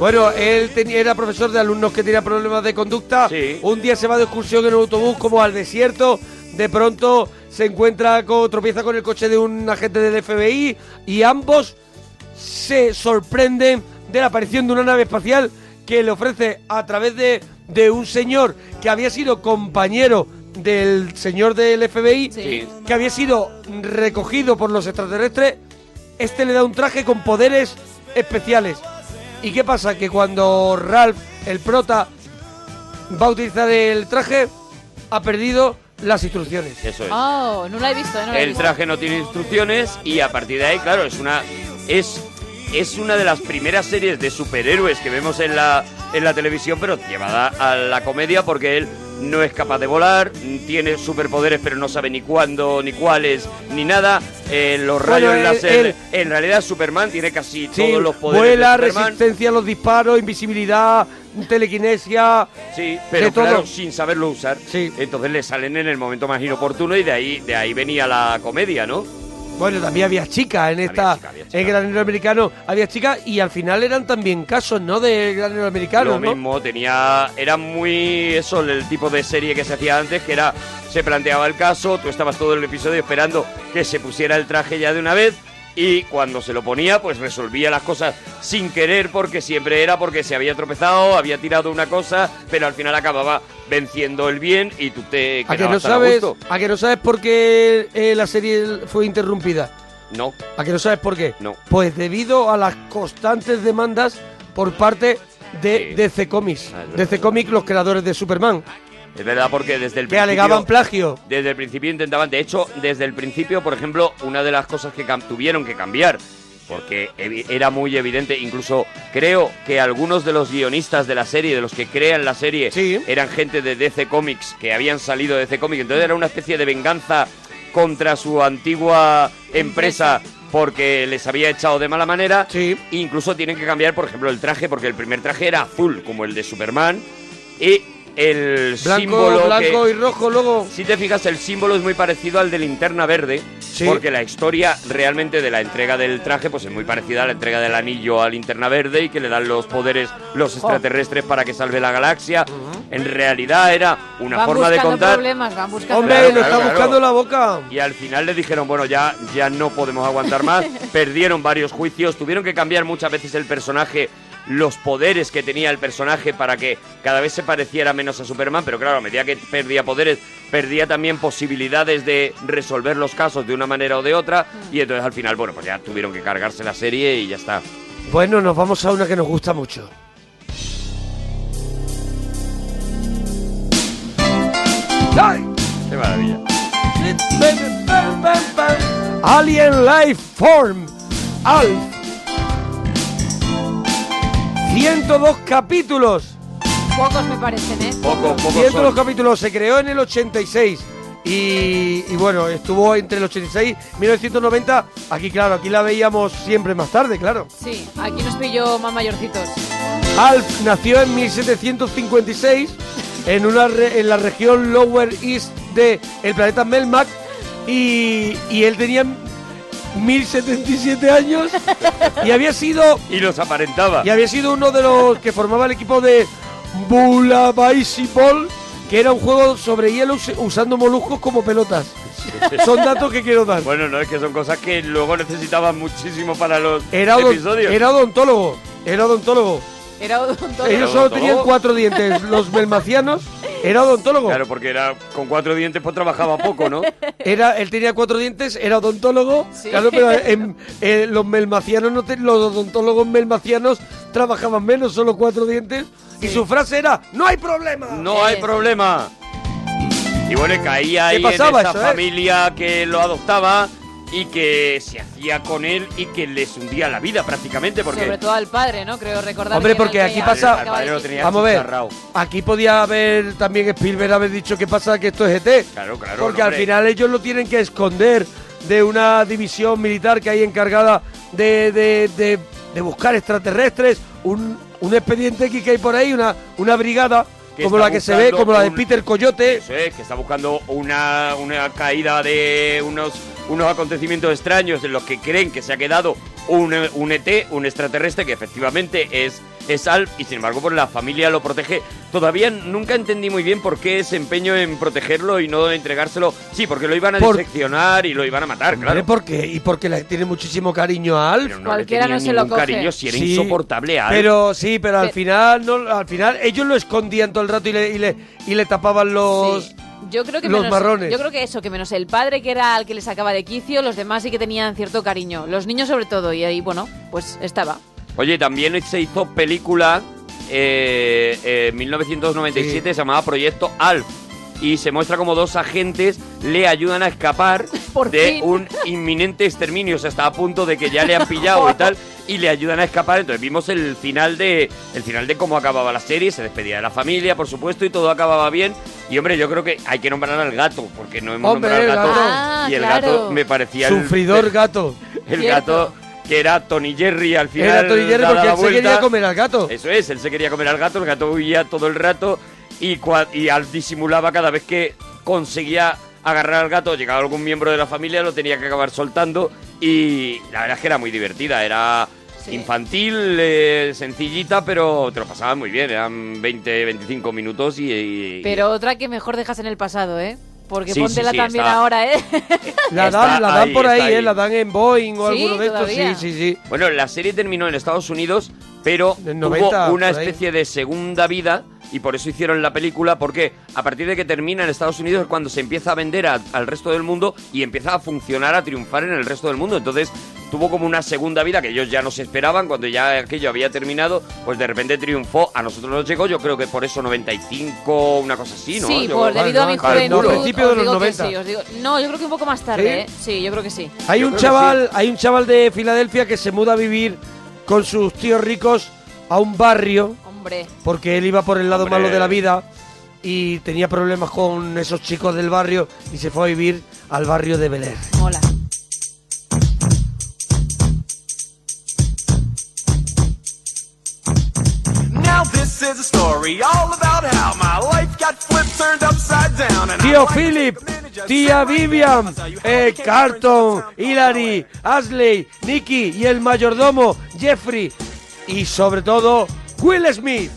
Bueno, él tenía, era profesor de alumnos que tenía problemas de conducta. Un día se va de excursión en un autobús como al desierto. De pronto se encuentra con, tropieza con el coche de un agente del FBI y ambos se sorprenden de la aparición de una nave espacial que le ofrece a través de, de un señor que había sido compañero del señor del FBI, Sí. que había sido recogido por los extraterrestres. Este le da un traje con poderes especiales. ¿Y qué pasa? Que cuando Ralph, el prota, va a utilizar el traje, ha perdido las instrucciones. Eso es. Oh, no la he visto, eh, no la he El visto. traje no tiene instrucciones y a partir de ahí, claro, es una es es una de las primeras series de superhéroes que vemos en la en la televisión, pero llevada a la comedia porque él no es capaz de volar, tiene superpoderes pero no sabe ni cuándo, ni cuáles, ni nada. Eh, los Bueno, rayos él- láser. él- en realidad Superman tiene casi Sí, todos los poderes. de vuela, Superman. resistencia a los disparos, invisibilidad, telequinesia. Sí, pero de todo. claro, sin saberlo usar. Entonces le salen en el momento más inoportuno y de ahí, de ahí venía la comedia, ¿no? Bueno, también había chicas en esta. En Granero Americano había chicas y al final eran también casos, ¿no? De Granero Americano. Lo ¿no? mismo, tenía. Era muy eso, el tipo de serie que se hacía antes, que era. Se planteaba el caso, tú estabas todo el episodio esperando que se pusiera el traje ya de una vez. Y cuando se lo ponía, pues resolvía las cosas sin querer, porque siempre era porque se había tropezado, había tirado una cosa, pero al final acababa venciendo el bien y tú te ¿A que, quedabas no tan a sabes, gusto. ¿A que no sabes por qué eh, la serie fue interrumpida? No. ¿A que no sabes por qué? No. Pues debido a las constantes demandas por parte de DC Comics. Ah, DC Comics, los creadores de Superman, Es verdad, porque desde el que alegaban plagio. Desde el principio intentaban, de hecho, desde el principio, por ejemplo, una de las cosas que cam- tuvieron que cambiar, porque evi- era muy evidente, incluso creo que algunos de los guionistas de la serie, de los que crean la serie, eran gente de DC Comics, que habían salido de DC Comics, entonces era una especie de venganza contra su antigua empresa porque les había echado de mala manera. Incluso tienen que cambiar, por ejemplo, el traje, porque el primer traje era azul, como el de Superman, y el Blanco, símbolo blanco que- y rojo luego. si te fijas, el símbolo es muy parecido al de linterna verde, porque la historia realmente de la entrega del traje pues es muy parecida a la entrega del anillo a linterna verde y que le dan los poderes los Oh. extraterrestres para que salve la galaxia. En realidad era una van forma de buscando contar. problemas, van buscando Hombre, Claro, nos claro, está claro. buscando la boca. Y al final le dijeron, bueno, ya, ya no podemos aguantar más. Perdieron varios juicios, tuvieron que cambiar muchas veces el personaje, los poderes que tenía el personaje para que cada vez se pareciera menos a Superman. Pero claro, a medida que perdía poderes, perdía también posibilidades de resolver los casos de una manera o de otra. Y entonces al final, bueno, pues ya tuvieron que cargarse la serie y ya está. Bueno, nos vamos a una que nos gusta mucho. ¡Ay! ¡Qué maravilla! Alien Life Form ALF 102 capítulos Pocos me parecen, ¿eh? Poco, poco 102 son. capítulos se creó en el 86 y, y bueno, estuvo entre el 86 y 1990. Aquí, claro, aquí la veíamos siempre más tarde, claro. Sí, aquí nos pilló más mayorcitos. Alf nació en 1756 en, una re- en la región Lower East de el planeta Melmac y, y él tenía 1077 años y había sido y los aparentaba. y había sido uno de los que formaba el equipo de Bulabaisipol, que era un juego sobre hielo us- usando moluscos como pelotas. Son datos que quiero dar. Bueno, no, es que son cosas que luego necesitaban muchísimo para los Era, odon- episodios. era odontólogo, era odontólogo. Era odontólogo. Ellos solo tenían cuatro dientes, los belmacianos. Era odontólogo. Claro, porque era con cuatro dientes pues trabajaba poco, ¿no? Era, él tenía cuatro dientes, era odontólogo. Claro, pero en- eh, los melmacianos, no te- los odontólogos melmacianos trabajaban menos, solo cuatro dientes. Y su frase era: ¡No hay problema! No hay problema. Y bueno, y caía ¿Qué ahí en esa pasaba eso, eh? familia que lo adoptaba y que se hacía con él y que les hundía la vida prácticamente porque Sobre todo al padre, ¿no? Creo recordar. Hombre, bien al porque que aquí acaba pasa. de decir. Vamos a ver. Aquí podía haber también Spielberg haber dicho que pasa que esto es ET. Claro, claro. Porque no, al hombre. final ellos lo tienen que esconder de una división militar que hay encargada de, de- de- de buscar extraterrestres, un, un expediente X que hay por ahí, una, una brigada Que como está la que se ve, buscando como la de un- Peter Coyote. Eso es, que está buscando una, una caída de unos, unos acontecimientos extraños en los que creen que se ha quedado un, un ET, un extraterrestre, que efectivamente es, es Alf, y sin embargo por la familia lo protege. Todavía nunca entendí muy bien por qué ese empeño en protegerlo y no entregárselo. Sí, porque lo iban a Por- diseccionar y lo iban a matar, Hombre, claro. ¿Eh? ¿por qué? Y porque le tiene muchísimo cariño a Alf. no le Cualquiera no tenían se lo ningún coge. cariño, si era insoportable Alf. Pero sí, pero al Pe- final no, al final ellos lo escondían todo el rato y le, y le, y le tapaban los Yo creo que los menos- marrones. Yo creo que eso, que menos el padre que era al que le sacaba de quicio, los demás sí que tenían cierto cariño. Los niños sobre todo, y ahí, bueno, pues estaba. Oye, también se hizo película eh, eh, 1997, se llamaba Proyecto ALF. Y se muestra como dos agentes le ayudan a escapar de fin. un inminente exterminio. O sea, está a punto de que ya le han pillado y tal. Y le ayudan a escapar. Entonces vimos el final de. El final de cómo acababa la serie. Se despedía de la familia, por supuesto, y todo acababa bien. Y hombre, yo creo que hay que nombrar al gato, porque no hemos Hombre, nombrado al el gato. gato. Ah, y el claro. gato me parecía el- sufridor gato. el Cierto. gato que era Tony Jerry al final. Era Tony Jerry daba porque la él se quería vuelta. comer al gato. Eso es, él se quería comer al gato, el gato huía todo el rato y, cua- y Alf disimulaba cada vez que conseguía agarrar al gato, llegaba algún miembro de la familia, lo tenía que acabar soltando y la verdad es que era muy divertida, era infantil, eh, sencillita, pero te lo pasabas muy bien, eran 20, 25 minutos y... y- Pero otra que mejor dejas en el pasado, ¿eh? Porque Sí, póntela sí, sí, también está- ahora, ¿eh? La Está dan, la dan ahí, por ahí, está ¿eh? ahí. La dan en Boeing o alguno de estos. Sí, todavía. sí, sí. Bueno, la serie terminó en Estados Unidos, pero tuvo 90, una por ahí. especie de segunda vida y por eso hicieron la película, porque a partir de que termina en Estados Unidos es cuando se empieza a vender a- al resto del mundo y empieza a funcionar, a triunfar en el resto del mundo. Entonces tuvo como una segunda vida que ellos ya no se esperaban, cuando ya aquello había terminado, pues de repente triunfó, a nosotros nos llegó, yo creo que por eso 95, una cosa así, ¿no? Sí, Yo- por, debido a mi Claro, juventud. no, os digo que sí, os digo- no, yo creo que un poco más tarde, ¿eh? Sí, yo creo que sí. Hay un chaval, hay un chaval de Filadelfia que se muda a vivir con sus tíos ricos a un barrio Hombre. porque él iba por el lado Hombre. malo de la vida y tenía problemas con esos chicos del barrio y se fue a vivir al barrio de Belén. Hola. Now this is a story all about how my life got flipped, turned upside down, and Tío Philip, tía Vivian, eh, Carton, Hilary, Ashley, Nicky y el mayordomo Jeffrey y sobre todo Will Smith.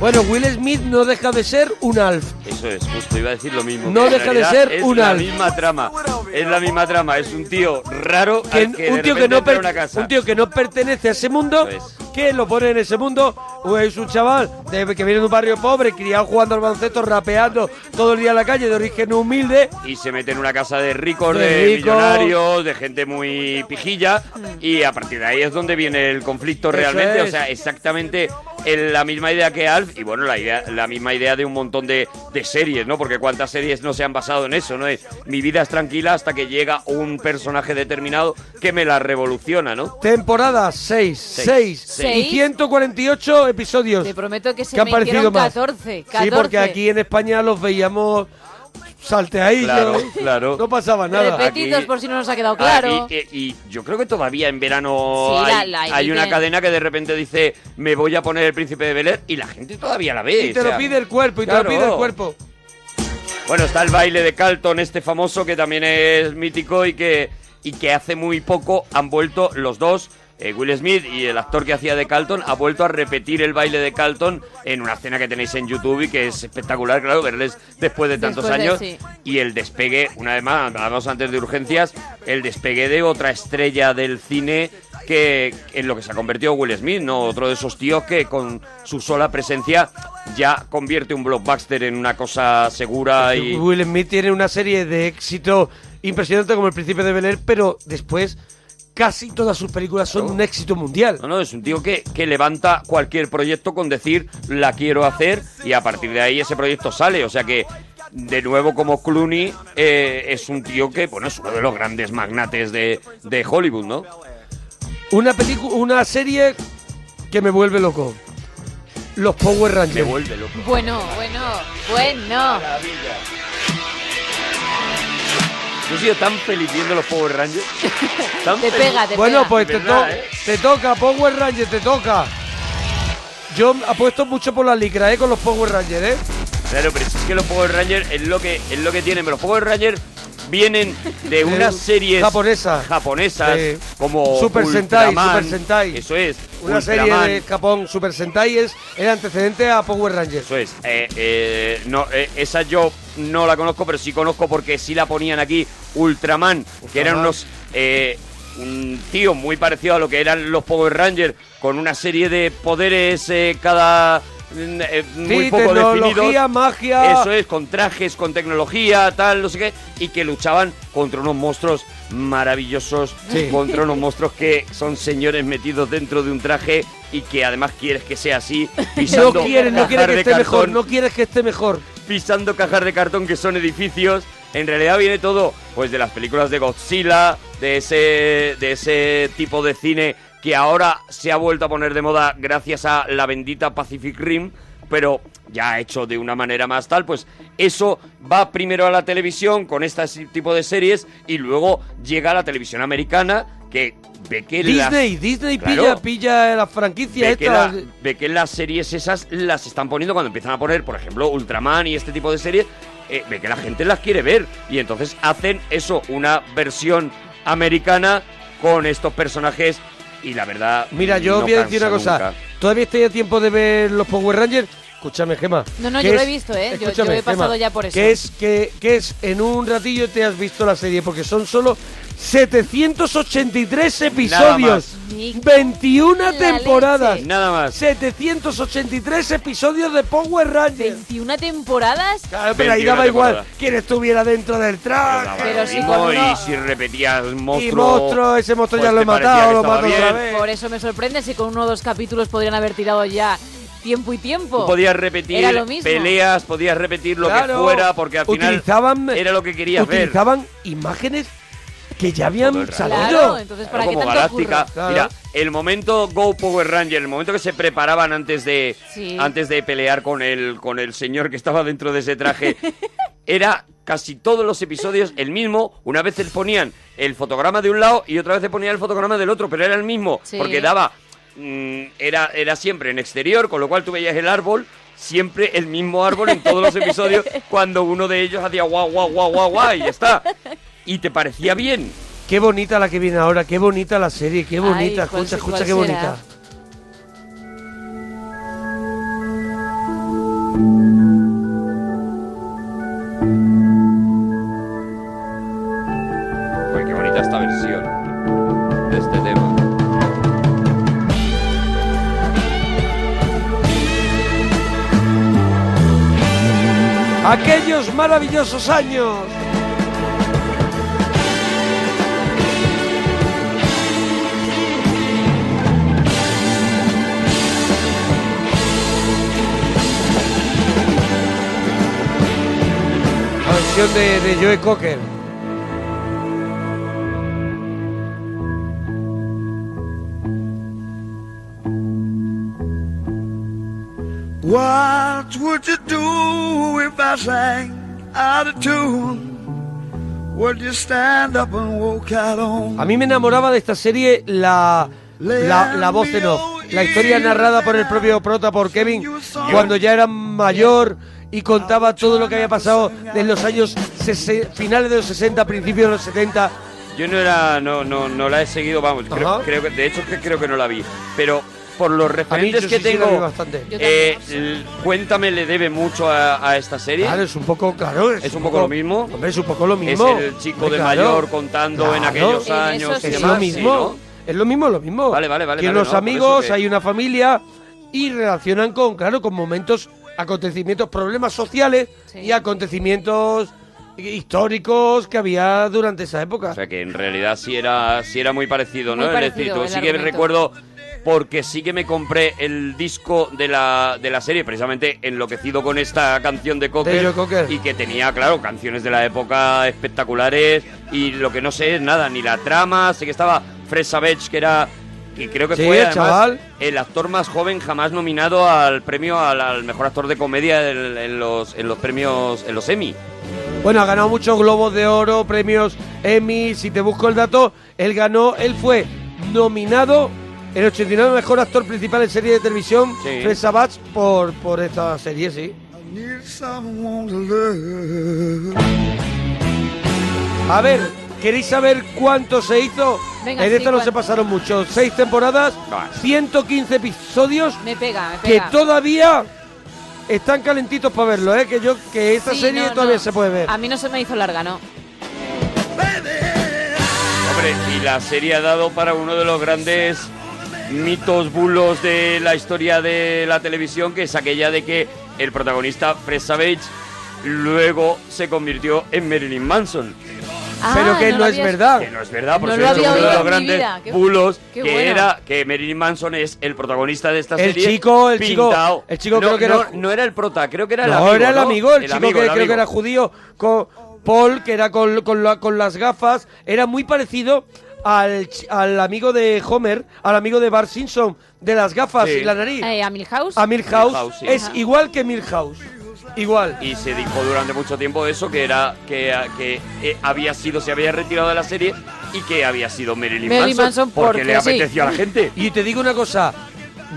Bueno, Will Smith no deja de ser un alf. Eso es, justo iba a decir lo mismo. No que en deja de realidad ser es un la al- misma trama. Es la misma trama, es un tío raro al Que- que un, de tío que repente no entra per- en una casa. un tío que no pertenece a ese mundo, que lo pone en ese mundo, o es un chaval de- que viene de un barrio pobre, criado jugando al baloncesto, rapeando todo el día en la calle, de origen humilde, y se mete en una casa de ricos, De de, ricos. millonarios, de gente muy pijilla y a partir de ahí es donde viene el conflicto Eso realmente, o es. sea, exactamente el- la misma idea que Alf y bueno, la idea la misma idea de un montón de, de series, ¿no? Porque cuántas series no se han basado en eso, ¿no? Es, mi vida es tranquila hasta que llega un personaje determinado que me la revoluciona, ¿no? Temporada 6, 6 Seis. y 148 episodios. Te prometo que se que han me hicieron parecido más. 14, Sí, 14. porque aquí en España los veíamos salte ahí. Claro, yo- claro. No pasaba nada. Repetidos Aquí- por si no nos ha quedado Ah, claro. y, y- y yo creo que todavía en verano Sí, la- hay, la hay una emiten. cadena que de repente dice me voy a poner el príncipe de Belén y la gente todavía la ve. Y te lo pide el cuerpo, y te lo claro. pide el cuerpo. Bueno, está el baile de Carlton, este famoso que también es mítico y que, y que hace muy poco han vuelto los dos. eh, Will Smith y el actor que hacía de Carlton ha vuelto a repetir el baile de Carlton en una escena que tenéis en YouTube y que es espectacular, claro, verles después de tantos Después de- años. sí. Y el despegue, una vez más, hablábamos antes de urgencias, el despegue de otra estrella del cine que en lo que se ha convertido Will Smith, ¿no? Otro de esos tíos que con su sola presencia ya convierte un blockbuster en una cosa segura y... Will Smith tiene una serie de éxito impresionante como El Príncipe de Bel Air, pero después casi todas sus películas son un éxito mundial. No, no, es un tío que, que levanta cualquier proyecto con decir la quiero hacer y a partir de ahí ese proyecto sale. O sea que, de nuevo, como Clooney, eh, es un tío que, bueno, es uno de los grandes magnates de, de Hollywood, ¿no? Una película, una serie que me vuelve loco. Los Power Rangers. Me vuelve loco. Bueno, bueno, bueno. Yo he sido tan feliz viendo los Power Rangers. Tan Te feliz. pega, te bueno, pega. pues te, ¿Verdad, to- eh? te toca, Power Rangers, te toca. Yo apuesto mucho por la licra, ¿eh? Con los Power Rangers, ¿eh? Claro, pero si es que los Power Rangers es lo que, es lo que tienen. Pero los Power Rangers vienen de Eh, unas series japonesas. japonesas Sí. como Super Sentai, Ultraman, Super Sentai. Eso es. Una Ultraman. serie de Japón, Super Sentai, es el antecedente a Power Rangers. Eso es. Eh, eh, no, eh, esa yo no la conozco, pero sí conozco porque sí la ponían aquí Ultraman, que eran unos. eh, un tío muy parecido a lo que eran los Power Rangers, con una serie de poderes eh, cada. mm, eh, muy Sí, poco tecnología, definidos. magia. Eso es, con trajes, con tecnología, tal, no sé qué, y que luchaban contra unos monstruos maravillosos, Sí. contra unos monstruos que son señores metidos dentro de un traje y que además quieres que sea así, No pisando quieres, no cajas quieres que de esté mejor, cartón, no quieres que esté mejor. pisando cajas de cartón que son edificios. En realidad viene todo, pues, de las películas de Godzilla, de ese, de ese tipo de cine que ahora se ha vuelto a poner de moda gracias a la bendita Pacific Rim, pero ya hecho de una manera más tal, pues eso va primero a la televisión con este si- tipo de series y luego llega a la televisión americana que ve que las- Disney, Disney Claro pilla, pilla la franquicia ve que, esta. la- ve que las series esas las están poniendo cuando empiezan a poner, por ejemplo, Ultraman y este tipo de series, eh, ve que la gente las quiere ver. Y entonces hacen eso, una versión americana con estos personajes. Y la verdad. Mira, yo no voy a decir cansa una cosa. nunca. ¿Todavía estoy a tiempo de ver los Power Rangers? Escúchame, Gema. No, no, que yo lo he es- visto, ¿eh? Yo- Yo, escúchame, he pasado Gema, ya por eso. Que es, que, que es en un ratillo te has visto la serie, porque son solo 783 episodios. La 21 temporadas. leche. Nada más. 783 episodios de Power Rangers. 21 temporadas. Claro, pero ahí 21 daba igual temporadas. quién estuviera dentro del traje. Pero sí, Mismo, cuando- y si repetías monstruo. Y monstruo, ese monstruo ya pues lo he te parecía matado, que lo estaba mato otra bien. vez. Por eso me sorprende si con uno o dos capítulos podrían haber tirado ya tiempo y tiempo. Tú podías repetir Era lo mismo. peleas, podías repetir lo que Claro. fuera, porque al final Utilizaban- era lo que querías ver. Utilizaban imágenes que ya habían salido. entonces Claro, como Galáctica. Mira, el momento Go Power Ranger, el momento que se preparaban antes de Sí. antes de pelear con el con el señor que estaba dentro de ese traje, era casi todos los episodios el mismo. Una vez les ponían el fotograma de un lado y otra vez le ponían el fotograma del otro, pero era el mismo Sí. porque daba mm, era era siempre en exterior, con lo cual tú veías el árbol. Siempre el mismo árbol en todos los episodios cuando uno de ellos hacía guau, guau, guau, guau, guau y ya está. Y te parecía bien. Qué bonita la que viene ahora, qué bonita la serie, qué Ay, bonita. ¿cuál escucha, se- escucha, cuál qué bonita. será? Uy, qué bonita esta versión de este tema. Aquellos maravillosos años. Canción de, de Joe Cocker. What would you do if I sang out of tune. Would you stand up and walk out on? A mí me enamoraba de esta serie la, la, la voz en off, la historia narrada por el propio prota, por Kevin, cuando ya era mayor y contaba todo lo que había pasado en los años sese- finales de los 60, principios de los 70. Yo no era, no, no, no la he seguido, vamos, creo, creo que, de hecho que creo que no la vi, pero por los referentes yo que sí, sí la tengo, vi bastante. Yo eh, l- cuéntame le debe mucho a, a esta serie. Claro, es un poco, claro. Es un poco lo mismo. Hombre, es un poco lo mismo. Es el chico de Claro. mayor contando en Claro. aquellos años. y Es demás, lo sí, mismo. ¿no? Es lo mismo, lo mismo. Vale, vale, vale, Tiene vale, unos no, por eso amigos, que- hay una familia y relacionan con, claro, con momentos, acontecimientos, problemas sociales y acontecimientos históricos que había durante esa época. O sea que en realidad sí era, sí era muy parecido, ¿no? Muy es decir, parecido tú el sí que argumento. recuerdo porque sí que me compré el disco de la, de la serie, precisamente enloquecido con esta canción de Cocker, De Joe Cocker. y que tenía, claro, canciones de la época espectaculares y lo que no sé es nada, ni la trama, sé que estaba Fred Savage, que era... Y creo que Sí, fue además, chaval. el actor más joven jamás nominado al premio al, al mejor actor de comedia del- en, los, en los premios, en los Emmy. Bueno, ha ganado muchos globos de oro, premios Emmy. Si te busco el dato, él ganó, él fue nominado el 89 mejor actor principal en serie de televisión, Sí. Fred Savage, por, por esta serie, sí. Need someone to love. A ver, ¿queréis saber cuánto se hizo? Venga, en sí, esta no se ¿cuánto? pasaron mucho. Seis temporadas, 115 episodios Me pega, me que pega. todavía están calentitos para verlo, ¿eh? Que, yo, que esta Sí, serie no, todavía no. se puede Ah, ver. A mí no se me hizo larga, ¿no? Hombre, y la serie ha dado para uno de los grandes mitos, bulos de la historia de la televisión, que es aquella de que el protagonista, Fred Savage, luego se convirtió en Marilyn Manson. Ah, Pero que no lo no es había- verdad. Que no es verdad, por No eso lo es había uno de oído los en mi grandes vida. Qué- bulos, qué que bueno. era que Marilyn Manson es el protagonista de esta El serie. chico, el chico- pintado. el chico no, creo que no- era- no era el prota, creo que era el no, amigo. era el ¿no? amigo, el, El chico amigo, que el creo que amigo. era judío, con Paul, que era con, con, la- con las gafas, era muy parecido al, ch- al amigo de Homer, al amigo de Bart Simpson, de las gafas y la nariz. Eh, a Milhouse. A Milhouse, Milhouse, sí. es Ajá. igual que Milhouse. Igual. Y se dijo durante mucho tiempo eso, que era que, que eh, había sido, se había retirado de la serie y que había sido Marilyn, Marilyn Manson, Manson porque, porque le sí. apetecía a la gente. Y te digo una cosa,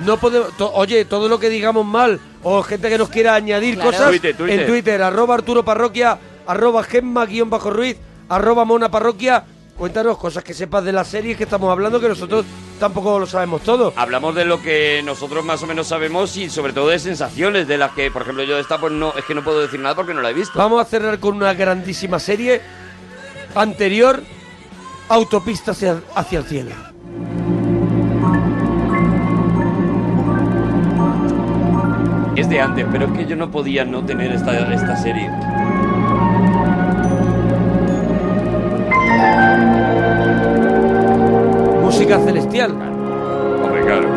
no podemos, to- oye, todo lo que digamos mal o gente que nos quiera añadir Claro. cosas Twitter, Twitter. en Twitter, arroba Arturo Parroquia, arroba Gemma guión bajo Ruiz, arroba Mona Parroquia, cuéntanos cosas que sepas de las series que estamos hablando que nosotros tampoco lo sabemos todo. Hablamos de lo que nosotros más o menos sabemos y sobre todo de sensaciones de las que, por ejemplo, yo de esta pues no, es que no puedo decir nada porque no la he visto. Vamos a cerrar con una grandísima serie anterior, Autopista hacia, hacia el cielo. Es de antes, pero es que yo no podía no tener esta, esta serie. Música celestial. Hombre, claro.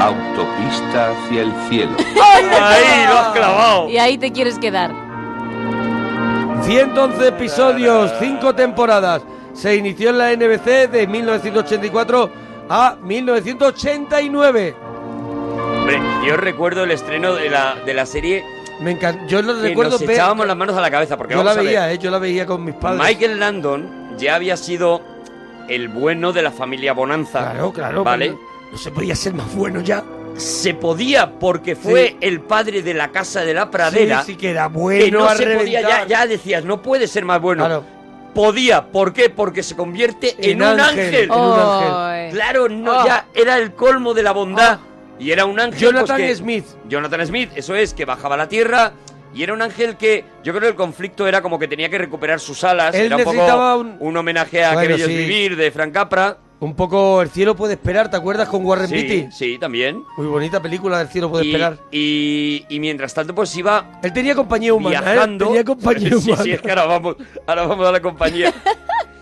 Autopista hacia el cielo. Ahí lo has clavado. Y ahí te quieres quedar. 111 episodios, 5 temporadas. Se inició en la NBC de 1984 a 1989. Hombre, yo recuerdo el estreno de la, de la serie Me encanta. Yo lo que recuerdo nos ver- echábamos las manos a la cabeza porque Yo la vamos a ver, veía, eh, yo la veía con mis padres. Michael Landon ya había sido el bueno de la familia Bonanza. Claro, claro, ¿Vale? pero No se podía ser más bueno ya. Se podía porque fue el padre de la casa de la pradera. Sí, sí que era bueno que no a se podía, ya, reventar. ya decías, no puede ser más bueno. Podía, ¿por qué? Porque se convierte en, En un ángel, ángel. en un ángel. Ah. Ay. Claro, no, ya era el colmo de la bondad. Y era un ángel. Jonathan pues, que- Smith. Jonathan Smith, eso es, que bajaba a la tierra. Y era un ángel que yo creo que el conflicto era como que tenía que recuperar sus alas. Él era un poco necesitaba un- homenaje a Bueno, Queridos sí. Vivir de Frank Capra. Un poco El cielo puede esperar, ¿te acuerdas con Warren Sí, Beatty? sí, también. Muy bonita película del cielo puede Y, esperar. y, y mientras tanto, pues iba Él tenía compañía humana, ¿eh? viajando. Tenía compañía sí, humana. sí, es que ahora vamos, ahora vamos a la compañía.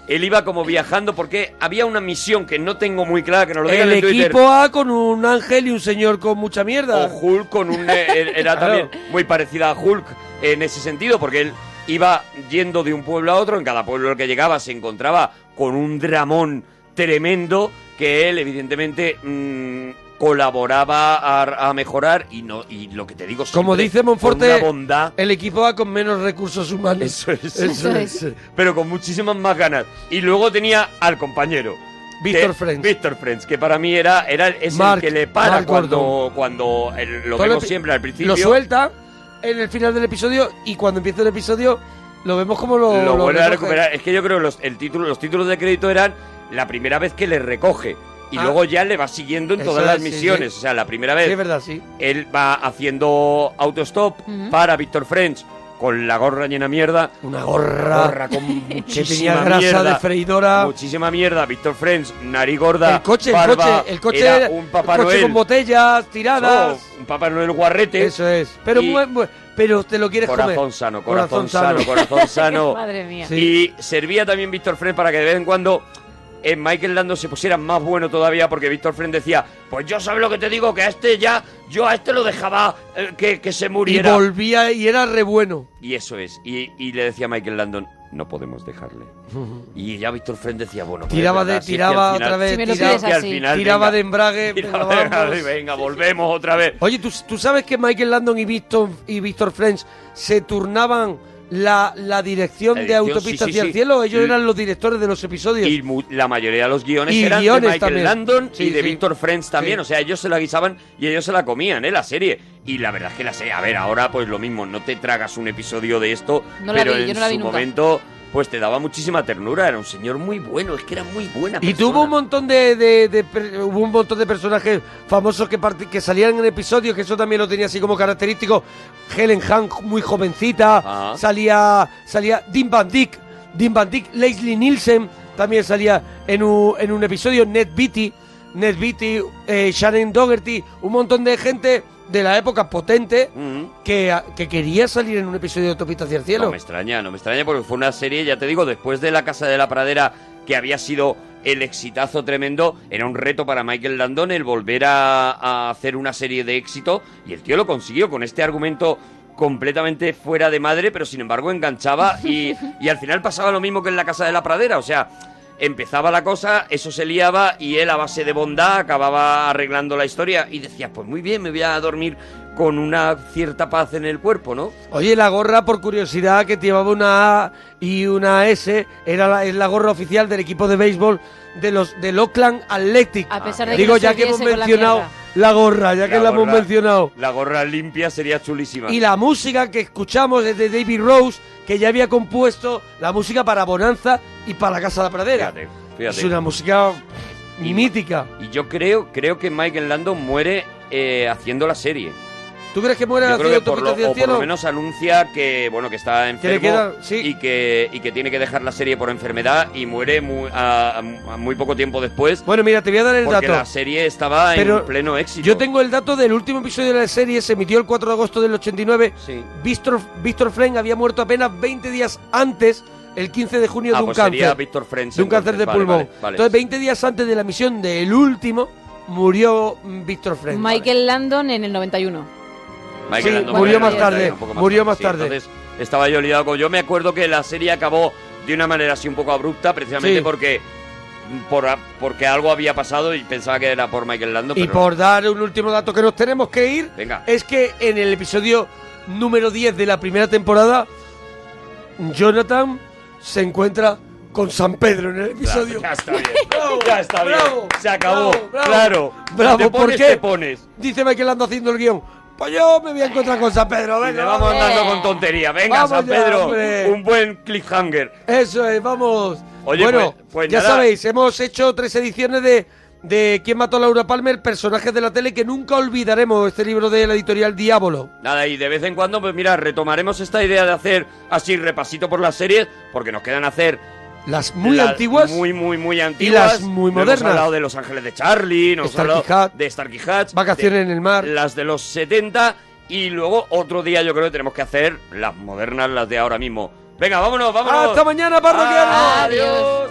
Él iba como viajando porque había una misión que no tengo muy clara, que nos lo digan El en Twitter. equipo A con un ángel y un señor con mucha mierda. O Hulk con un. eh, eh, Era también muy parecida a Hulk en ese sentido, porque él iba yendo de un pueblo a otro. En cada pueblo al que llegaba se encontraba con un dramón tremendo que él, evidentemente, mm, colaboraba a, a mejorar y no y lo que te digo Como siempre, dice con Monforte, una bondad el equipo va con menos recursos humanos. Eso es. Eso es. Pero con muchísimas más ganas. Y luego tenía al compañero. Víctor de- Friends. Víctor Friends, que para mí era, era es Mark- el que le para Mark cuando, Gordon. cuando el- lo Todo el vemos epi- siempre al principio. Lo suelta en el final del episodio y cuando empieza el episodio lo vemos como lo. lo vuelve a recoge. recuperar. Es que yo creo que los, el título, los títulos de crédito eran la primera vez que le recoge. Y Ah. luego ya le va siguiendo en Eso todas las es, sí, misiones. sí. O sea, la primera vez. Sí, es verdad, sí. Él va haciendo autostop para Víctor French con la gorra llena de mierda. Una gorra. con muchísima tenía grasa mierda, de freidora. Muchísima mierda. Víctor French, nariz gorda. El coche, el barba, coche, el coche, Era un Papá el coche Noel. con botellas tiradas. Oh, un Papá Noel guarrete. Eso es. Pero, Y- mu- mu- pero te lo quieres Corazón comer. sano, corazón, sano, corazón sano. Madre mía. Y servía también Víctor Friend para que de vez en cuando en Michael Lando se pusiera más bueno todavía porque Víctor Friend decía, pues yo sabes lo que te digo, que a este ya, yo a este lo dejaba eh, que, que se y muriera. volvía y era re bueno. Y eso es. Y, y le decía a Michael Landon, no podemos dejarle. Y ya Víctor Friend decía, bueno, pues, Tiraba es verdad, de, si es que tiraba al final- otra vez, si es que tiraba, al final, tiraba venga, de embrague. tiraba venga, de embrague, vamos. venga, volvemos otra vez. Oye, ¿tú, tú sabes que Michael Landon y Víctor y Víctor French se turnaban la, la dirección La de dirección, Autopista sí, sí, hacia sí. el cielo? Ellos Y- eran los directores de los episodios. Y mu- la mayoría de los guiones Y eran de guiones Michael también. Landon y Sí, de sí. Víctor Friends también. Sí. O sea, ellos se la guisaban y ellos se la comían, ¿eh? La serie. Y la verdad es que la serie, a ver, ahora pues lo mismo, no te tragas un episodio de esto, No la pero vi, en yo no la vi su nunca. momento pues te daba muchísima ternura. Era un señor muy bueno, es que era muy buena Y persona. tuvo un montón de, de- de per- hubo un montón de personajes famosos que, parti- que salían en episodios, que eso también lo tenía así como característico. Helen Hunt muy jovencita, Ah. salía salía Dean Van Dyke, Dean Van Dyke, Leslie Nielsen también salía en un, en un episodio, Ned Beatty, Ned Beatty, eh, Shannon Doherty, un montón de gente de la época potente que, que quería salir en un episodio de Autopista hacia el cielo. Mm. No me extraña, no me extraña porque fue una serie, ya te digo, después de La Casa de la Pradera, que había sido el exitazo tremendo, era un reto para Michael Landon el volver a, a hacer una serie de éxito y el tío lo consiguió con este argumento completamente fuera de madre, pero sin embargo enganchaba y, y al final pasaba lo mismo que en La Casa de la Pradera, o sea... Empezaba la cosa, eso se liaba y él a base de bondad acababa arreglando la historia y decías, pues muy bien, me voy a dormir con una cierta paz en el cuerpo, ¿no? Oye, la gorra, por curiosidad, que llevaba una A y una S, era la, es la gorra oficial del equipo de béisbol de los del Oakland Athletic. A pesar de que Digo, no se ya que hemos viese con la mencionado mierda. la, gorra, ya que la, hemos gorra- mencionado. La gorra limpia sería chulísima. Y la música que escuchamos es de David Rose, que ya había compuesto la música para Bonanza y para la Casa de la Pradera. Fíjate, fíjate. Es una música Y- mítica. Y yo creo, creo que Michael Landon muere eh, haciendo la serie. ¿Tú crees que muere Yo creo haciendo que por Autopista lo, o hacia el por lo cielo? menos anuncia que bueno que está enfermo queda- y que y que tiene que dejar la serie por enfermedad y muere muy, a- a- a muy poco tiempo después. Bueno, mira, te voy a dar el porque dato. la serie estaba Pero en pleno éxito. Yo tengo el dato del último episodio de la serie, se emitió el 4 de agosto del 89. Víctor, Víctor Frank había muerto apenas 20 días antes, el 15 de junio, Ah, de un pues cáncer. sería Víctor French, de un cáncer de entonces, vale, pulmón. vale, vale. Entonces, 20 días antes de la emisión del último, murió mm, Víctor Frank. Michael Landon en el 91. Michael Sí, Landon murió muere más en tarde, 91, un poco murió más sí, tarde. entonces estaba yo liado con. Yo me acuerdo que la serie acabó de una manera así un poco abrupta, precisamente Sí. porque por, a- porque algo había pasado y pensaba que era por Michael Lando. y pero por dar un último dato que nos tenemos que ir, Venga. es que en el episodio número 10 de la primera temporada, Jonathan se encuentra con San Pedro en el episodio. Ya está bien. ya está bien. Bravo, Se acabó. bravo, bravo. claro. Si Bravo, te ¿por pones, qué? Te pones. Dice Michael Ando haciendo el guión. Pues yo me voy a encontrar con San Pedro, Y le venga. vamos andando con tontería. Venga, Vamos San ya, Pedro. hombre. un buen cliffhanger. Eso es, vamos. Oye, bueno, pues- pues ya nada. sabéis, hemos hecho tres ediciones de, de ¿Quién mató a Laura Palmer? Personajes de la tele que nunca olvidaremos. Este libro de la editorial Diablo. Nada, y de vez en cuando, pues mira, retomaremos esta idea de hacer así repasito por las series, porque nos quedan hacer Las muy las antiguas. Muy, muy, muy antiguas. las muy No modernas. Hemos hablado de Los Ángeles de Charlie, nos hemos Starkey hablado de Starkey Hatch. Vacaciones en el mar. Las de los 70 y luego otro día yo creo que tenemos que Ah, hacer las modernas, las de ahora mismo. Venga, vámonos, vámonos. Hasta mañana, parroquianos. Adiós.